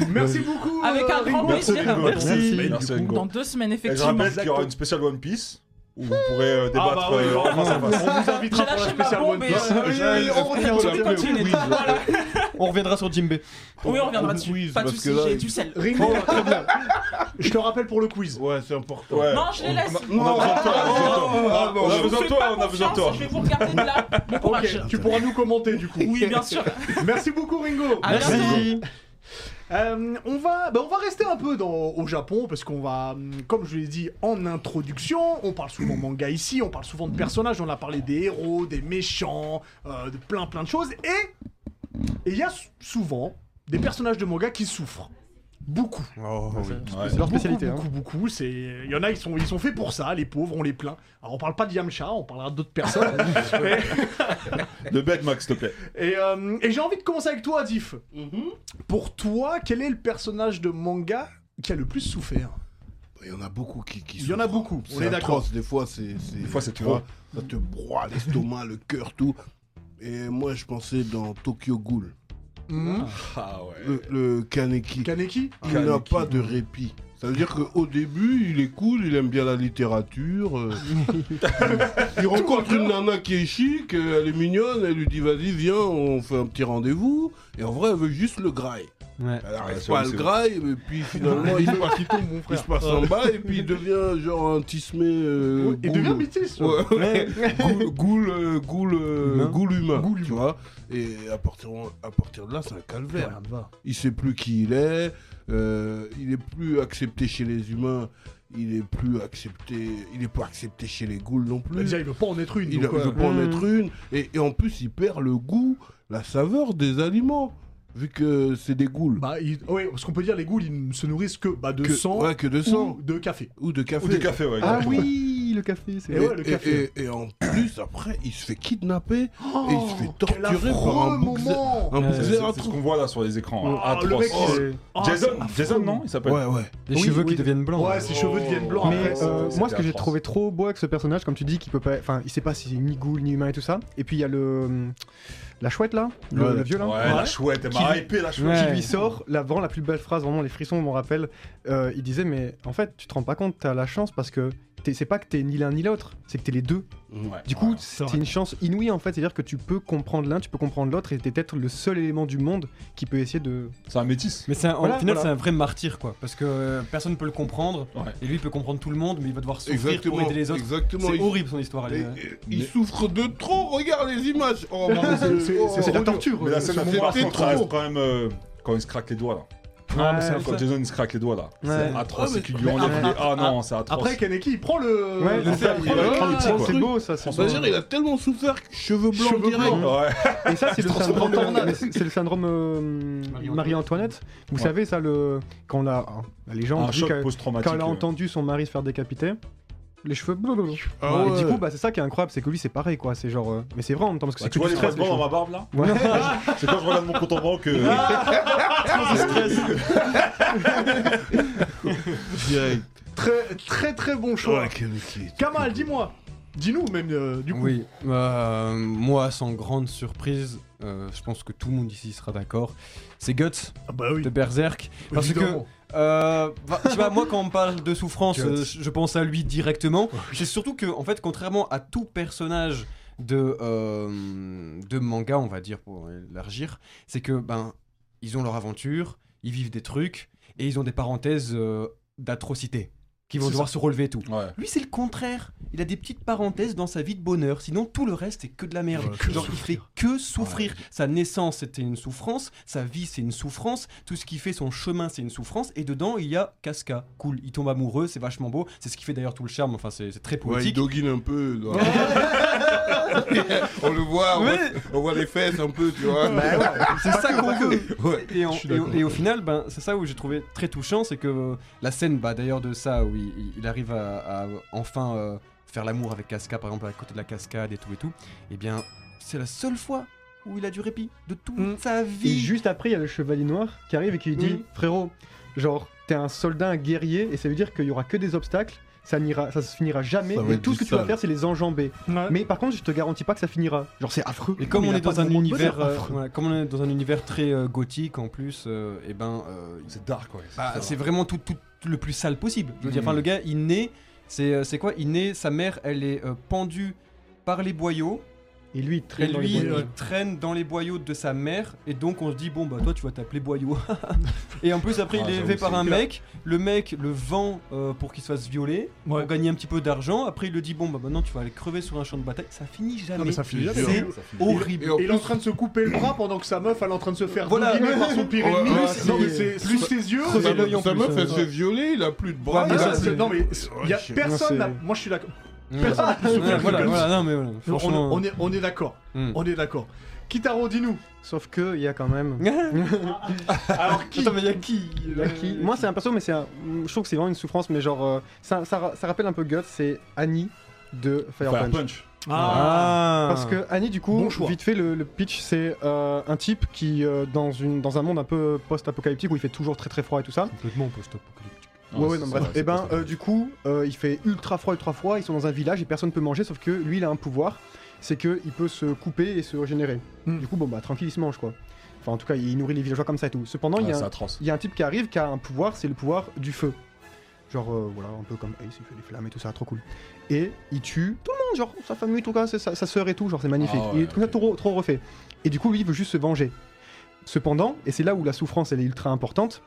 S1: Merci beaucoup.
S5: Avec un
S1: euh,
S5: grand
S1: Ringo.
S5: plaisir.
S1: Merci.
S9: Merci.
S2: Merci Ringo.
S5: Dans deux semaines,
S2: Et je
S5: effectivement.
S2: rappelle qu'il y aura une spéciale One Piece où vous pourrez euh,
S1: Ah bah
S2: débattre
S1: oui,
S2: euh,
S1: on
S2: en face à face.
S1: vous invitera
S5: J'ai
S1: pour la
S5: lâché ma
S1: spéciale One
S5: bombe et.
S1: Piece.
S5: euh,
S3: oui, oui, on revient
S5: tu
S3: sur
S5: peux
S3: la-
S5: continuer.
S3: oui.
S5: Voilà.
S4: Ah, On reviendra sur Jimbe.
S5: Oui, on reviendra
S3: Au
S5: dessus.
S3: quiz,
S5: Pas de
S3: parce
S5: soucis,
S3: que là,
S5: j'ai
S3: il-
S5: du sel.
S1: Ringo, je te rappelle pour le quiz.
S3: Ouais, c'est important.
S2: Ouais.
S5: Non, je les laisse.
S2: On a besoin de toi, on a besoin de toi.
S3: Ah, bon,
S2: On a
S5: Je vous
S2: besoin de
S5: fais
S2: toi,
S5: pas
S2: on a besoin de toi.
S5: confiance, Je vais vous regarder de là. Bon
S1: Ok,
S5: courage.
S1: tu pourras nous commenter du coup.
S5: Oui, bien sûr.
S1: Merci beaucoup Ringo.
S5: À bientôt.
S1: Euh, on, va, bah, on va rester un peu dans, au Japon parce qu'on va, hum, comme je l'ai dit en introduction, on parle souvent manga ici, on parle souvent de personnages, on a parlé des héros, des méchants, euh, de plein plein de choses. Et et il y a sou- souvent des personnages de manga qui souffrent. Beaucoup.
S2: Oh, Ouais.
S9: C'est leur spécialité. hein.
S1: Beaucoup, beaucoup, beaucoup. C'est... Il y en a, ils sont, ils sont faits pour ça, les pauvres, on les plaint. Alors on parle pas de Yamcha, on parlera d'autres personnes.
S2: De bec, Max, s'il te plaît.
S1: et euh, et j'ai envie de commencer avec toi, Diff.
S3: Mm-hmm.
S1: Pour toi, quel est le personnage de manga qui a le plus souffert
S3: Il y en a beaucoup qui, qui
S1: Il y en a
S3: souffrent.
S1: beaucoup, on
S3: C'est
S1: est d'accord.
S3: atroce, Des fois, c'est. Des
S2: fois, c'est
S3: tu
S2: trop.
S3: vois, Ça te broie l'estomac, le cœur, tout. Et moi, je pensais dans Tokyo Ghoul,
S1: Hmm
S2: Ah ouais.
S3: le, le Kaneki.
S1: Kaneki
S3: Il n'a pas de répit. Ça veut dire qu'au début, il est cool, il aime bien la littérature. euh. il rencontre une nana qui est chic, euh, elle est mignonne, elle lui dit vas-y, viens, on fait un petit rendez-vous. Et en vrai, elle veut juste le graille.
S9: Ouais.
S3: Elle n'arrive
S2: Ouais, c'est
S3: pas à
S2: vrai,
S3: le
S2: c'est
S3: graille, mais puis finalement, il, passe, il se passe en bas et puis il devient genre un tismé.
S1: Et
S3: euh,
S1: hein.
S3: goule.
S1: devient mythique.
S3: Ouais, ouais. Goule- goule, euh, goule, euh,
S4: Humain.
S3: goule humain, tu vois. Et à partir, à partir de là, c'est un calvaire. Il sait plus qui il est. euh, il est plus accepté chez les humains. Il est plus accepté. Il est pas accepté chez les ghouls non
S1: Bah,
S3: plus.
S1: déjà, il veut pas en être une.
S3: Il
S1: donc,
S3: ne
S1: euh,
S3: veut pas en être une. Et, et en plus, il perd le goût, la saveur des aliments, vu que c'est des ghouls.
S1: bah, il- ouais, parce qu'on peut dire, les ghouls, ils ne se nourrissent que bah, de
S3: que,
S1: sang
S3: ouais, que de sang.
S1: ou de café.
S3: Ou, de café.
S2: Ou du café, ouais.
S9: Ah
S2: exactement.
S9: oui, le café, c'est
S1: Et
S3: Et,
S9: vrai.
S1: ouais, le café.
S3: et- et en plus, après, il se fait kidnapper, et il se fait
S1: Oh, Quel
S3: torturer par
S1: affreux
S3: un Ah, bouxer.
S1: moment Euh,
S3: Un
S4: Ouais,
S2: C'est
S3: bouxer
S2: c'est ce
S3: atroce.
S2: qu'on voit là sur les écrans.
S1: Ah, le
S2: atroce.
S1: mec, il-
S2: Oh,
S1: Ah,
S2: Jason,
S1: c'est affreux.
S2: Jason, non Il s'appelle
S3: Ouais, ouais.
S4: Les
S9: Les Oui, cheveux
S4: cheveux
S9: oui. qui
S4: qui deviennent blancs.
S1: Ouais, ses cheveux deviennent blancs.
S9: Mais
S1: après.
S9: euh,
S2: c'était
S9: moi, ce que j'ai
S2: atroce.
S9: trouvé trop beau avec ce personnage, comme tu dis, qui peut pas, enfin, il sait pas si c'est ni ghoul ni humain et tout ça. Et puis il y a le hum, la chouette là, le,
S3: Ouais.
S9: le vieux
S2: Ouais,
S9: là.
S2: la chouette, elle m'a hypé, la chouette.
S9: Qui
S4: Ouais.
S9: lui sort la, vraiment la plus belle phrase, vraiment les frissons m'en rappellent. Euh, il disait mais en fait tu te rends pas compte, t'as la chance parce que t'es- c'est pas que t'es ni l'un ni l'autre, c'est que t'es les deux.
S2: Ouais.
S9: Du coup
S2: Ouais.
S9: c'est une chance inouïe en fait, c'est-à-dire que tu peux comprendre l'un, tu peux comprendre l'autre et t'es peut-être le seul élément du monde qui peut essayer de.
S2: c'est un métis.
S4: Mais c'est un-
S9: Voilà,
S4: au final,
S9: voilà.
S4: c'est un vrai martyr, quoi. Parce que euh, personne peut le comprendre.
S2: Ouais.
S4: Et lui il peut comprendre tout le monde, mais il va devoir souffrir
S3: Exactement.
S4: pour aider les autres.
S3: Exactement.
S4: C'est
S3: Il-
S4: horrible son histoire. elle
S3: Et-
S4: est- euh,
S3: et- Il souffre de trop, regarde les images. Oh, mon Dieu.
S1: c'est-
S3: Oh,
S1: c'est- c'est la
S3: mon Dieu.
S1: torture.
S2: Mais la scène
S3: C'était
S2: d'amour elle se contraste
S3: trop.
S2: quand même euh, quand il se craque les doigts là.
S4: Ah, mais c'est un-
S2: Quand Jason il se craque les doigts là.
S9: Ouais.
S2: C'est atroce,
S3: Ouais,
S2: c'est
S3: mais-
S2: qu'il lui enlève
S1: après-
S2: les- Ah non, c'est atroce.
S1: Après, Kaneki, il prend le.
S9: Ouais,
S1: il
S9: le
S1: prend-
S9: fer,
S1: il
S9: il
S1: prend le
S3: va-
S1: crâne,
S3: il
S1: tu vois.
S9: c'est beau ça. c'est-
S3: C'est-à-dire, il a tellement souffert que cheveux blancs
S1: Cheveux
S3: direct.
S1: blancs.
S2: Ouais.
S9: Et ça, c'est le syndrome,
S1: transforme en
S9: mais c'est c'est le syndrome euh,
S4: Marie-Antoinette.
S9: Marie-Antoinette. Vous
S2: Ouais.
S9: savez, ça, le... quand la... les gens
S2: Un
S9: disent
S2: choc
S9: que
S2: post-traumatique.
S9: quand elle a
S2: euh.
S9: entendu son mari se faire décapiter, les cheveux. blablabla.
S3: Ah
S9: Et du
S3: ouais.
S9: coup, bah, c'est ça qui est incroyable, c'est que lui, c'est pareil, quoi. C'est genre. euh, Mais c'est vrai en même temps, parce que
S2: Bah,
S9: c'est
S2: tu
S9: que
S2: vois
S9: du
S2: les
S9: stress.
S2: fragments dans ma
S9: les
S2: barbe là
S9: cheveux. Ouais.
S2: C'est quand je regarde mon compte en banque. euh,
S3: Direct.
S1: Très, très, très bon choix.
S3: Ouais, quel outil.
S1: Kamal, dis-moi. Dis-nous, même, euh, du coup.
S4: Oui, euh, moi sans grande surprise, euh, je pense que tout le monde ici sera d'accord, c'est Guts
S1: Ah bah oui.
S4: de Berserk. Parce que,
S1: évidemment.
S4: euh, bah, tu vois, moi quand on me parle de souffrance,
S9: Guts.
S4: euh, je je pense à lui directement. C'est surtout que, en fait, contrairement à tout personnage de, euh, de manga, on va dire pour élargir, c'est que, ben, ils ont leur aventure, ils vivent des trucs, et ils ont des parenthèses euh, d'atrocité, qui vont
S2: C'est
S4: devoir se relever et tout.
S2: Ouais.
S4: Lui, c'est le contraire. Il a des petites parenthèses dans sa vie de bonheur. Sinon, tout le reste, c'est que de la merde. Genre, il fait que souffrir. Sa naissance, c'était une souffrance. Sa vie, c'est une souffrance. Tout ce qui fait son chemin, c'est une souffrance. Et dedans, il y a Casca. Cool. Il tombe amoureux. C'est vachement beau. C'est ce qui fait d'ailleurs tout le charme. Enfin, c'est c'est très
S3: Ouais, il
S4: poétique.
S3: doguine un peu. là. on le voit, on,
S4: Ouais.
S3: voit, on voit les fesses un peu, tu vois.
S4: Bah c'est ça qu'on veut.
S3: Ouais.
S4: Et, en-
S3: Je suis
S4: et au-
S3: d'accord.
S4: et au final, ben, c'est ça où j'ai trouvé très touchant, c'est que la scène, bah, d'ailleurs de ça, où il, il- il arrive à, à enfin euh, faire l'amour avec Casca, par exemple à côté de la cascade et tout et tout, et bien c'est la seule fois où il a du répit de toute
S9: Mm.
S4: sa
S9: Et
S4: vie.
S9: juste après, il y a le chevalier noir qui arrive et qui lui dit
S4: Mhm.
S9: Frérot, genre, t'es un soldat, un guerrier, et ça veut dire qu'il y aura que des obstacles. Ça, n'ira, ça se finira jamais,
S3: Ça va
S9: et
S3: être
S9: tout ce
S3: du
S9: que tu vas
S3: sale.
S9: faire, c'est les enjamber.
S1: Ouais.
S9: Mais par contre, je te garantis pas que ça finira. Genre, c'est affreux.
S4: Et comme
S9: Mais
S4: on
S9: il y a
S4: est
S9: pas
S4: dans
S9: de
S4: un
S9: moment de
S4: univers,
S9: bonheur,
S4: euh,
S9: affreux.
S4: voilà, comme on est dans un univers très euh, gothique en plus, euh, et ben euh,
S2: C'est dark, ouais.
S4: Bah, c'est vraiment tout, tout- tout le plus sale possible. Je veux dire, enfin, le gars, il naît, c'est euh, c'est quoi Il naît, sa mère, elle est euh, pendue par les boyaux.
S9: Et lui, il
S4: Et
S9: traîne dans les
S4: lui, euh,
S9: boyaux.
S4: il traîne dans les boyaux de sa mère, et donc on se dit, bon, bah toi, tu vas t'appeler boyau. et en plus, après,
S2: Ah,
S4: il est
S2: j'avoue,
S4: élevé par
S2: c'est
S4: un
S2: clair.
S4: mec, le mec le vend euh, pour qu'il se fasse violer,
S1: Ouais.
S4: pour gagner un petit peu d'argent, après, il le dit, bon, bah maintenant, tu vas aller crever sur un champ de bataille, ça finit jamais.
S1: Non, mais ça finit
S4: C'est
S1: jamais.
S4: horrible.
S1: Et il est en train de se couper le bras pendant que sa meuf elle est en train de se faire
S4: Voilà.
S1: voilà. par son pire
S3: Ouais,
S1: ennemi.
S3: ouais,
S1: Plus- non mais c'est plus ses yeux.
S4: Crevez
S3: Sa,
S4: l'œil en
S3: sa
S4: plus,
S3: meuf,
S4: euh,
S3: elle se fait violer, il a plus de bras.
S1: Ah, mais
S3: il a
S1: ça, c'est-
S3: plus-
S1: non mais c'est- y a
S3: Ouais,
S1: personne.
S9: non,
S1: n'a-
S9: c'est-
S1: Moi je suis d'accord.
S4: Mm.
S1: Personne n'a plus souffert
S4: Ouais,
S1: que
S4: voilà,
S1: le gars.
S4: voilà, non, mais voilà,
S1: On,
S4: franchement,
S1: on est on est d'accord.
S4: Mm.
S1: On est d'accord. Kitaro, dis-nous.
S9: Sauf que il y a quand même.
S1: Alors qui
S4: Attends, mais y a qui
S9: Il y a qui Moi, c'est un perso, mais c'est un- je trouve que c'est vraiment une souffrance, mais genre, euh, ça, ça ra- ça rappelle un peu Guts, c'est Annie de Fire
S2: Fire
S9: Punch.
S2: Punch.
S4: Ah.
S9: Ah. Parce que Annie, du coup,
S1: Bon choix.
S9: vite fait, le, le pitch, c'est euh, un type qui, euh, dans, une, dans un monde un peu post-apocalyptique où il fait toujours très très froid et tout ça.
S4: complètement post-apocalyptique.
S2: Ah,
S9: ouais, ouais,
S2: c'est-
S9: non,
S2: c'est
S9: bref.
S2: vrai,
S9: et
S2: c'est
S9: ben,
S2: pas ça.
S9: euh, du coup, euh, il fait ultra froid, ultra froid. Ils sont dans un village et personne peut manger, sauf que lui, il a un pouvoir, c'est que il peut se couper et se régénérer.
S1: Mm.
S2: Hmm.
S9: Du coup, bon, bah, tranquille, il se mange, quoi. Enfin, en tout cas, il nourrit les villageois comme ça et tout. Cependant,
S2: Ah,
S9: il y a un-
S2: c'est atroce.
S9: il y a un type qui arrive qui a un pouvoir, c'est le pouvoir du feu. Genre, euh, voilà, un peu comme Ace, il fait des flammes et tout ça, trop cool. Et il tue tout le monde, genre sa famille, tout cas, sa, sa sœur et tout, genre c'est magnifique.
S2: Ah ouais,
S9: il est tout ça
S2: ok.
S9: trop, trop refait. Et du coup, lui, il veut juste se venger. Cependant, et c'est là où la souffrance, elle est ultra importante,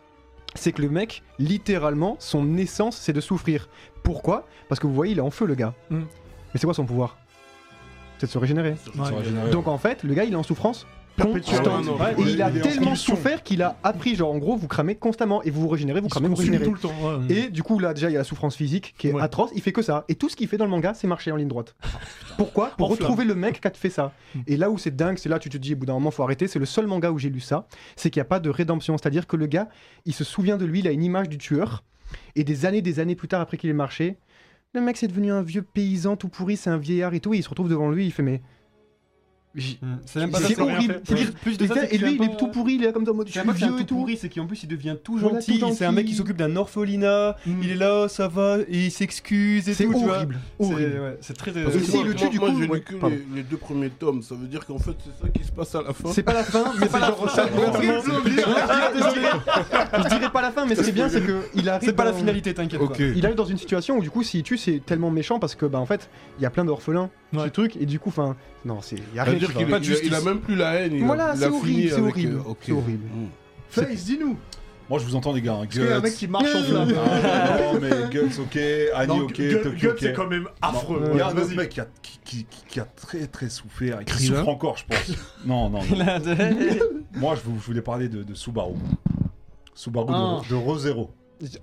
S9: c'est que le mec, littéralement, son essence, c'est de souffrir. Pourquoi Parce que vous voyez, il est en feu, le gars.
S1: Mm.
S9: Mais c'est quoi son pouvoir C'est de se régénérer.
S2: C'est original.
S9: Donc en fait, le gars, il est en souffrance
S2: Ah
S1: Perpétuel.
S9: constante.
S3: non,
S1: Ouais,
S9: Et il a
S1: est en
S9: tellement
S1: condition.
S9: souffert qu'il a appris, genre en gros, vous cramez constamment et vous vous régénérez, vous
S1: Il se
S9: cramez, vous
S1: consume
S9: régénérez.
S1: tout le temps. ouais.
S9: Et du coup, là, déjà, il y a la souffrance physique qui est
S1: Ouais. Ah,
S9: atroce. Il fait que ça. Et tout ce qu'il fait dans le manga, c'est marcher en ligne droite. Pourquoi Pour
S1: En
S9: retrouver le mec qui a fait ça.
S1: Hmm.
S9: Et là où c'est dingue, c'est là tu te dis, au bout d'un moment, faut arrêter. C'est le seul manga où j'ai lu ça. C'est qu'il n'y a pas de rédemption. C'est-à-dire que le gars, il se souvient de lui, il a une image du tueur. Et des années, des années plus tard, après qu'il ait marché, le mec, c'est devenu un vieux paysan tout pourri, c'est un vieillard et tout. Et il se retrouve devant lui, il fait, mais. J-
S4: Hmm, C'est même pas ça,
S9: C'est
S4: c'est-
S9: horrible.
S4: Plus-
S9: Plus-
S4: plus de
S9: Et,
S4: ça, c'est que
S9: lui,
S4: c'est
S9: il
S4: un
S9: est
S4: peu-
S9: tout pourri, il est comme dans mode, je
S4: C'est
S9: suis
S4: pas que c'est un
S9: vieux et
S4: tout
S9: tout.
S4: pourri, c'est qu'en plus il devient tout
S9: Voilà,
S4: gentil.
S9: tout
S4: c'est un mec qui
S9: gentil. Hmm.
S4: s'occupe d'un orphelinat.
S1: Mm.
S4: Il est là, ça va, et il s'excuse et
S9: C'est
S4: tout. tu vois.
S9: horrible.
S4: C'est
S9: horrible.
S4: ouais, c'est très. très-
S9: que
S3: Parce que
S9: si,
S3: moi-
S9: il le tue,
S3: moi-
S9: du
S3: moi,
S9: coup,
S3: j'ai
S9: ouais,
S3: lu que
S9: pardon.
S3: les, les deux premiers tomes. Ça veut dire qu'en fait, c'est ça qui se passe à la fin.
S9: C'est pas la fin, mais c'est genre ça gouvernement. Je dirais pas la fin, mais ce qui est bien, c'est que il arrive.
S4: C'est pas la
S9: dans-
S4: finalité, t'inquiète
S3: Ok.
S4: pas.
S9: Il arrive dans une situation où du coup, s'il tue, c'est tellement méchant parce que bah en fait, il y a plein d'orphelins,
S1: Ouais.
S9: ce truc, et du coup, enfin, non, c'est y a
S3: Ça veut
S9: rien.
S3: dire
S9: qui va.
S3: qu'il
S4: Pas
S3: a,
S4: de
S3: il a- il a
S4: justice.
S3: même plus la haine. il a-
S9: Voilà,
S3: il
S9: c'est
S3: a fini
S9: horrible, c'est
S3: avec,
S9: horrible,
S3: euh, ok.
S9: c'est horrible.
S3: Mm.
S1: Face, dis-nous.
S2: Moi, je vous entends, les gars. hein.
S1: Parce qu'il y a un
S2: Guts.
S1: mec qui marche en flamme.
S2: Ah, non, mais Guts, ok. Annie,
S1: Non,
S2: ok.
S1: Gu-
S2: Tokyo,
S1: Guts,
S2: ok.
S1: c'est quand même affreux.
S2: Non,
S1: Ouais,
S2: Regarde,
S1: vas-y.
S2: ce mec qui a, qui, qui- qui- qui a très très souffert et qui
S3: Krillin.
S2: souffre encore, je pense. non, non, non.
S4: Là, de-
S2: Moi, je, vous- je voulais parler de, de Subaru. Subaru
S1: Ah.
S2: de, de Re-Zero.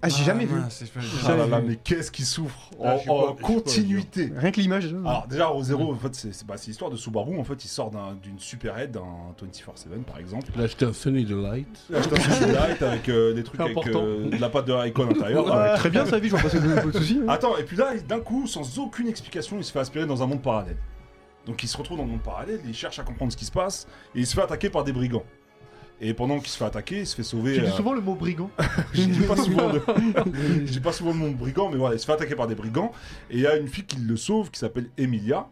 S9: Ah, j'ai jamais vu.
S4: c'est pas-
S2: Ah là là, mais qu'est-ce qu'il souffre en,
S3: Ah, je sais
S2: en
S3: pas, je sais pas,
S2: continuité.
S9: Rien que l'image. euh,
S3: Ah.
S2: Alors déjà Re-Zero, en fait, c'est c'est- bah, c'est l'histoire de Subaru. En fait, il sort d'un- d'une superhead, d'un 24/7 par exemple.
S3: Il a acheté un Sunny Delight.
S2: Il achète un sushi light avec euh, des trucs avec
S1: Important.
S2: euh, de la pâte de haricot à l'intérieur.
S9: ouais, Très bien sa vie, je vois pas ce- pas de soucis. hein.
S2: Attends, et puis là, d'un coup, sans aucune explication, il se fait aspirer dans un monde parallèle. Donc il se retrouve dans le monde parallèle, il cherche à comprendre ce qui se passe, et il se fait attaquer par des brigands. Et pendant qu'il se fait attaquer, il se fait sauver.
S1: Tu dis
S2: euh,
S1: souvent le mot brigand.
S2: je dis pas souvent le... je dis pas souvent le nom de brigand, mais voilà, il se fait attaquer par des brigands. Et il y a une fille qui le sauve, qui s'appelle Emilia.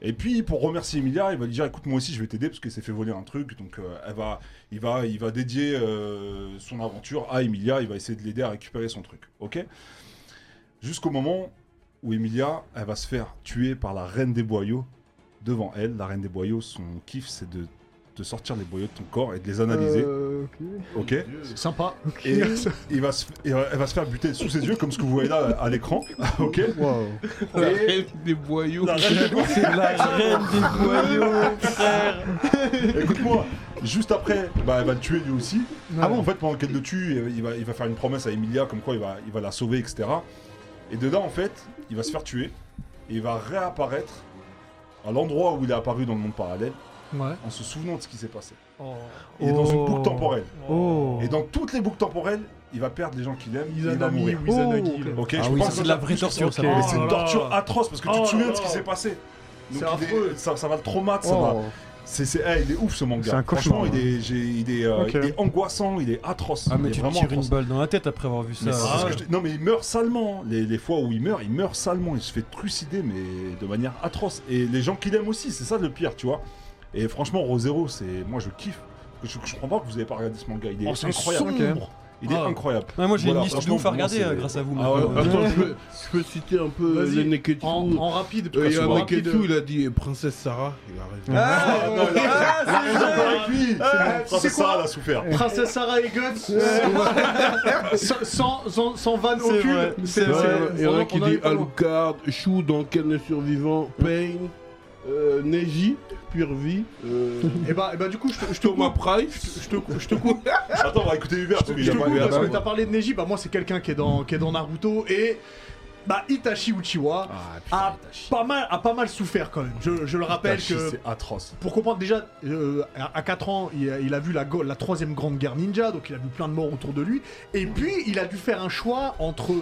S2: Et puis pour remercier Emilia, il va lui dire écoute moi aussi je vais t'aider parce qu'elle s'est fait voler un truc donc euh, elle va, il va, il va dédier euh, son aventure à Emilia, il va essayer de l'aider à récupérer son truc, ok Jusqu'au moment où Emilia, elle va se faire tuer par la reine des boyaux devant elle. La reine des boyaux, son kiff c'est de, de sortir les boyaux de ton corps et de les analyser,
S9: Euh, ok.
S2: ok
S1: Sympa.
S2: et il va se, et elle va se faire buter sous ses yeux, comme ce que vous voyez là à l'écran. Ah, ok
S9: Wow.
S3: La haine des boyaux.
S4: C'est la reine des boyaux, frère.
S2: Écoute-moi, juste après, bah, elle va le tuer lui aussi.
S9: Ah
S2: En
S9: bon
S2: fait, pendant qu'elle le tue, euh, il va, il va faire une promesse à Emilia, comme quoi il va, il va la sauver, etc. Et de là, en fait, il va se faire tuer. Et il va réapparaître à l'endroit où il est apparu dans le monde parallèle,
S1: Ouais.
S2: en se souvenant de ce qui s'est passé.
S1: Oh.
S2: Il est dans une
S9: Oh.
S2: boucle temporelle.
S9: Oh.
S2: Et dans toutes les boucles temporelles, il va perdre les gens qu'il aime, il va
S1: Izanami
S2: mourir.
S1: ou Izanagi. là.
S2: Ok,
S4: Ah
S2: je
S4: oui,
S2: pense
S4: ça, c'est
S2: que
S4: de la vraie torture, ça. par
S9: Ok.
S2: Mais
S4: contre.
S2: c'est une
S1: là
S2: torture
S1: là.
S2: atroce parce que tu
S1: Oh
S2: te souviens
S1: là
S2: de ce qui
S1: là.
S2: s'est passé.
S1: C'est
S2: il est-
S1: affreux.
S2: ça, ça va le traumatisme. ça va-
S9: Oh.
S2: C'est, c'est- eh, il est ouf ce manga.
S9: C'est un cauchemar,
S2: Franchement, il, est, j'ai- il, est, euh,
S9: Ok.
S2: il est angoissant, il est atroce.
S4: Ah,
S2: il
S4: mais
S2: est
S4: tu te
S2: vraiment
S4: tires une
S2: atroce.
S4: balle dans la tête après avoir vu ça.
S2: Mais c'est
S4: Ah,
S2: ce que je te- Non mais il meurt salement. hein. Les, les fois où il meurt, il meurt salement. Il se fait trucider mais de manière atroce. Et les gens qu'il aime aussi, c'est ça le pire, tu vois. Et franchement, Rosero, c'est moi je kiffe. Je, je comprends pas que vous avez pas regardé ce manga. Il est
S1: Oh, c'est
S2: incroyable.
S1: sombre.
S2: Il est
S3: Ah.
S2: incroyable.
S4: Ouais, moi j'ai
S2: Voilà,
S4: une liste de
S2: franchement,
S4: ouf à
S2: pour moi,
S4: regarder
S2: c'est-
S4: euh, grâce à vous.
S3: Ah ouais,
S4: maintenant.
S3: attends, je peux, je peux citer un peu
S1: Vas-y,
S3: les Neketsu.
S1: En, en rapide,
S3: Euh,
S1: parce
S3: il y a
S1: qu'on
S3: un
S1: va rapide.
S3: Neketsu, il a dit euh, Princesse Sarah. Il a raison.
S4: Ah,
S2: non, il
S4: ah,
S2: a
S4: c'est
S2: raison
S4: vrai.
S2: avec lui.
S1: Ah,
S2: C'est
S1: c'est
S2: ça,
S1: quoi
S2: elle a souffert.
S1: Princesse Sarah et Guts sans, sans, sans, sans vanne
S4: C'est
S1: aucune.
S4: vrai,
S1: C'est-
S3: Ouais,
S1: c'est-
S3: il y en
S1: on-
S3: a qui
S1: on en est
S3: dit
S1: pas loin.
S3: Alucard, Chou dans Ken le survivant, Pain, euh, Neji, Purvi, euh,
S1: Et bah, et bah du coup, je te, je te
S3: Thomas
S1: coupe.
S3: Price.
S1: Je te, cou- je te coupe,
S2: Attends, on va écouter Hubert parce qu'il
S1: je
S2: a
S1: te
S2: pas
S1: coupe
S2: il a
S1: parce
S2: pas-
S1: que t'as parlé de Neji. Bah moi, c'est quelqu'un qui est dans qui est dans Naruto et bah Itachi Uchiwa a
S2: Ah,
S1: pas mal a pas mal souffert quand même. Je, je le rappelle
S2: Tachi,
S1: que
S2: c'est atroce.
S1: pour comprendre déjà, euh, à à 4 ans, il a, il a vu la, go- la troisième grande guerre ninja, donc il a vu plein de morts autour de lui. Et puis, il a dû faire un choix entre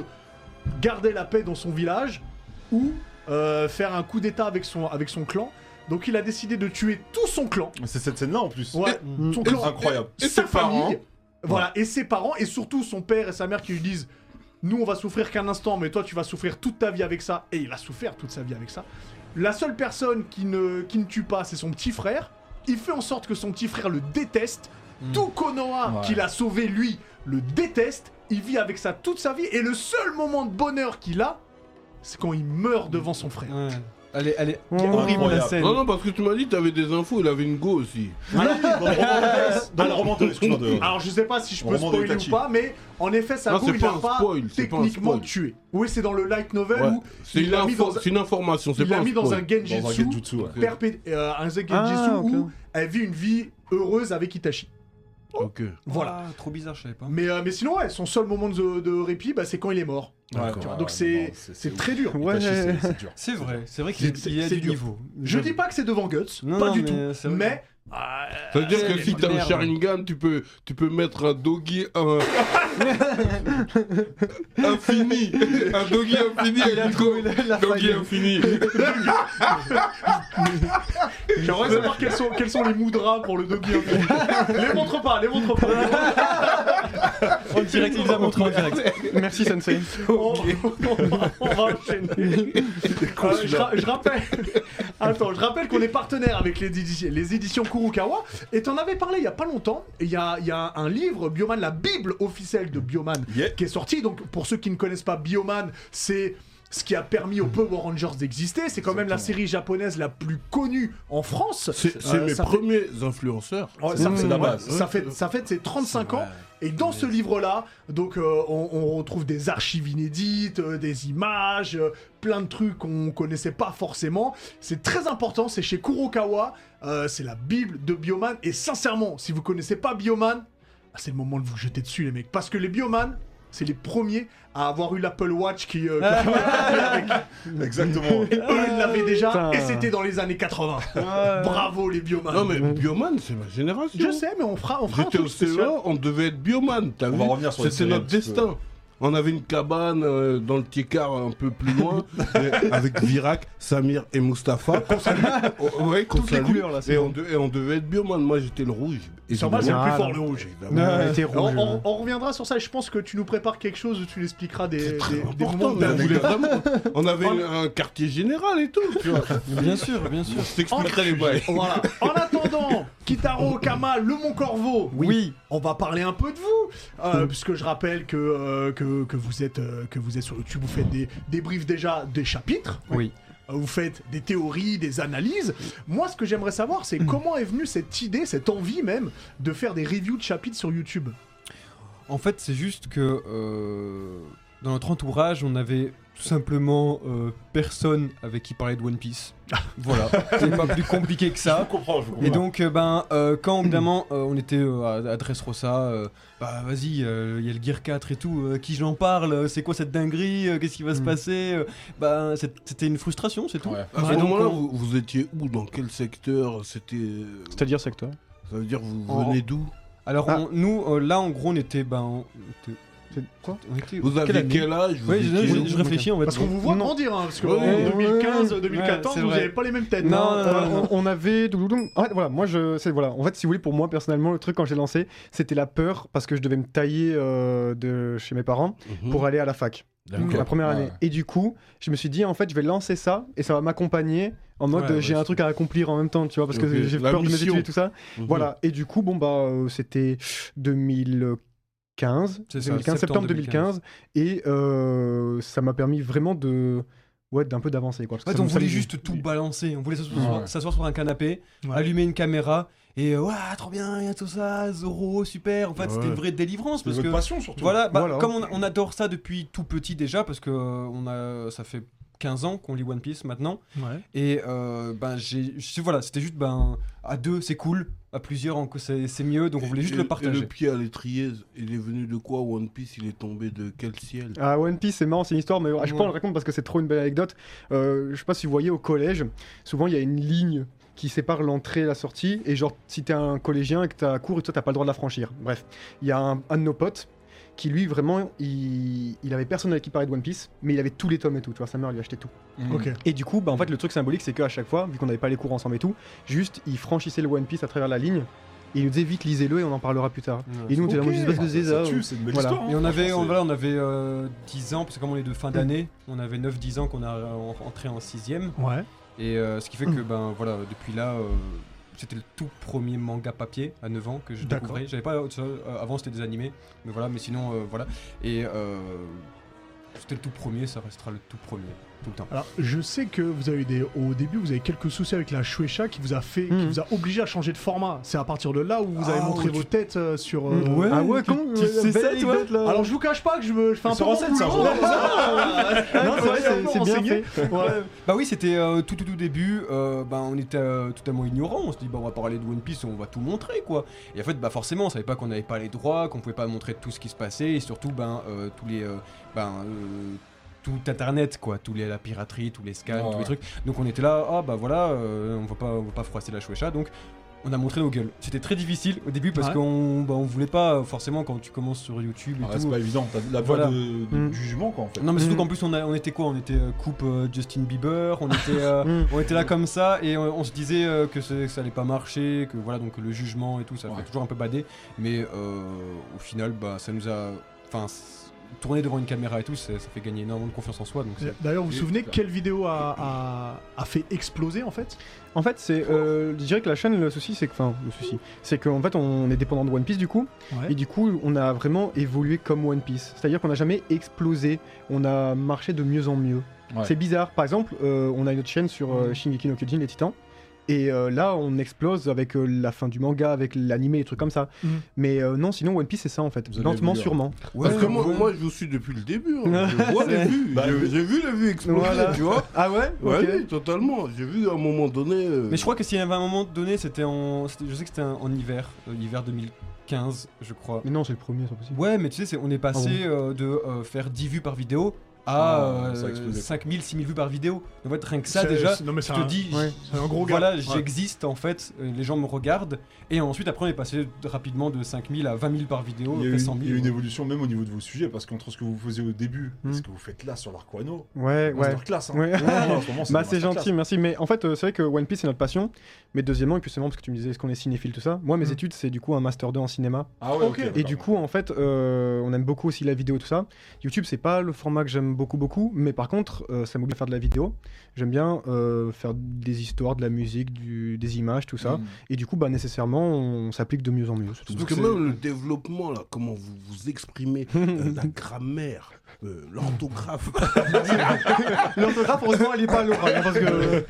S1: garder la paix dans son village ou euh, faire un coup d'état avec son, avec son clan. Donc il a décidé de tuer tout son clan.
S2: C'est cette scène-là en plus.
S1: Ouais, son
S2: Et-
S1: clan.
S2: Mm. incroyable.
S1: sa famille. Voilà, et ses parents, et surtout son père et sa mère qui lui disent Nous, on va souffrir qu'un instant, mais toi, tu vas souffrir toute ta vie avec ça. Et il a souffert toute sa vie avec ça. La seule personne qui ne, qui ne tue pas, c'est son petit frère. Il fait en sorte que son petit frère le déteste. Tout Konoha
S2: Mm. Ouais.
S1: qui l'a sauvé, lui, le déteste. Il vit avec ça toute sa vie. Et le seul moment de bonheur qu'il a, c'est quand il meurt devant son frère.
S4: Ouais. Elle est, elle est
S9: Ouais.
S4: horrible la
S2: Incroyable.
S4: scène.
S3: Non, non, parce que tu m'as dit, t'avais des infos, il avait une go aussi.
S2: Oui, dans le roman de- dans le roman de- excuse-moi, de-
S1: Alors je sais pas si je
S2: Au
S1: peux
S2: moment
S1: spoiler
S2: d'Itachi.
S1: ou pas, mais en effet, ça
S3: Non,
S1: vous
S3: c'est
S1: il
S3: pas
S1: l'a
S3: un
S1: pas
S3: spoil, c'est pas un
S1: techniquement
S3: spoil.
S1: tué. Oui, c'est dans le light novel
S3: Ouais.
S1: où
S3: C'est
S1: Euh, il
S3: une,
S1: l'a mis
S3: info-
S1: dans un-
S3: c'est une information, c'est
S1: il
S3: pas
S1: l'a mis dans un
S3: spoil.
S1: genjutsu,
S2: dans un Genjutsu. ouais.
S1: perpé- euh, un genjutsu
S9: Ah, ok.
S1: où elle vit une vie heureuse avec Itachi.
S3: Ok.
S1: Voilà.
S4: Ah, trop bizarre, je savais pas.
S1: Mais, euh, mais sinon, ouais, son seul moment de, de répit, bah, c'est quand il est mort.
S3: D'accord.
S1: Tu vois,
S2: Ouais,
S1: donc
S2: ouais,
S1: c'est
S2: Ah, non, c'est-
S1: c'est
S2: c'est
S1: très dur.
S9: Ouais.
S2: Tachi, c'est- c'est dur.
S4: C'est vrai, c'est vrai qu'il
S1: C'est-
S4: il y a
S1: c'est
S4: du
S1: dur.
S4: niveau.
S1: Je dis pas que c'est devant Guts,
S4: Non,
S1: pas du
S4: mais c'est
S1: tout.
S4: vrai.
S1: Mais. euh,
S3: Ça veut
S1: Ah,
S3: dire
S4: c'est
S3: que si
S4: une
S3: t'as un
S4: merde.
S3: Sharingan, tu peux, tu peux mettre un doggy un... infini. Un doggy infini et un go. Doggy infini.
S1: J'aimerais savoir quels sont, quels sont les moudras pour le doggy. les montre pas, les montre pas.
S4: En direct, il a montré en direct.
S9: Merci Sensei.
S1: On, on va- on va enchaîner. Euh, je, ra- je rappelle. Attends, je rappelle qu'on est partenaire avec les, édi- les éditions Kurukawa. Et t'en avais parlé il y a pas longtemps. Et Il y a, il y a un livre, Bioman, la Bible officielle de Bioman,
S2: Yeah.
S1: qui est sorti. Donc, pour ceux qui ne connaissent pas Bioman, c'est. Ce qui a permis aux Power Rangers d'exister, c'est quand même la série japonaise la plus connue en France.
S3: C'est c'est
S1: Euh,
S3: mes
S1: ça fait-
S3: premiers influenceurs.
S1: Ouais, ça,
S2: c'est
S1: fait,
S2: la
S1: ouais,
S2: base.
S1: ça fait ça fait ses 35 ans et dans ce livre là donc euh, on, on retrouve des archives inédites euh, des images euh, plein de trucs qu'on connaissait pas forcément c'est très important c'est chez Kurokawa euh, c'est la bible de Bioman et sincèrement si vous connaissez pas Bioman ah, c'est le moment de vous jeter dessus les mecs parce que les Bioman c'est les premiers à avoir eu l'Apple Watch qui euh,
S2: Exactement.
S1: eux ils l'avaient déjà
S9: Putain.
S1: et c'était dans les années 80 bravo les Bioman
S3: Non mais Bioman, c'est ma génération.
S1: je sais mais on fera on fera un
S3: J'étais au E
S1: truc spécial.
S3: CE1, on devait être bioman, t'as
S2: On
S3: vu
S2: va revenir sur les E
S3: C'était
S2: séries un
S3: notre
S2: petit peu.
S3: destin. On avait une cabane euh, dans le Tiécar un peu plus loin, et avec Virac, Samir et Mustapha. Qu'on salue. Oh, ouais, qu'on
S4: Toutes les
S3: salue.
S4: couleurs, là, c'est
S3: Et
S4: bon.
S3: on, de- et on devait être bioman. Moi, j'étais le rouge. Et
S1: Sur moi, c'est le plus
S9: Ah,
S1: fort, le rouge.
S9: Ouais, t'es
S1: On,
S3: Oh,
S9: rouge.
S4: hein.
S1: on- on reviendra sur ça et je pense que tu nous prépares quelque chose où tu l'expliqueras des, des- des moments
S3: Ah, Pourtant,
S1: de
S3: mais
S1: ta
S3: on
S1: vie.
S3: voulait vraiment. On avait une- un quartier général et tout, tu vois.
S4: Bien sûr, bien sûr.
S3: Je t'expliquerai les bails.
S1: Voilà. En attendant, Kitaro, Kama, le Mont Corvo, on va parler un peu de vous, euh, puisque je rappelle que, euh, que, que vous êtes, euh, que vous êtes sur YouTube, vous faites des, des briefs déjà des chapitres,
S4: Oui.
S1: euh, vous faites des théories, des analyses. Moi, ce que j'aimerais savoir,
S4: Mm.
S1: c'est comment est venue cette idée, cette envie même, de faire des reviews de chapitres sur YouTube.
S4: En fait, c'est juste que euh, dans notre entourage, on avait tout simplement euh, personne avec qui parler de One Piece. Voilà, c'est pas plus compliqué que ça.
S2: Je comprends, je comprends.
S4: Et donc, euh, ben, euh, quand évidemment euh, on était euh, à- à Dressrosa, euh, bah vas-y, euh, il y a le Gear 4 et tout, euh, qui j'en parle, euh, c'est quoi cette dinguerie, euh, qu'est-ce qui va se passer euh, Bah, c'est- c'était une frustration, c'est tout.
S2: Ouais.
S3: À ce
S4: Et donc, euh,
S3: moment-là,
S4: on-
S3: vous, vous étiez où Dans quel secteur C'était. euh,
S9: C'est-à-dire secteur.
S3: Ça veut dire vous
S4: En-
S3: venez d'où
S4: Alors,
S9: Ah.
S4: on- nous, euh, là, en gros, on était. Ben, on était-
S9: C'est quoi
S4: on était-
S3: Vous
S4: quelle
S3: avez
S4: année
S3: quel âge vous
S4: Ouais, je,
S3: étiez
S4: je-
S3: où
S4: je réfléchis en fait.
S1: Parce qu'on vous voit
S9: Non.
S1: grandir, hein, parce que
S3: Ouais,
S1: en
S3: ouais,
S1: 2015,
S4: ouais,
S1: 2014,
S4: c'est
S1: vous
S4: vrai.
S1: n'avez pas les mêmes têtes.
S4: Non,
S1: hein.
S4: non, non, non.
S9: euh, on, on avait doulouloum. En fait, voilà, moi je, c'est- voilà, en fait, si vous voulez, pour moi personnellement, le truc quand j'ai lancé, c'était la peur parce que je devais me tailler euh, de chez mes parents
S3: Mhm.
S9: pour aller à la fac,
S3: D'accord. Ah.
S9: la première
S2: Ouais.
S9: année. Et du coup, je me suis dit, en fait, je vais lancer ça et ça va m'accompagner en mode
S4: Ouais,
S9: euh,
S4: ouais,
S9: j'ai un
S4: c'est-
S9: truc à accomplir en même temps, tu vois, parce
S3: Ok,
S9: que j'ai
S3: la
S9: peur de mes
S4: Mhm.
S3: mission.
S9: études et tout ça.
S3: Mhm.
S9: Voilà. Et du coup, bon bah, euh, c'était 2000. 2015,
S4: C'est ça,
S9: 2015, septembre
S4: septembre
S9: 2015, et euh, ça m'a permis vraiment de ouais d'un peu d'avancer quoi. parce que
S4: En fait,
S9: ça
S4: on
S9: me- ça
S4: voulait
S9: me-
S4: juste tout balancer. On voulait s'asseoir
S9: Ouais.
S4: s'asseoir sur un canapé,
S1: Ouais.
S4: allumer une caméra et euh, Ouah, trop bien, il y a tout ça, Zoro, super. En fait, c'était une vraie délivrance
S2: C'est
S4: parce que
S2: votre passion surtout.
S4: voilà, bah,
S9: Voilà.
S4: comme on, on adore ça depuis tout petit déjà parce que euh, on a, ça fait 15 ans qu'on lit One Piece maintenant
S1: Ouais.
S4: et euh, ben j'ai je- voilà, c'était juste ben à deux c'est cool, à plusieurs en- c'est c'est mieux donc on voulait juste
S3: Et-
S4: le
S3: et
S4: partager.
S3: Le pied à l'étrier, il est venu de quoi One Piece, il est tombé de quel ciel
S9: Ah, One Piece, c'est marrant, c'est une histoire, mais je peux pas
S4: Ouais.
S9: le raconter parce que c'est trop une belle anecdote. Euh, je sais pas si vous voyez au collège, souvent il y a une ligne qui sépare l'entrée et la sortie, et genre si t'es un collégien et que t'as cours et toi t'as pas le droit de la franchir. Bref, il y a un, un de nos potes qui lui vraiment, il, il avait personne avec qui parler de One Piece, mais il avait tous les tomes et tout, tu vois, sa mère lui achetait tout.
S1: Ok.
S9: Et du coup, bah, en fait, le truc symbolique, c'est qu'à chaque fois, vu qu'on n'avait pas les cours ensemble et tout, juste, il franchissait le One Piece à travers la ligne, et il nous disait vite, lisez-le, et on en parlera plus tard. Et nous, on était là,
S2: Ok.
S9: moi, je sais pas ce
S1: Ah,
S9: que c'est,
S2: Ça
S9: ça.
S2: tue, c'est une belle
S9: euh, Voilà.
S2: histoire.
S4: Et
S2: hein,
S4: on avait,
S2: franchement,
S4: on,
S2: c'est- Mm.
S4: voilà, on avait euh, 10 ans, parce que comme on est de fin d'année, on avait 9-10 ans qu'on a euh, en- entré en 6ème.
S1: Ouais.
S4: Et euh, ce qui
S2: Mm.
S4: fait que, ben voilà, depuis là, euh, c'était le tout premier manga papier à 9 ans que je
S1: D'accord.
S4: découvrais. J'avais pas autre chose, euh, avant c'était des animés, mais voilà, mais sinon, euh, voilà. Et euh, c'était le tout premier, ça restera le tout premier, tout le temps.
S1: Alors, je sais que vous avez eu des. Au début, vous avez quelques soucis avec la Shueisha qui vous a fait. qui
S9: Mhm.
S1: vous a obligé à changer de format. C'est à partir de là où vous avez
S4: Ah,
S1: montré
S4: ouais,
S1: vos
S4: tu-
S1: têtes euh, sur. euh,
S9: Mm. ah ouais, comment
S1: tu sais
S9: belle
S1: ça, toi
S9: anecdote, là.
S1: Alors, je vous cache pas que je, me, je fais un peu.
S2: Mais sur
S1: mon
S2: recette, ça,
S1: boulot,
S2: vous-
S1: hein, ça.
S9: Non, c'est vrai,
S1: Ouais,
S9: c'est-
S1: on
S9: c'est bien
S1: renseigné.
S9: fait.
S1: Ouais.
S4: Bah oui, c'était euh, tout tout tout début, euh, bah, on était euh, totalement ignorants, on se dit bah on va parler de One Piece, on va tout montrer quoi. Et en fait bah forcément on savait pas qu'on n'avait pas les droits, qu'on pouvait pas montrer tout ce qui se passait et surtout ben euh, tous les euh, ben euh, tout internet quoi, tous les la piraterie, tous les scans,
S2: Ouais,
S4: tous
S2: ouais.
S4: les trucs. Donc on était là, ah bah voilà, euh, on va pas on va pas froisser la chouécha donc on a montré nos gueules. C'était très difficile au début parce
S1: Ouais.
S4: qu'on bah, on voulait pas euh, forcément quand tu commences sur YouTube et
S2: Ah,
S4: tout.
S2: c'est pas évident, t'as la voix
S4: Voilà.
S2: de, de
S9: Mm.
S2: jugement quoi en fait.
S4: Non mais surtout
S9: Mm.
S4: qu'en plus on, a- on était quoi On était euh, coupe euh, Justin Bieber, on était, euh,
S9: Mm.
S4: on était là comme ça et on, on se disait euh, que, c'est- que ça allait pas marcher, que voilà donc le jugement et tout ça
S2: Ouais.
S4: fait toujours un peu bader, mais euh, au final bah ça nous a, enfin s- tourner devant une caméra et tout ça, ça fait gagner énormément de confiance en soi donc c'est-
S1: D'ailleurs, vous vous
S2: Et-
S1: souvenez quelle vidéo a, a- a fait exploser en fait
S9: En fait, c'est, euh, je dirais que la chaîne, le souci, c'est que, enfin, le souci, c'est qu'en fait, on est dépendant de One Piece du coup, et
S1: Ouais.
S9: du coup, on a vraiment évolué comme One Piece. C'est-à-dire qu'on n'a jamais explosé, on a marché de mieux en mieux.
S2: Ouais.
S9: C'est bizarre. Par exemple, euh, on a une autre chaîne sur euh, Shingeki no Kyojin, les Titans. Et euh, là, on explose avec euh, la fin du manga, avec l'anime, des trucs comme ça.
S1: Mhm.
S9: Mais euh, non, sinon, One Piece, c'est ça en fait.
S2: Vous allez
S9: Lentement,
S2: évoluer,
S9: sûrement.
S4: Ouais,
S3: Parce que moi,
S4: ouais.
S3: moi, je vous suis depuis le début. hein. Je vois les vues.
S2: Bah,
S3: Je- J'ai vu les vues exploser,
S9: Voilà.
S3: tu vois.
S9: Ah ouais
S3: Ouais,
S9: Ok.
S3: oui, totalement. J'ai vu à un moment donné. euh,
S4: Mais je crois que s'il y avait un moment donné c'était en, c'était- je sais que c'était en, en hiver, euh, hiver 2015 je crois.
S9: Mais non, c'est le premier, c'est pas possible.
S4: Ouais, mais tu sais, c'est- on est passé euh, de euh, faire 10 vues par vidéo à
S2: Ah, ça a
S4: euh,
S2: explosé.
S4: 5000, 6000 vues par vidéo. Donc, en fait, rien que ça,
S1: C'est-
S4: déjà,
S1: c'est- non, mais
S4: je
S1: c'est
S4: te
S1: un,
S4: dis,
S9: ouais.
S4: j-
S1: c'est un gros gars.
S4: voilà,
S1: Ouais.
S4: j'existe en fait, euh, les gens me regardent. Et ensuite, après, on est passé de- rapidement de 5000 à 20 000 par vidéo,
S2: Il y, a eu,
S4: après 100
S2: il y a eu
S4: 000.
S2: une évolution même au niveau de vos sujets parce qu'entre ce que vous faisiez au début et
S9: Mm.
S2: ce que vous faites là sur l'Arcoano,
S9: Ouais, ouais.
S2: masterclass. Hein.
S9: Ouais.
S2: en ce moment,
S9: Bah
S2: une
S9: c'est
S2: masterclass.
S9: gentil, merci. Mais en fait, euh, c'est vrai que One Piece c'est notre passion. Mais deuxièmement, et puis c'est marrant parce que tu me disais est-ce qu'on est cinéphile tout ça. Moi, mes
S1: Mm.
S9: études c'est du coup un master 2 en cinéma.
S2: Ah ouais, ok.
S1: Et
S9: Et
S2: d'accord.
S9: du coup, en fait, euh, on aime beaucoup aussi la vidéo tout ça. YouTube c'est pas le format que j'aime beaucoup beaucoup, mais par contre, euh, ça m'oblige à faire de la vidéo. J'aime bien euh, faire des histoires, de la musique, du- des images, tout ça.
S2: Mm.
S9: Et du coup, bah nécessairement, on s'applique de mieux en mieux. c'est tout.
S3: Parce que même le développement, là, comment vous vous exprimez, euh, la grammaire, euh, l'orthographe.
S9: L'orthographe, heureusement, elle est pas à l'oral, hein, parce que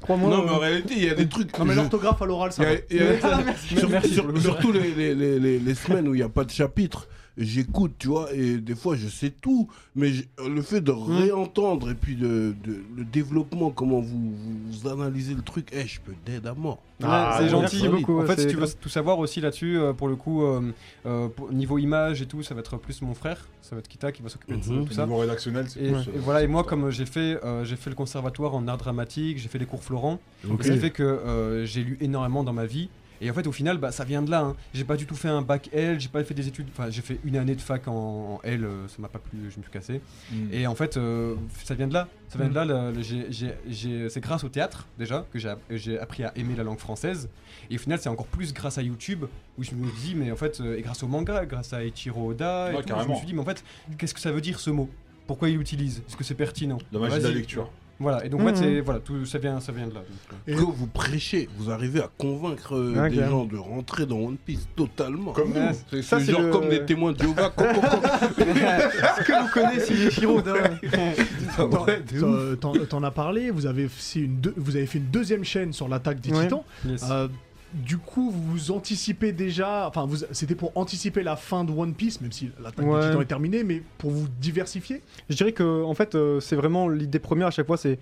S9: crois-moi.
S3: non, mais en
S9: euh,
S3: réalité, il y a des trucs.
S1: Non, mais
S3: je-
S1: l'orthographe à l'oral, ça.
S3: il y
S1: va.
S3: a- il y a- sur-
S4: Merci
S3: sur-
S4: pour le-
S3: surtout les, les- les- les- les semaines où il n'y a pas de chapitre, j'écoute, tu vois, et des fois je sais tout, mais j- le fait de réentendre et puis de, de- le développement, comment vous, vous analysez le truc, eh, je peux dead à mort.
S4: Ouais,
S9: Ah,
S4: c'est
S9: merci
S4: gentil
S9: beaucoup,
S4: En fait,
S9: c'est
S4: si tu veux
S9: grave.
S4: tout savoir aussi là-dessus, euh, pour le coup, euh, euh, pour- niveau image et tout, ça va être plus mon frère, ça va être Kita qui va s'occuper de ça-
S3: Mhm.
S4: tout ça.
S2: Au niveau rédactionnel, c'est
S4: Et,
S2: plus,
S4: et
S2: euh,
S4: voilà, et moi, comme j'ai fait, euh, j'ai fait le conservatoire en art dramatique, j'ai fait les cours Florent,
S3: Ok.
S4: ce qui fait que euh, j'ai lu énormément dans ma vie. Et en fait, au final, bah, ça vient de là. hein. J'ai pas du tout fait un bac L, j'ai pas fait des études. Enfin, j'ai fait une année de fac en, en L, euh, ça m'a pas plu, je me suis cassé.
S2: Mm.
S4: Et en fait, euh, ça vient de là. Ça vient de là. le- le- j'ai- j'ai- j'ai- c'est grâce au théâtre, déjà, que j'ai app- j'ai appris à aimer la langue française. Et au final, c'est encore plus grâce à YouTube, où je me dis, mais en fait, euh, et grâce au manga, grâce à Ichiro Oda, et
S2: Ouais,
S4: tout, je me
S2: carrément.
S4: suis dit, mais en fait, qu'est-ce que ça veut dire ce mot Pourquoi il l'utilise Est-ce que c'est pertinent
S2: La magie de la
S4: Vas-y.
S2: lecture.
S4: Voilà, et donc,
S9: Mhm.
S4: ouais, c'est- voilà, tout, ça, vient, ça vient de là. donc, euh.
S1: Et-
S3: Que vous prêchez, vous arrivez à convaincre euh,
S9: Ouais,
S3: des
S9: clairement.
S3: gens de rentrer dans One Piece totalement.
S2: Comme nous.
S4: Ouais,
S3: C'est
S9: Ça,
S3: c'est
S9: c'est
S3: genre
S9: le-
S3: comme des témoins de Jéhovah. Quand- quand-
S4: euh.
S3: quand-
S9: Est-ce que vous connaissez Shiro
S2: Ah
S1: T'en- t'en- Euh, T'en t'en as parlé, vous avez, fait une deux- vous avez fait une deuxième chaîne sur l'attaque des
S9: Ouais.
S1: titans.
S4: Yes.
S9: Ah,
S1: Euh, du coup, vous anticipez déjà, enfin, vous- c'était pour anticiper la fin de One Piece, même si l'attaque
S9: Ouais.
S1: des titans est terminée, mais pour vous diversifier.
S9: Je dirais que en fait, euh, c'est vraiment l'idée première à chaque fois, c'est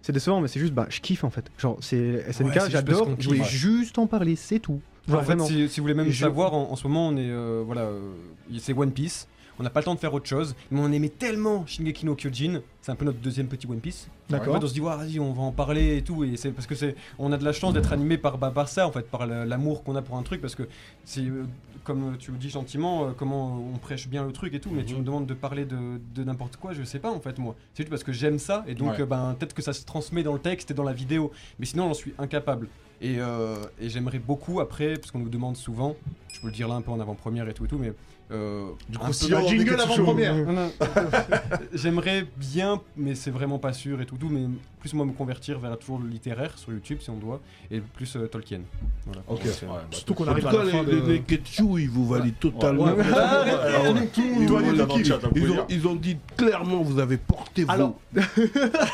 S9: c'est décevant, mais c'est juste, bah, je kiffe en fait. Genre, c'est SNK,
S4: Ouais, c'est juste parce
S9: j'adore,
S4: qu'on
S9: je voulais
S4: kiffe.
S9: juste en parler, c'est tout. Genre,
S4: en fait,
S9: vraiment.
S4: si, si vous voulez même
S9: Et je-
S4: savoir, en, en ce moment, on est euh, voilà, euh, c'est One Piece. On n'a pas le temps de faire autre chose, mais on aimait tellement Shingeki no Kyojin, c'est un peu notre deuxième petit One Piece.
S1: D'accord.
S4: En fait, on se dit, ouais, vas-y, on va en parler et tout, et c'est parce que c'est, on a de la chance d'être animé par, bah, par ça, en fait, par la- l'amour qu'on a pour un truc, parce que c'est, euh, comme tu le dis gentiment, euh, comment on prêche bien le truc et tout, mais tu me demandes de parler de, de n'importe quoi, je sais pas en fait moi. C'est juste parce que j'aime ça, et donc
S2: Ouais.
S4: euh, ben, peut-être que ça se transmet dans le texte et dans la vidéo, mais sinon j'en suis incapable. Et, euh, et j'aimerais beaucoup après, parce qu'on nous demande souvent, je peux le dire là un peu en avant-première et tout et tout, mais euh,
S2: Du
S4: un
S2: coup,
S4: peu-
S2: si on
S1: jingle avant-première.
S4: non, non. J'aimerais bien, mais c'est vraiment pas sûr et tout, tout, mais plus moi me convertir vers toujours le littéraire sur YouTube si on doit, et plus euh, Tolkien. Voilà.
S2: Ok. bah,
S4: Donc, c'est-
S1: Surtout qu'on
S3: En tout
S1: arrive à
S3: cas,
S1: la fin
S3: les,
S1: de...
S3: les Neketsu, ils vous valident totalement.
S2: Ouais, ouais, Ah, ouais.
S3: Alors,
S2: Arrêtez,
S3: tout le
S2: Il doit
S3: monde
S2: aller
S3: les
S2: dans le
S3: kiffe.
S2: chat, hein,
S3: ils,
S2: faut
S3: ont, ils ont dit clairement, vous avez porté vous.
S1: Alors,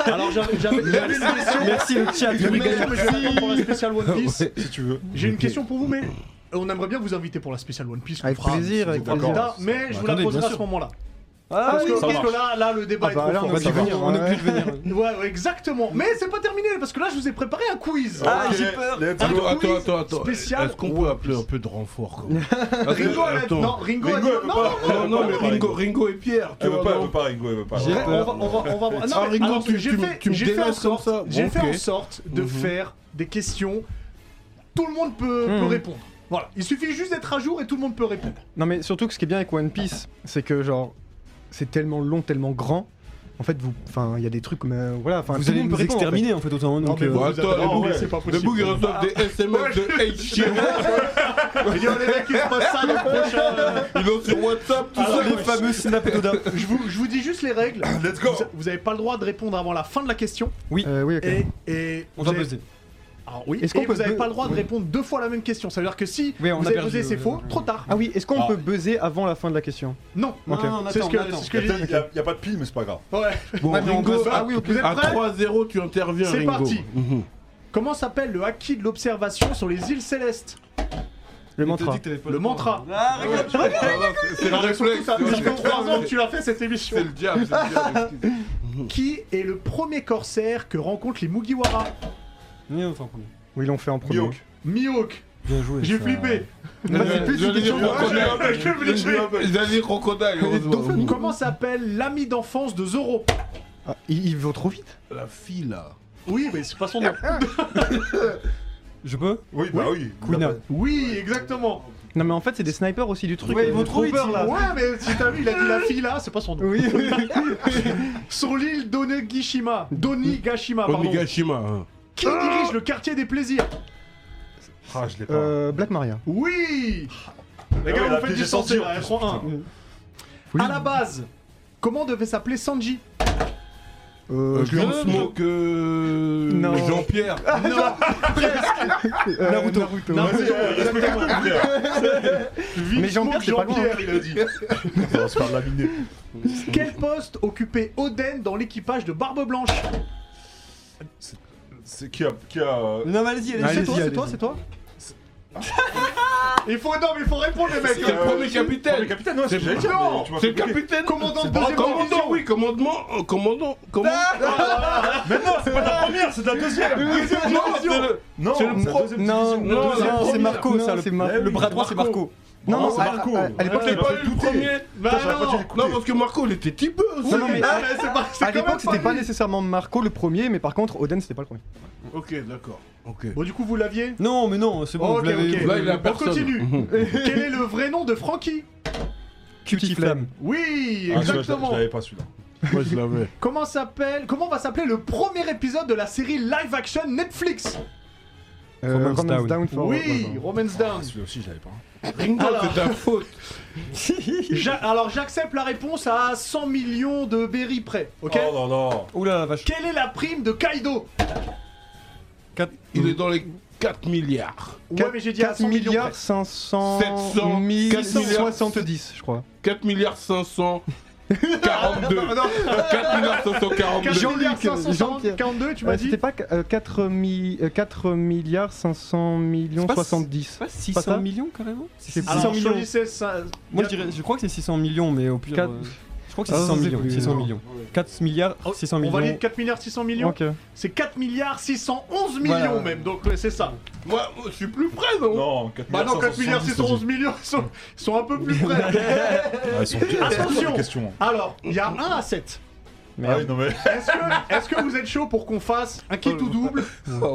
S1: Alors j'avais j'avais- j'avais une question.
S4: Merci le chat.
S1: J'avais une question, mais je vais la faire pour la spéciale One Piece.
S2: Ouais, si tu veux.
S1: J'ai une question pour vous, mais on aimerait bien vous inviter pour la spéciale One Piece. qu'on
S9: Avec
S1: fera
S9: plaisir,
S1: si
S9: avec
S1: vous êtes
S2: plaisir.
S1: candidat, Mais je vous la
S4: Attendez,
S1: poserai
S4: bien
S1: à ce
S4: sûr.
S1: moment-là.
S4: Ah,
S1: Parce que,
S4: oui,
S2: ça
S1: parce que
S2: marche.
S1: là, là, le débat
S9: Ah bah
S1: est
S9: là,
S1: trop
S9: on
S1: fort.
S9: va
S1: Ça
S9: y
S1: va.
S9: venir.
S4: on est obligé de venir.
S1: Ouais, ouais, exactement. Mais c'est pas terminé parce que là, je vous ai préparé un quiz.
S4: Ah,
S2: Ok,
S4: j'ai peur.
S2: let's go.
S3: Attends, attends,
S1: quiz
S3: attends, attends.
S1: spécial
S3: Est-ce qu'on
S1: One
S3: peut appeler un
S1: Piece.
S3: peu de renfort quand même
S1: Ringo, elle a-
S3: Attends.
S1: non, Ringo, a dit-
S2: Ringo, elle veut
S1: non,
S2: pas.
S3: Non, non, mais
S2: Elle veut pas,
S3: Ringo, Ringo et Pierre, tu
S2: Elle veut
S3: vois.
S2: pas, elle
S3: non.
S2: veut pas, Ringo, elle veut pas.
S4: J'ai-
S1: Ouais, on va, on va, on va voir. Non,
S3: Ah,
S1: mais
S3: Ringo,
S1: alors,
S3: tu-
S1: j'ai
S3: tu me-
S1: fait,
S3: tu me
S1: j'ai fait en
S3: dénonces comme
S1: sorte,
S3: ça.
S1: j'ai
S3: Bon,
S1: fait
S3: ok.
S1: en sorte de
S3: Mhm.
S1: faire des questions. Tout le monde peut, peut
S9: Mhm.
S1: répondre. Voilà, il suffit juste d'être à jour et tout le monde peut répondre.
S3: Bah,
S9: Non, mais surtout que ce qui est bien avec One Piece, c'est que genre, c'est tellement long, tellement grand. En fait, vous, enfin, il y a des trucs comme, euh, voilà, enfin,
S4: Vous
S9: tout le
S4: allez
S9: monde
S4: nous
S9: peut répondre, en fait.
S4: exterminer en fait autant. donc,
S1: mais
S4: euh,
S1: vous
S3: bah,
S1: vous
S3: attends,
S1: adorez,
S3: les
S1: mais
S3: boules-
S1: c'est pas
S3: Les
S1: possible.
S3: boucs, ils reçoivent des SMS de Hey Chiro.
S1: Il y a les mecs qui se passent ça le prochain. euh,
S3: Ils ont sur WhatsApp,
S4: Ah,
S3: tout
S1: Alors,
S3: ça.
S1: les
S3: fameux snap Ah,
S1: Je vous, je vous dis juste les règles.
S2: Let's go.
S1: Vous, vous avez pas le droit de répondre avant la fin de la question.
S9: Euh, oui, ok.
S1: Et, et
S4: on
S1: vous
S4: va
S1: avez-
S4: buzzer.
S1: Alors oui.
S9: Est-ce
S1: et
S9: qu'on
S1: vous
S9: peut-
S1: avez pas le droit de
S9: oui.
S1: répondre deux fois la même question. Ça veut dire que si
S4: Oui, on
S1: vous
S4: a
S1: avez
S4: perdu,
S1: posé c'est
S4: euh,
S1: faux, trop tard.
S9: Ah oui, est-ce qu'on
S2: Ah.
S9: peut buzzer avant la fin de la question
S1: Non.
S9: Ok.
S4: Non, non,
S1: C'est ce
S4: attends,
S1: que,
S4: attends.
S1: c'est ce
S2: Il
S1: que
S2: y
S1: j'ai
S2: a peut-être-
S1: dit.
S2: il y a- il y a pas de pile, mais c'est pas grave.
S1: Ouais.
S3: Bon,
S9: Ouais, mais on
S3: Ringo,
S9: peut-
S3: à
S9: ah oui, ok.
S1: Vous êtes
S3: à
S1: prêts
S3: 3-0, tu interviens,
S1: C'est
S3: Ringo.
S1: parti.
S3: Mhm.
S1: Comment s'appelle le acquis de l'observation sur les îles célestes
S9: Le
S4: Il te
S9: mantra.
S4: dit que t'avais pas
S1: Le mantra. bah,
S4: droit. Ah, regarde,
S3: Ah, là, c'est- C'est le réflexe.
S1: Ça fait
S3: C'est
S1: 3 ans que tu l'as fait cette émission.
S3: le diable, c'est le diable.
S1: Qui est le premier corsaire que rencontrent les Mugiwara
S4: Mais enfin, premier.
S9: Oui, ils l'ont fait en premier.
S2: Mihawk.
S1: Mihawk. Euh,
S4: Bien joué.
S1: J'ai
S4: ça.
S1: flippé.
S9: Vas-y, plus
S3: Je
S9: une
S3: l'ai dit,
S9: question.
S3: je l'ai dit.
S1: Comment
S3: Ils allaient crocodile, heureusement.
S1: s'appelle l'ami d'enfance de Zoro
S9: Ah, il, il va trop vite.
S3: La fille, là.
S1: Oui, mais c'est pas son nom.
S4: Je peux
S2: Oui, bah oui.
S4: Quina.
S1: Oui, exactement.
S9: Non, mais en fait, c'est des snipers aussi du truc.
S4: Ouais, ils
S9: euh,
S4: vont trop vite.
S9: peur, là.
S1: Ouais, mais si t'as vu, il a dit la fille là, c'est pas son nom.
S9: Oui, oui.
S1: Sur l'île d'Onegashima,
S3: Ah,
S1: Donigashima, pardon.
S3: Onigashima. hein.
S1: Qui dirige le quartier des plaisirs
S2: Ah, je l'ai pas.
S9: Euh, Black Maria.
S1: Oui Les
S2: Ah ouais,
S1: gars,
S2: la
S1: vous faites
S2: pièce
S1: du
S2: est sortie,
S1: sorti, là,
S2: en plus,
S1: 3-1.
S2: putain.
S1: À la base, comment devait s'appeler Sanji
S9: Euh,
S3: John Smoke, euh,
S9: Non.
S3: Jean-Pierre.
S9: euh, Naruto.
S2: Vas-y, euh, ouais, respecte-toi, Pierre.
S9: Mais Jean-Pierre, c'est pas loin.
S1: Jean-Pierre, il a dit.
S2: On va se faire laminer.
S1: Quel poste occupait Oden dans l'équipage de Barbe Blanche
S2: C'est qui a. Qui a...
S4: Non, mais allez-y, allez-y.
S9: Allez-y,
S1: C'est toi, c'est toi,
S9: allez-y.
S1: c'est toi Il faut, non, mais il faut répondre, les mecs
S3: C'est le
S1: hein.
S3: premier capitaine.
S2: Le capitaine, non, c'est
S3: C'est-
S2: j'allais dire,
S1: Non,
S2: mais tu m'as fait
S3: C'est le
S2: oublier.
S3: capitaine.
S1: Commandant de
S3: C'est-
S1: deuxième division.
S3: Ah, Commandant, oui, commandement. euh, Commandant, commandant.
S2: Mais non, c'est pas de la première, c'est de la deuxième.
S3: Non, c'est le-
S2: Non,
S3: C'est le
S2: c'est la
S3: pro-
S2: deuxième
S9: Non,
S2: division. c'est
S3: non,
S2: la
S3: non,
S2: première.
S9: c'est Marco,
S4: Non,
S9: ça.
S4: c'est
S9: Le,
S2: Mar-
S9: le bras droit,
S2: Marco.
S9: c'est Marco.
S2: Non,
S9: Non,
S2: non,
S9: non,
S2: c'est
S9: à-
S2: Marco.
S9: à- à l'époque,
S2: Ouais,
S3: T'as pas eu le
S2: douté.
S3: premier
S1: Bah
S2: Putain, j'aurais pas dû
S1: non
S2: l'écouter.
S3: Non, parce que Marco, il était typé aussi.
S9: Non, non, mais-
S1: Ah, mais c'est pas- c'est
S9: À
S1: quand même
S9: l'époque, c'était pas
S1: lui.
S9: nécessairement Marco le premier, mais par contre, Oden, c'était pas le premier.
S3: Ok, d'accord. Ok.
S1: Bon, du coup, vous l'aviez
S4: Non, mais non, c'est bon,
S1: Oh, Ok,
S4: vous l'avez.
S1: ok.
S4: vous
S3: Là, il
S4: l'avez.
S3: a
S1: On
S3: personne.
S1: continue.
S3: Hum,
S1: Quel est le vrai nom de Frankie
S4: Cutie Flamme.
S1: Oui,
S2: Ah, celui-là,
S1: exactement.
S2: Je l'avais pas celui-là.
S3: Moi, je l'avais.
S1: Comment s'appelle Comment va s'appeler le premier épisode de la série live action Netflix
S9: Euh,
S10: Romance
S9: Romance
S10: Down.
S9: Down. for
S1: Oui,
S9: All.
S1: Romance Down.
S2: Celui-là aussi, je l'avais pas.
S1: Alors,
S10: faute.
S1: j'a- alors, j'accepte la réponse à 100 millions de berry près, ok
S2: Oh là là.
S10: Oula la vache.
S1: Quelle est la prime de Kaido
S3: Il est dans les 4 milliards.
S1: Ouais,
S9: Quatre-
S1: mais j'ai dit à
S9: 4
S1: 100 millions près.
S9: milliards 500
S3: 700,
S9: 1000,
S3: 4 milliards.
S9: 70, je crois.
S3: 4 milliards 542. 4 milliards 542.
S1: 4 milliards
S9: Jean-Luc,
S1: 542, tu m'as
S9: Euh,
S1: dit
S9: C'était pas 4, milliards 500 millions
S10: C'est pas-
S9: 70.
S10: Pas
S9: Pas ça
S10: 600 millions carrément
S9: C'est
S10: C'est-
S1: 600
S9: Alors, 600
S1: millions.
S9: Ah, millions.
S10: Moi je dirais, je crois que c'est 600 millions, mais au pire.
S9: Quatre-
S10: euh, Je crois que c'est
S9: Ah,
S10: 600
S9: je sais
S10: millions.
S9: plus.
S10: 600 millions. 4 milliards, 600
S1: Ah, On
S10: millions.
S1: valide 4 milliards 600 millions
S9: Ok.
S1: C'est 4 milliards 611 millions
S9: Voilà.
S1: même, donc ouais, c'est ça.
S3: Moi, je suis plus près, non
S2: Non, 4
S1: Bah non, 4 milliards 611
S2: 611
S1: millions, ils sont, ils sont un peu plus près.
S2: Ils sont pires, ils sont pires,
S1: Attention.
S2: les questions.
S1: Alors, il y a 1 à 7.
S2: Ah oui, non mais.
S1: Est-ce que, est-ce que vous êtes chaud pour qu'on fasse un kit ou double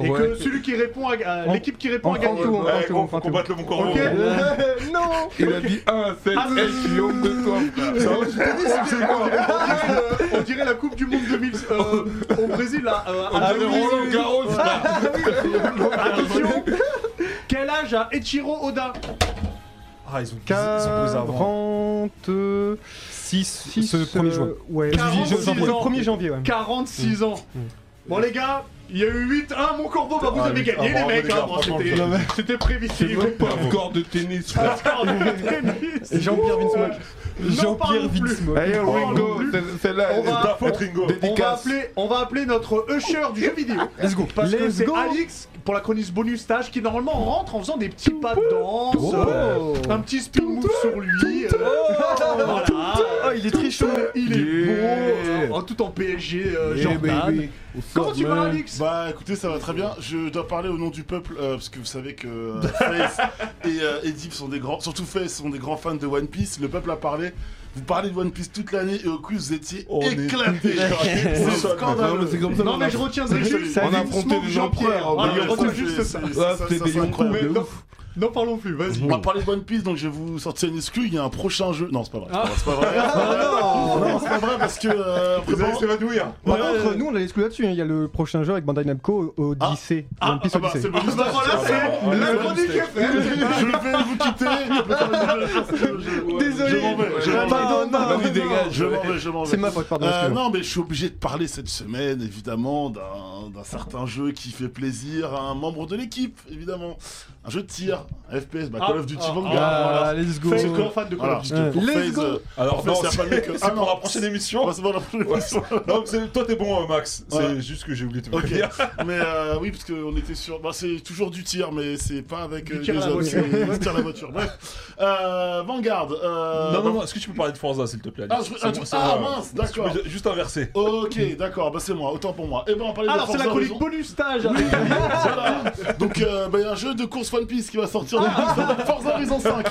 S1: et que celui qui répond à, à l'équipe qui répond
S9: On
S1: à
S9: prend
S1: gagner
S9: tout, on prend
S2: Eh,
S9: tout,
S2: gros, faut
S9: on prend
S2: qu'on
S9: tout.
S2: batte le bon corbeau.
S1: Ok Non
S3: Il a dit 1 à 7.
S1: Ah,
S3: Eh, je suis honte de toi, frère.
S2: Ça va, je t'ai dit, c'est bien,
S1: on
S2: quoi.
S1: dirait, le- on dirait la Coupe du Monde 2000 euh, au Brésil là. euh, à
S3: Ah,
S1: Rio. Ah,
S3: mais Roland Garros, frère.
S1: Attention Quel âge a Echiro Oda
S2: Ah, ils ont ils ont posé avant.
S9: 46
S10: 6 ce 1er juin.
S9: euh, Ouais.
S1: Quarante-six
S9: 1er
S1: ans.
S9: janvier, janvier, ouais.
S1: 46 ans. Bon les gars, il y a eu 8-1 mon corbeau, bah vous
S2: Mm. Ah,
S1: avez
S2: oui. Ah,
S1: gagné les
S2: bravo,
S1: mecs,
S2: les gars,
S1: hein, bon,
S2: franchement,
S1: c'était-
S2: je-
S1: c'était
S3: C'est
S1: prévisible.
S3: même pas un score euh, de tennis, frère.
S1: Score de tennis.
S9: Jean-Pierre Vince-Mock.
S1: Non, parlons
S10: Jean-Pierre
S1: plus.
S10: Vince-Mock.
S3: Allez,
S1: Oh,
S3: Ringo,
S1: non plus.
S3: c'est- celle-là,
S1: On
S3: elle est
S1: va-
S3: de ta faute, Ringo.
S1: On va,
S3: Dédicace.
S1: appeler, on va appeler notre usher du jeu vidéo. Let's go. Parce que
S9: Let's
S1: c'est
S9: go.
S1: Alix pour la chronique bonus stage qui normalement rentre en faisant des petits pas de danse, euh,
S9: Oh.
S1: un petit spin move sur lui. euh,
S3: Oh,
S1: voilà.
S10: Ah, Oh, il est très chaud.
S1: Il est
S3: Yeah.
S1: beau, en tout en PSG euh,
S3: Eh,
S1: Jordan.
S3: baby. euh,
S1: Comment tu vas Alix
S11: Bah écoutez, ça va très bien. Je dois parler au nom du peuple euh, parce que vous savez que euh, Face et, euh, et Deep sont des grands, surtout Face sont des grands fans de One Piece. Le peuple a parlé. Vous parlez de One Piece toute l'année et au quiz vous étiez
S2: On est-
S11: éclatés.
S2: On est-
S11: C'est
S3: Non, mais c'est
S11: scandaleux.
S3: comme ça.
S1: Non
S3: on
S1: mais
S3: a-
S1: je retiendrai juste.
S3: on a
S11: Vince
S3: affronté
S11: Mock,
S3: des
S11: Jean-Pierre.
S3: empereurs.
S1: Ah,
S3: mais
S1: je
S3: ça,
S1: retiens
S3: c'est-
S1: juste ça.
S11: c'est-
S3: Ah,
S11: ça,
S3: c'était
S11: ça,
S3: des
S11: c'est
S3: Yonkous.
S11: incroyable.
S1: Mais non, n'en parlons plus, vas-y.
S11: On va parler de One Piece, donc je vais vous sortir une exclu. Il y a un prochain jeu. Non, c'est pas vrai. C'est pas vrai. c'est
S1: Ah,
S11: pas vrai. non, c'est pas vrai parce que. euh,
S2: Vous allez
S11: préparons-
S2: s'évanouir.
S9: Par contre, nous on a l'exclu là-dessus, hein. il y a le prochain jeu avec Bandai Namco au
S11: Ah.
S9: Odyssey.
S11: Ah,
S9: One Piece
S11: ah bah,
S9: Odyssey.
S11: c'est bon.
S1: Bah
S3: Ah,
S1: voilà,
S2: Ah,
S1: c'est la chronique
S11: Je vais vous quitter.
S9: Désolé.
S11: Je m'en vais. Je
S9: Bah,
S11: m'en vais.
S9: non, non,
S11: Vas-y,
S9: non.
S11: dégage. Je m'en vais. Je m'en vais.
S9: C'est ma faute, pardon.
S11: Euh,
S9: excuse-moi.
S11: non, mais je suis obligé de parler cette semaine, évidemment, d'un d'un certain jeu qui fait plaisir à un membre de l'équipe, évidemment. Un jeu de tir, un FPS, bah, Call
S1: Ah,
S11: of Duty
S1: ah,
S11: Vanguard.
S10: Ah, let's go.
S1: Fais le grand fan de Call
S11: Voilà,
S1: of Duty.
S11: parce que pour
S9: Let's
S11: Phase,
S9: go.
S11: euh,
S2: Alors,
S11: pour
S2: non,
S11: Phase,
S2: c'est
S11: c'est pas mieux que-
S2: c'est pour la prochaine émission.
S11: Bon, c'est bon, la prochaine question.
S2: Non, c'est- toi t'es bon, euh, Max. C'est
S11: Ouais.
S2: juste que j'ai oublié de te
S11: Ok.
S2: le dire.
S11: mais euh, oui, parce qu'on était sur. Bah, c'est toujours du tir, mais c'est pas avec
S1: Du
S11: euh,
S1: tir à
S11: des
S1: la
S11: hommes,
S1: voiture.
S11: c'est du tir à la voiture. Bref. Euh, Vanguard. euh,
S2: Non, non,
S11: bah,
S2: non, est-ce que tu peux parler de Forza, s'il te plaît
S11: Ah,
S2: Alex
S11: je-
S2: C'est
S11: ah,
S2: moi,
S11: tu-
S2: c'est
S11: ah,
S2: moi.
S11: mince,
S2: Est-ce que je peux
S11: d'accord.
S2: ju- Juste inverser.
S11: Ok, d'accord, bah c'est moi, autant pour moi. Et ben on parlait
S1: Alors
S11: de
S1: c'est la
S11: Forza
S1: chronique
S11: Horizon.
S1: bonus stage avec
S11: Voilà. Donc euh, bah, il y a un jeu de course One Piece qui va sortir
S1: Ah.
S11: dans Forza Horizon 5.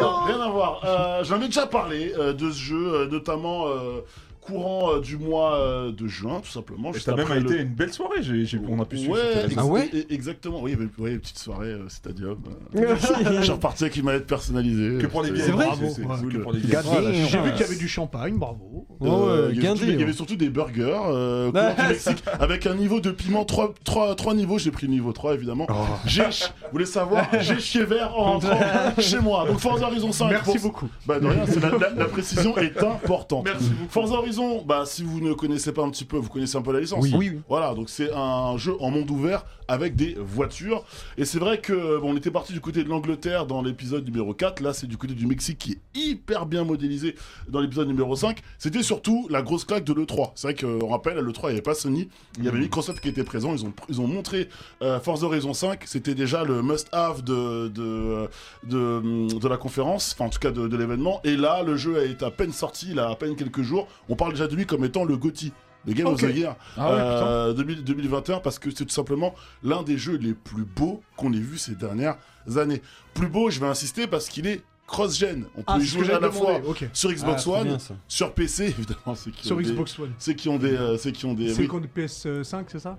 S11: Non, rien à voir. Euh, J'en ai déjà parlé euh, de ce jeu, euh, notamment euh, courant euh, du mois euh, de juin, tout simplement.
S2: Et
S11: juste
S2: T'as même
S11: après
S2: été
S11: le-
S2: une belle soirée, j'ai- j'ai- on a pu suivre. sur
S11: Ouais,
S2: Télévision.
S10: Ah ouais
S11: ex- e- exactement. Oui, il y avait ouais, une petite soirée euh, Stadium. euh, J'ai reparti avec une mallette personnalisée.
S2: Que pour les
S11: C'est-
S2: vieilles.
S11: c'est
S2: bravo,
S11: cool.
S2: c'est- c'est que pour les
S9: Gardez.
S2: vieilles.
S1: J'ai vu qu'il y avait du champagne, bravo.
S10: Ouais,
S11: Euh, il, y
S10: guindé,
S11: avait surtout des- il y
S10: hein.
S11: avait surtout des burgers euh, couleur du
S10: Ouais,
S11: Mexique, avec un niveau de piment 3, niveaux. J'ai pris le niveau 3 évidemment.
S2: Oh.
S11: J'ai, ch- vous voulez savoir, j'ai chié vert en rentrant chez moi. Donc Forza Horizon 5.
S1: Merci
S11: pour-
S1: beaucoup.
S11: Bah de rien, c'est la, la- la précision est importante. Forza Horizon, bah si vous ne connaissez pas un petit peu, vous connaissez un peu la licence.
S10: Oui.
S9: Oui, oui.
S11: Voilà, donc c'est un jeu en monde ouvert avec des voitures. Et c'est vrai que bon, on était parti du côté de l'Angleterre dans l'épisode numéro 4. Là, c'est du côté du Mexique qui est hyper bien modélisé dans l'épisode numéro 5. C'était surtout la grosse claque de l'E3. C'est vrai qu'on rappelle, à l'E3, il n'y avait pas Sony, il y avait Microsoft qui était présent. Ils ont, ils ont montré euh, Forza Horizon 5. C'était déjà le must-have de, de, de, de la conférence, enfin en tout cas de, de l'événement. Et là, le jeu est à peine sorti, il a à peine quelques jours. On parle déjà de lui comme étant le GOTY. Le Game
S1: Ok.
S11: of the Year
S2: Ah ouais, putain.
S11: euh, 2000 2021 parce que c'est tout simplement l'un des jeux les plus beaux qu'on ait vu ces dernières années. Plus beau, je vais insister parce qu'il est cross-gen. On peut
S1: Ah,
S11: y
S1: c'est ce que
S11: jouer à
S1: j'avais
S11: la fois
S1: demandé, ok.
S11: sur Xbox
S10: Ah, trop bien,
S11: One,
S10: ça.
S11: sur PC évidemment, ceux qui
S1: Sur
S11: ont des-
S1: Xbox One.
S11: Ceux qui ont des, euh, ceux qui ont des,
S1: C'est
S11: oui.
S1: le compte PS5, c'est ça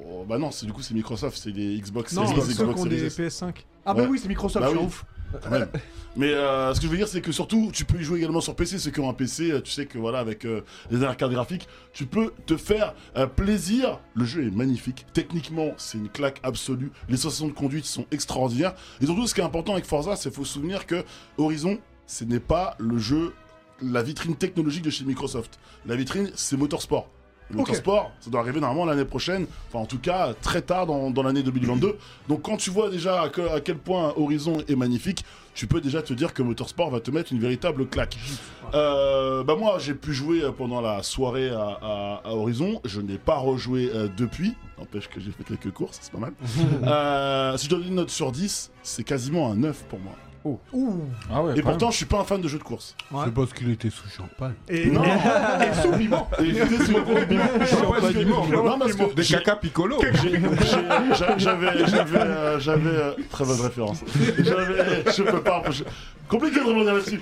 S11: Oh, bah non, c'est du coup c'est Microsoft, c'est des Xbox
S1: Non,
S11: Series,
S1: ceux qui
S11: Xbox
S1: ont
S11: Series
S1: des
S11: S.
S1: PS5. Ah bah
S11: Ouais.
S1: oui, c'est Microsoft,
S11: Bah
S1: je suis
S11: oui.
S1: ouf.
S11: quand même. Mais euh, ce que je veux dire, c'est que surtout, tu peux y jouer également sur PC. Ceux qui ont un PC, euh, tu sais que voilà, avec euh, les dernières cartes graphiques, tu peux te faire euh, plaisir. Le jeu est magnifique. Techniquement, c'est une claque absolue. Les sensations de conduite sont extraordinaires. Et surtout, ce qui est important avec Forza, c'est faut se souvenir que Horizon, ce n'est pas le jeu, la vitrine technologique de chez Microsoft. La vitrine, c'est Motorsport. Le
S1: Ok.
S11: Motorsport, ça doit arriver normalement l'année prochaine, enfin en tout cas très tard dans, dans l'année 2022. Donc quand tu vois déjà à, que- à quel point Horizon est magnifique, tu peux déjà te dire que Motorsport va te mettre une véritable claque. Euh, bah moi j'ai pu jouer pendant la soirée à, à- à Horizon, je n'ai pas rejoué euh, depuis, n'empêche que j'ai fait quelques courses, c'est pas mal. Euh, si je donne une note sur 10, c'est quasiment un 9 pour moi. Et pourtant je suis pas un fan de jeux de course.
S3: C'est parce qu'il était sous champagne.
S1: Et,
S11: Non.
S1: et sous piment.
S11: Et j'étais sous le premier piment.
S2: Champagne du monde.
S11: Non, parce que
S2: Des
S11: j'ai-
S2: caca piccolo.
S11: j'ai- j'ai- J'avais, j'avais, euh, j'avais, euh, très bonne référence. J'avais, je peux pas. je- Compliqué de revenir là-dessus.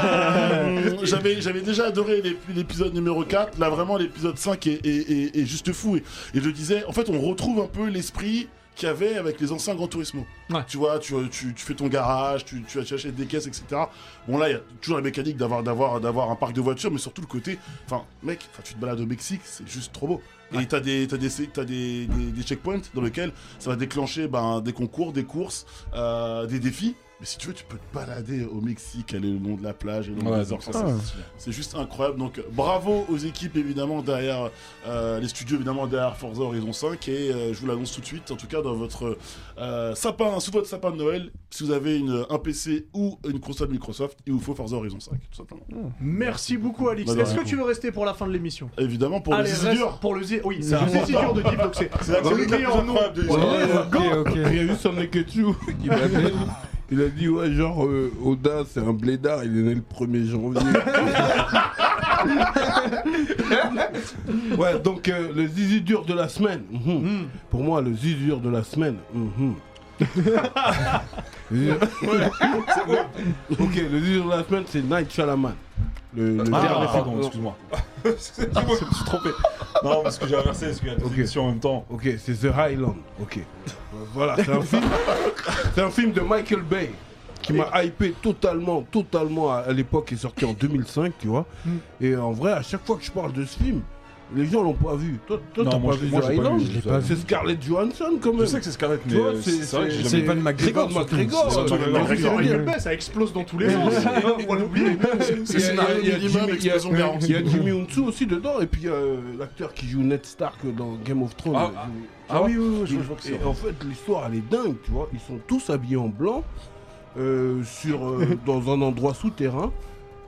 S11: Euh, j'avais, j'avais déjà adoré l'ép- l'épisode numéro 4. Là, vraiment, l'épisode 5 est, est- est- est juste fou. Et, et je disais, en fait, on retrouve un peu l'esprit qu'il y avait avec les anciens Grand Turismo. Tu vois, tu, tu- tu fais ton garage, tu, tu achètes des caisses, etc. Bon, là, il y a toujours la mécanique d'avoir, d'avoir, d'avoir un parc de voitures, mais surtout le côté. Enfin, mec, enfin, tu te balades au Mexique, c'est juste trop beau. Et t'as des, t'as des, t'as des, des- des checkpoints dans lesquels ça va déclencher ben, des concours, des courses, euh, des défis. Mais si tu veux, tu peux te balader au Mexique, aller le long de la plage et le long
S2: Ouais,
S11: des
S2: donc
S11: orques.
S2: ça,
S11: Ça,
S2: c'est
S11: c'est-
S2: stylé.
S11: C'est juste incroyable. Donc bravo aux équipes évidemment derrière euh, les studios évidemment derrière Forza Horizon 5 et euh, je vous l'annonce tout de suite en tout cas dans votre euh, sapin sous votre sapin de Noël si vous avez une, un PC ou une console Microsoft il vous faut Forza Horizon 5 tout simplement.
S1: Merci beaucoup, Alix.
S11: Bah, de
S1: Est-ce que
S11: rien.
S1: tu veux rester pour la fin de l'émission
S11: Évidemment pour
S1: Allez,
S11: les
S1: reste
S11: dur.
S1: pour le zi- Oui, c'est
S11: C'est
S1: un
S11: important.
S1: dur de Deep donc c'est.
S11: C'est la
S1: c'est
S11: chronique la
S1: clé
S11: plus
S1: en nous.
S11: incroyable de l'histoire.
S3: Oh, Il y a eu son Neketsu qui m'appelle. Il a dit, ouais, genre, euh, Oda, c'est un blédard, il est né le 1er janvier. ouais, donc, euh, le zizi dur de la semaine. Mhm. Pour moi, le zizi dur de la semaine. mhm. ok, le zizi dur de la semaine, c'est Night Shalaman. Le, le
S2: Ah,
S3: dernier film.
S2: pardon, excuse-moi. je me suis trompé. Non, parce que j'ai inversé, parce qu'il y a deux
S3: Ok.
S2: émissions en même temps.
S3: Ok, c'est The Highland. Ok. Euh, voilà, c'est un film. c'est un film de Michael Bay qui m'a hypé totalement, totalement à, à l'époque, qui est sorti en 2005, tu vois.
S2: Hmm.
S3: Et en vrai, à chaque fois que je parle de ce film, les gens l'ont pas vu. Toi, toi,
S2: Non,
S3: t'as
S2: moi,
S3: pas
S2: je-
S3: vu
S2: moi,
S3: The
S2: j'ai pas
S3: Highland
S2: vu, je l'ai pas vu.
S3: C'est Scarlett Johansson quand même.
S2: Je sais que c'est Scarlett, mais
S3: Tu vois,
S2: euh,
S3: c'est-
S2: c'est vrai que j'ai
S10: C'est
S2: jamais
S10: Evan McGregor.
S3: Evan
S10: surtout.
S3: McGregor,
S10: C'est surtout
S3: ouais.
S10: Evan
S1: Bah,
S3: Ouais.
S10: McGregor.
S1: Michael
S3: Michael
S1: Bay, ça explose dans tous les sens. On va l'oublier.
S3: Il y a-
S11: scénario
S3: il y a- il y a
S11: minimum,
S3: Jimmy- il y a-
S11: explosion garantie.
S3: Il y a Jimmy Hunsu aussi dedans, et puis il y a, euh, l'acteur qui joue Ned Stark dans Game of Thrones.
S2: Ah, ah, Ah oui, oui, oui, je vois- je vois que
S3: Et
S2: c'est.
S3: en fait, l'histoire, elle est dingue, tu vois. Ils sont tous habillés en blanc euh, sur, euh, dans un endroit souterrain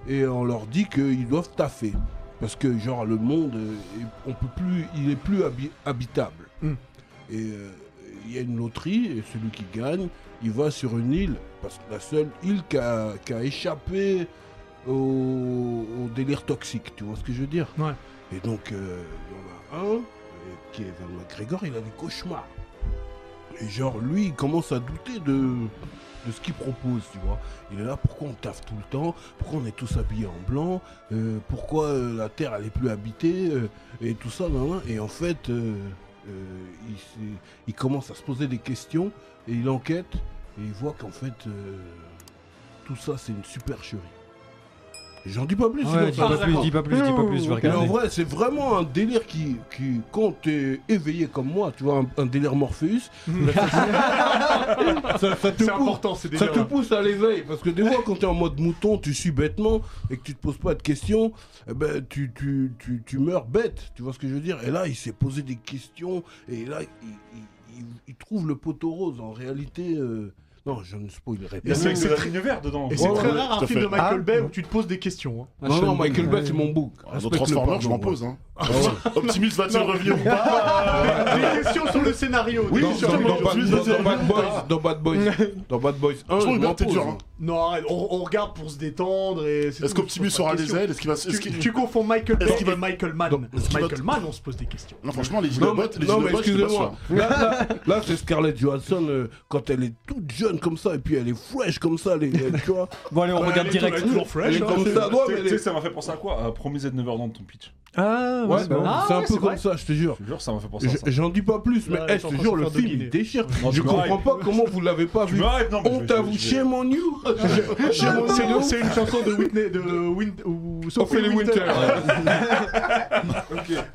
S3: et on leur dit qu'ils doivent taffer. Parce que, genre, le monde, euh, est- on peut plus, il est plus habi- habitable.
S2: Hmm.
S1: Mm.
S3: Et euh, il y a une loterie et celui qui gagne, il va sur une île. Parce que la seule île qui a, qui a échappé au, au délire toxique, tu vois ce que je veux dire
S1: Ouais.
S3: Et donc, euh, il y en a un, euh, qui est Evan McGregor, il a des cauchemars. Et genre, lui, il commence à douter de, de ce qu'il propose, tu vois. Il est là, pourquoi on taffe tout le temps Pourquoi on est tous habillés en blanc Euh, Pourquoi euh, la Terre, elle est plus habitée Euh, Et tout ça, nan, nan. Et en fait, euh, euh, il, s'est- il commence à se poser des questions, et il enquête, et il voit qu'en fait, euh, tout ça, c'est une supercherie. Et J'en dis pas plus, sinon
S10: Ouais, dis
S3: ça-
S10: pas plus, dis pas
S3: Ah,
S10: plus, dis pas plus, je vais
S3: mais en
S10: regarder.
S3: vrai, c'est vraiment un délire qui, qui quand t'es éveillé comme moi, tu vois, un, un délire Morpheus, ça, ça te
S1: C'est
S3: pousse,
S1: important, c'est
S3: ça
S1: déjà.
S3: te pousse à l'éveil. Parce que des fois, quand t'es en mode mouton, tu suis bêtement et que tu te poses pas de questions, eh ben, tu, tu, tu, tu meurs bête. Tu vois ce que je veux dire Et là, il s'est posé des questions et là, il, il- il- il trouve le poteau rose. En réalité, euh, non, je ne spoilerai pas.
S2: Et c'est c'est très univers dedans.
S1: Et c'est
S3: Ouais,
S1: très
S3: ouais,
S1: rare un
S11: tout à
S1: film
S11: fait.
S1: de Michael
S9: Ah.
S1: Bay où tu te poses des questions. hein.
S3: Non, non, Michael Bay, c'est mon bouc.
S11: Dans Transformers, Ah, je m'en pose. Hein. Optimus va-t-il revenir ou pas
S1: Bah, Des questions sur le scénario.
S11: Bah, euh, Oui,
S1: des
S3: dans,
S1: questions
S3: dans-
S11: justement,
S3: dans
S11: je
S3: Bad,
S11: suis
S3: dans-
S11: désolé.
S3: dans Bad Boys, dans Bad Boys, dans Bad Boys 1,
S11: Je trouve
S3: je
S11: que
S3: m'en
S11: t'es
S3: pose.
S11: dur, hein.
S1: Non, arrête, on, on regarde pour se détendre et.
S11: Est-ce qu'Optimus aura des ailes Est-ce qu'il va- est-ce
S1: tu,
S11: qu'il-
S1: tu confonds Michael
S11: Est-ce
S1: Bay
S11: qu'il va-
S1: et Michael Mann.
S11: Non, est-ce qu'il va-
S1: Michael Mann, on se pose des questions.
S11: Non, franchement, les
S3: Non,
S11: Dinobots,
S3: mais,
S11: les
S3: non, mais
S11: Dinobots, je suis pas
S3: excusez-moi.
S11: sûr.
S3: Là, là- là, c'est Scarlett Johansson euh, quand elle est toute jeune comme ça et puis elle est fraîche comme ça, les, les- tu vois.
S4: Bon, allez, on
S3: Euh,
S4: regarde
S3: elle est
S4: direct.
S3: toujours- elle est
S2: Tu
S3: comme
S1: hein.
S3: ça, ouais, mais elle
S2: sais, tu
S3: est-
S2: sais, ça m'a fait penser à quoi À Promised Neverland, ton pitch.
S10: Ah,
S3: Ouais, bah, c'est un peu comme
S10: ça.
S3: ça, je te jure.
S2: Je te jure, ça m'a fait penser à ça.
S3: Je- J'en dis pas plus, mais
S1: Là,
S3: eh,
S1: ils
S3: je
S1: sont
S3: te
S1: en train
S3: jure,
S1: de
S3: le
S1: faire deux
S3: film il
S1: guinées.
S3: déchire.
S2: Non,
S3: Je
S2: tu m'arrêtes.
S3: comprends pas comment vous l'avez pas
S2: Tu
S3: vu.
S2: m'arrêtes, non, mais je vais-
S3: Honte
S2: je
S3: à
S2: vais-
S3: vous,
S2: je vais-
S3: shame on you.
S1: C'est c'est une chanson de Whitney. De Win- ou- Sophie
S3: Ophélie
S1: Winter.
S3: Winter.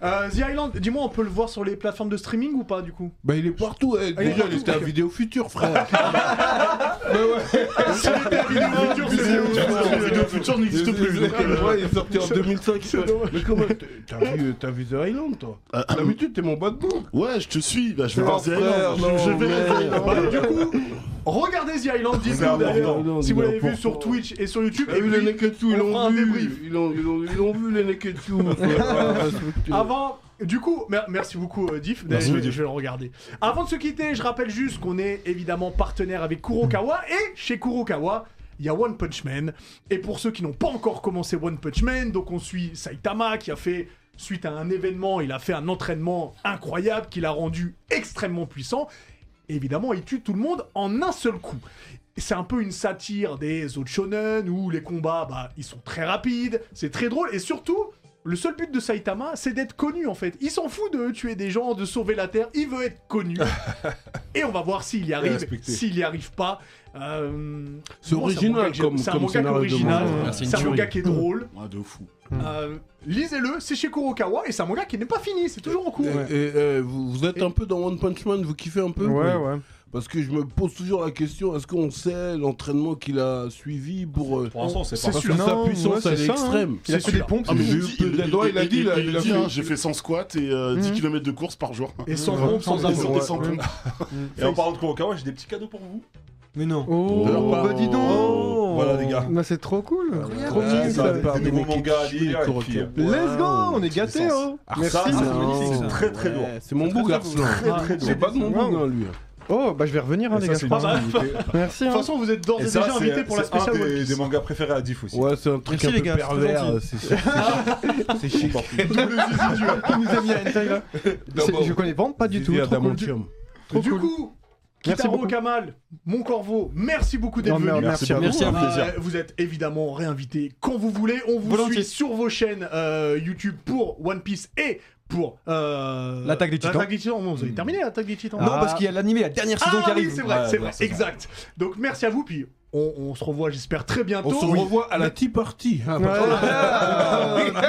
S1: Euh, The Island, dis-moi, on peut le voir sur les plateformes de streaming ou pas du coup
S3: Bah il est partout, eh.
S1: Ah, il est
S3: déjà il
S1: partout,
S3: était à
S1: ok.
S3: Vidéo Future frère. Bah ouais,
S11: Vidéo Future, Vidéo Future n'existe plus. donc, euh,
S3: Ouais, il est sorti en 2005. ouais. Mais comment t'as vu, euh, t'as vu The Island toi
S11: Ah, ah,
S3: D'habitude t'es mon bad boy.
S11: Ouais, je te suis, bah, je vais
S3: Non,
S11: voir The Island.
S3: frère, non,
S11: Je je vais
S3: mais-
S11: The Island.
S1: Bah, du coup, regardez The Island, dites-nous
S2: Regardons
S1: d'ailleurs
S3: The Island,
S1: si vous l'avez vu
S3: n'importe
S1: sur
S3: quoi.
S1: Twitch et sur YouTube.
S3: T'as
S1: Et
S3: vu eh, les
S1: puis,
S3: Neketsu,
S1: on
S3: ils
S1: fera
S3: l'ont
S1: un
S3: vu.
S1: débrief.
S3: Ils l'ont ils l'ont- ils l'ont vu les Neketsu. frère.
S1: Avant, du coup, mer- merci beaucoup euh, Diff,
S2: Merci,
S1: je, vais-
S2: Diff.
S1: je vais le regarder. Avant de se quitter, je rappelle juste qu'on est évidemment partenaire avec Kurokawa
S2: Mm.
S1: et chez Kurokawa. Il y a One Punch Man. Et pour ceux qui n'ont pas encore commencé One Punch Man, donc on suit Saitama qui a fait, suite à un événement, il a fait un entraînement incroyable qui l'a rendu extrêmement puissant. Et évidemment, il tue tout le monde en un seul coup. C'est un peu une satire des autres shonen où les combats, bah, ils sont très rapides, c'est très drôle et surtout, le seul but de Saitama, c'est d'être connu en fait. Il s'en fout de tuer des gens, de sauver la terre, il veut être connu. et on va voir s'il y arrive,
S2: respecté.
S1: s'il y arrive pas. Euh,
S3: C'est
S1: moi, un
S3: original
S1: manga que j'aime.
S3: comme-
S1: C'est un
S3: comme
S1: manga qui est
S3: scénario de
S1: original,
S3: manga.
S10: Merci,
S1: c'est un
S10: une
S1: manga qui est drôle.
S11: Ouais, Ah, de fou.
S1: Euh, Lisez-le, c'est chez Kurokawa et c'est un manga qui n'est pas fini, c'est toujours en cours.
S3: Et, et, euh, vous, vous êtes un peu dans One Punch Man, vous kiffez un peu
S9: Ouais,
S3: vous
S9: ouais.
S3: Parce que je me pose toujours la question, est-ce qu'on sait l'entraînement qu'il a suivi pour... euh,
S2: Pour l'instant, c'est
S1: C'est
S2: pas
S1: sûr.
S3: Parce que
S10: Non,
S3: sa puissance,
S10: ouais,
S3: elle
S10: c'est
S3: est
S10: ça, hein.
S3: extrême.
S1: Il a fait des pompes,
S11: Ah, mais
S3: J'ai
S11: il
S3: eu
S11: dit-
S3: peu de
S11: il-
S3: doigts, il a dit, là,
S11: il
S3: il
S11: le
S3: a
S11: dit,
S3: fait-
S11: hein, j'ai fait 100 squats et euh, 10 km de course par jour.
S1: et sans
S10: Ouais.
S1: pompe, sans
S10: Sans
S1: amour.
S11: Et sans pompe.
S1: Mm.
S2: Et en parlant de Kurokawa, j'ai des petits cadeaux pour vous.
S4: Mais non.
S9: Oh,
S11: Oh.
S9: bah dis donc
S2: Voilà, les gars.
S9: Bah c'est trop cool
S1: Ah,
S9: Trop
S2: Ouais,
S9: mignon,
S2: c'est
S9: Ah,
S2: des-
S9: ça.
S2: des nouveaux mangas à lire, et puis,
S3: hein.
S2: euh,
S9: Let's go On est gâtés, hein
S2: ça,
S9: Merci
S2: c'est
S9: man.
S2: magnifique, ça. Très, très lourd.
S3: C'est mon beau garçon.
S2: très
S3: C'est pas de mon
S9: Wow.
S3: beau, hein, lui.
S9: Oh, bah je vais revenir, hein,
S2: Et
S9: les
S2: ça,
S9: gars.
S2: c'est
S9: je
S2: une
S9: pense.
S2: exclusivité.
S9: Merci,
S1: De toute
S9: hein.
S1: façon, vous êtes d'ores et,
S2: Et ça,
S1: déjà
S2: c'est-
S1: invités pour la
S2: c'est un
S1: spéciale One
S2: des,
S1: Piece.
S2: des mangas préférés à Diff aussi.
S3: Ouais, c'est un truc
S4: Merci,
S3: un
S4: les
S3: peu
S4: gars, c'est très
S3: pervers.
S4: gentil.
S3: euh, C'est c'est- c'est chic.
S9: Il nous a mis à Hentai, là. C'est- Je connais vraiment pas du tout.
S3: Vivi
S9: Trop cool.
S3: Adamantium.
S1: Du coup,
S9: Merci
S1: Kitaro
S9: beaucoup.
S1: Kamal, mon corbeau, merci beaucoup d'être
S9: Non, mais
S1: venu.
S9: merci à vous.
S4: Merci à vous.
S1: Euh, vous êtes évidemment réinvité quand vous voulez. On vous
S4: Volontiers.
S1: suit sur vos chaînes euh, YouTube pour One Piece et pour euh,
S10: L'attaque des Titans.
S1: L'attaque des Titans. Non, vous avez terminé l'attaque des Titans.
S4: Ah. Non,
S10: Ah.
S4: parce qu'il y a l'animé, la dernière
S1: Ah
S4: saison qui
S1: oui,
S4: arrive.
S1: c'est vrai,
S2: Ouais,
S1: c'est
S2: non,
S1: vrai,
S2: c'est ça.
S1: exact. Donc merci à vous, puis on, on se revoit, j'espère très bientôt.
S3: On se revoit à la tea party. hein, parce que-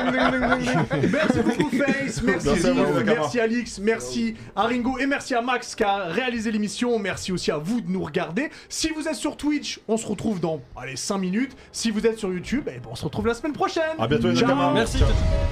S1: Merci beaucoup Face, merci
S2: Merci à vous,
S1: Yves,
S2: Nakama.
S1: merci Alix, merci à Ringo et merci à Max qui a réalisé l'émission. Merci aussi à vous de nous regarder. Si vous êtes sur Twitch, on se retrouve dans allez 5 minutes. Si vous êtes sur YouTube, eh ben, on se retrouve la semaine prochaine.
S2: À bientôt, les
S1: Ciao.
S2: Nakama.
S4: Merci.
S2: Ciao.
S4: Tati.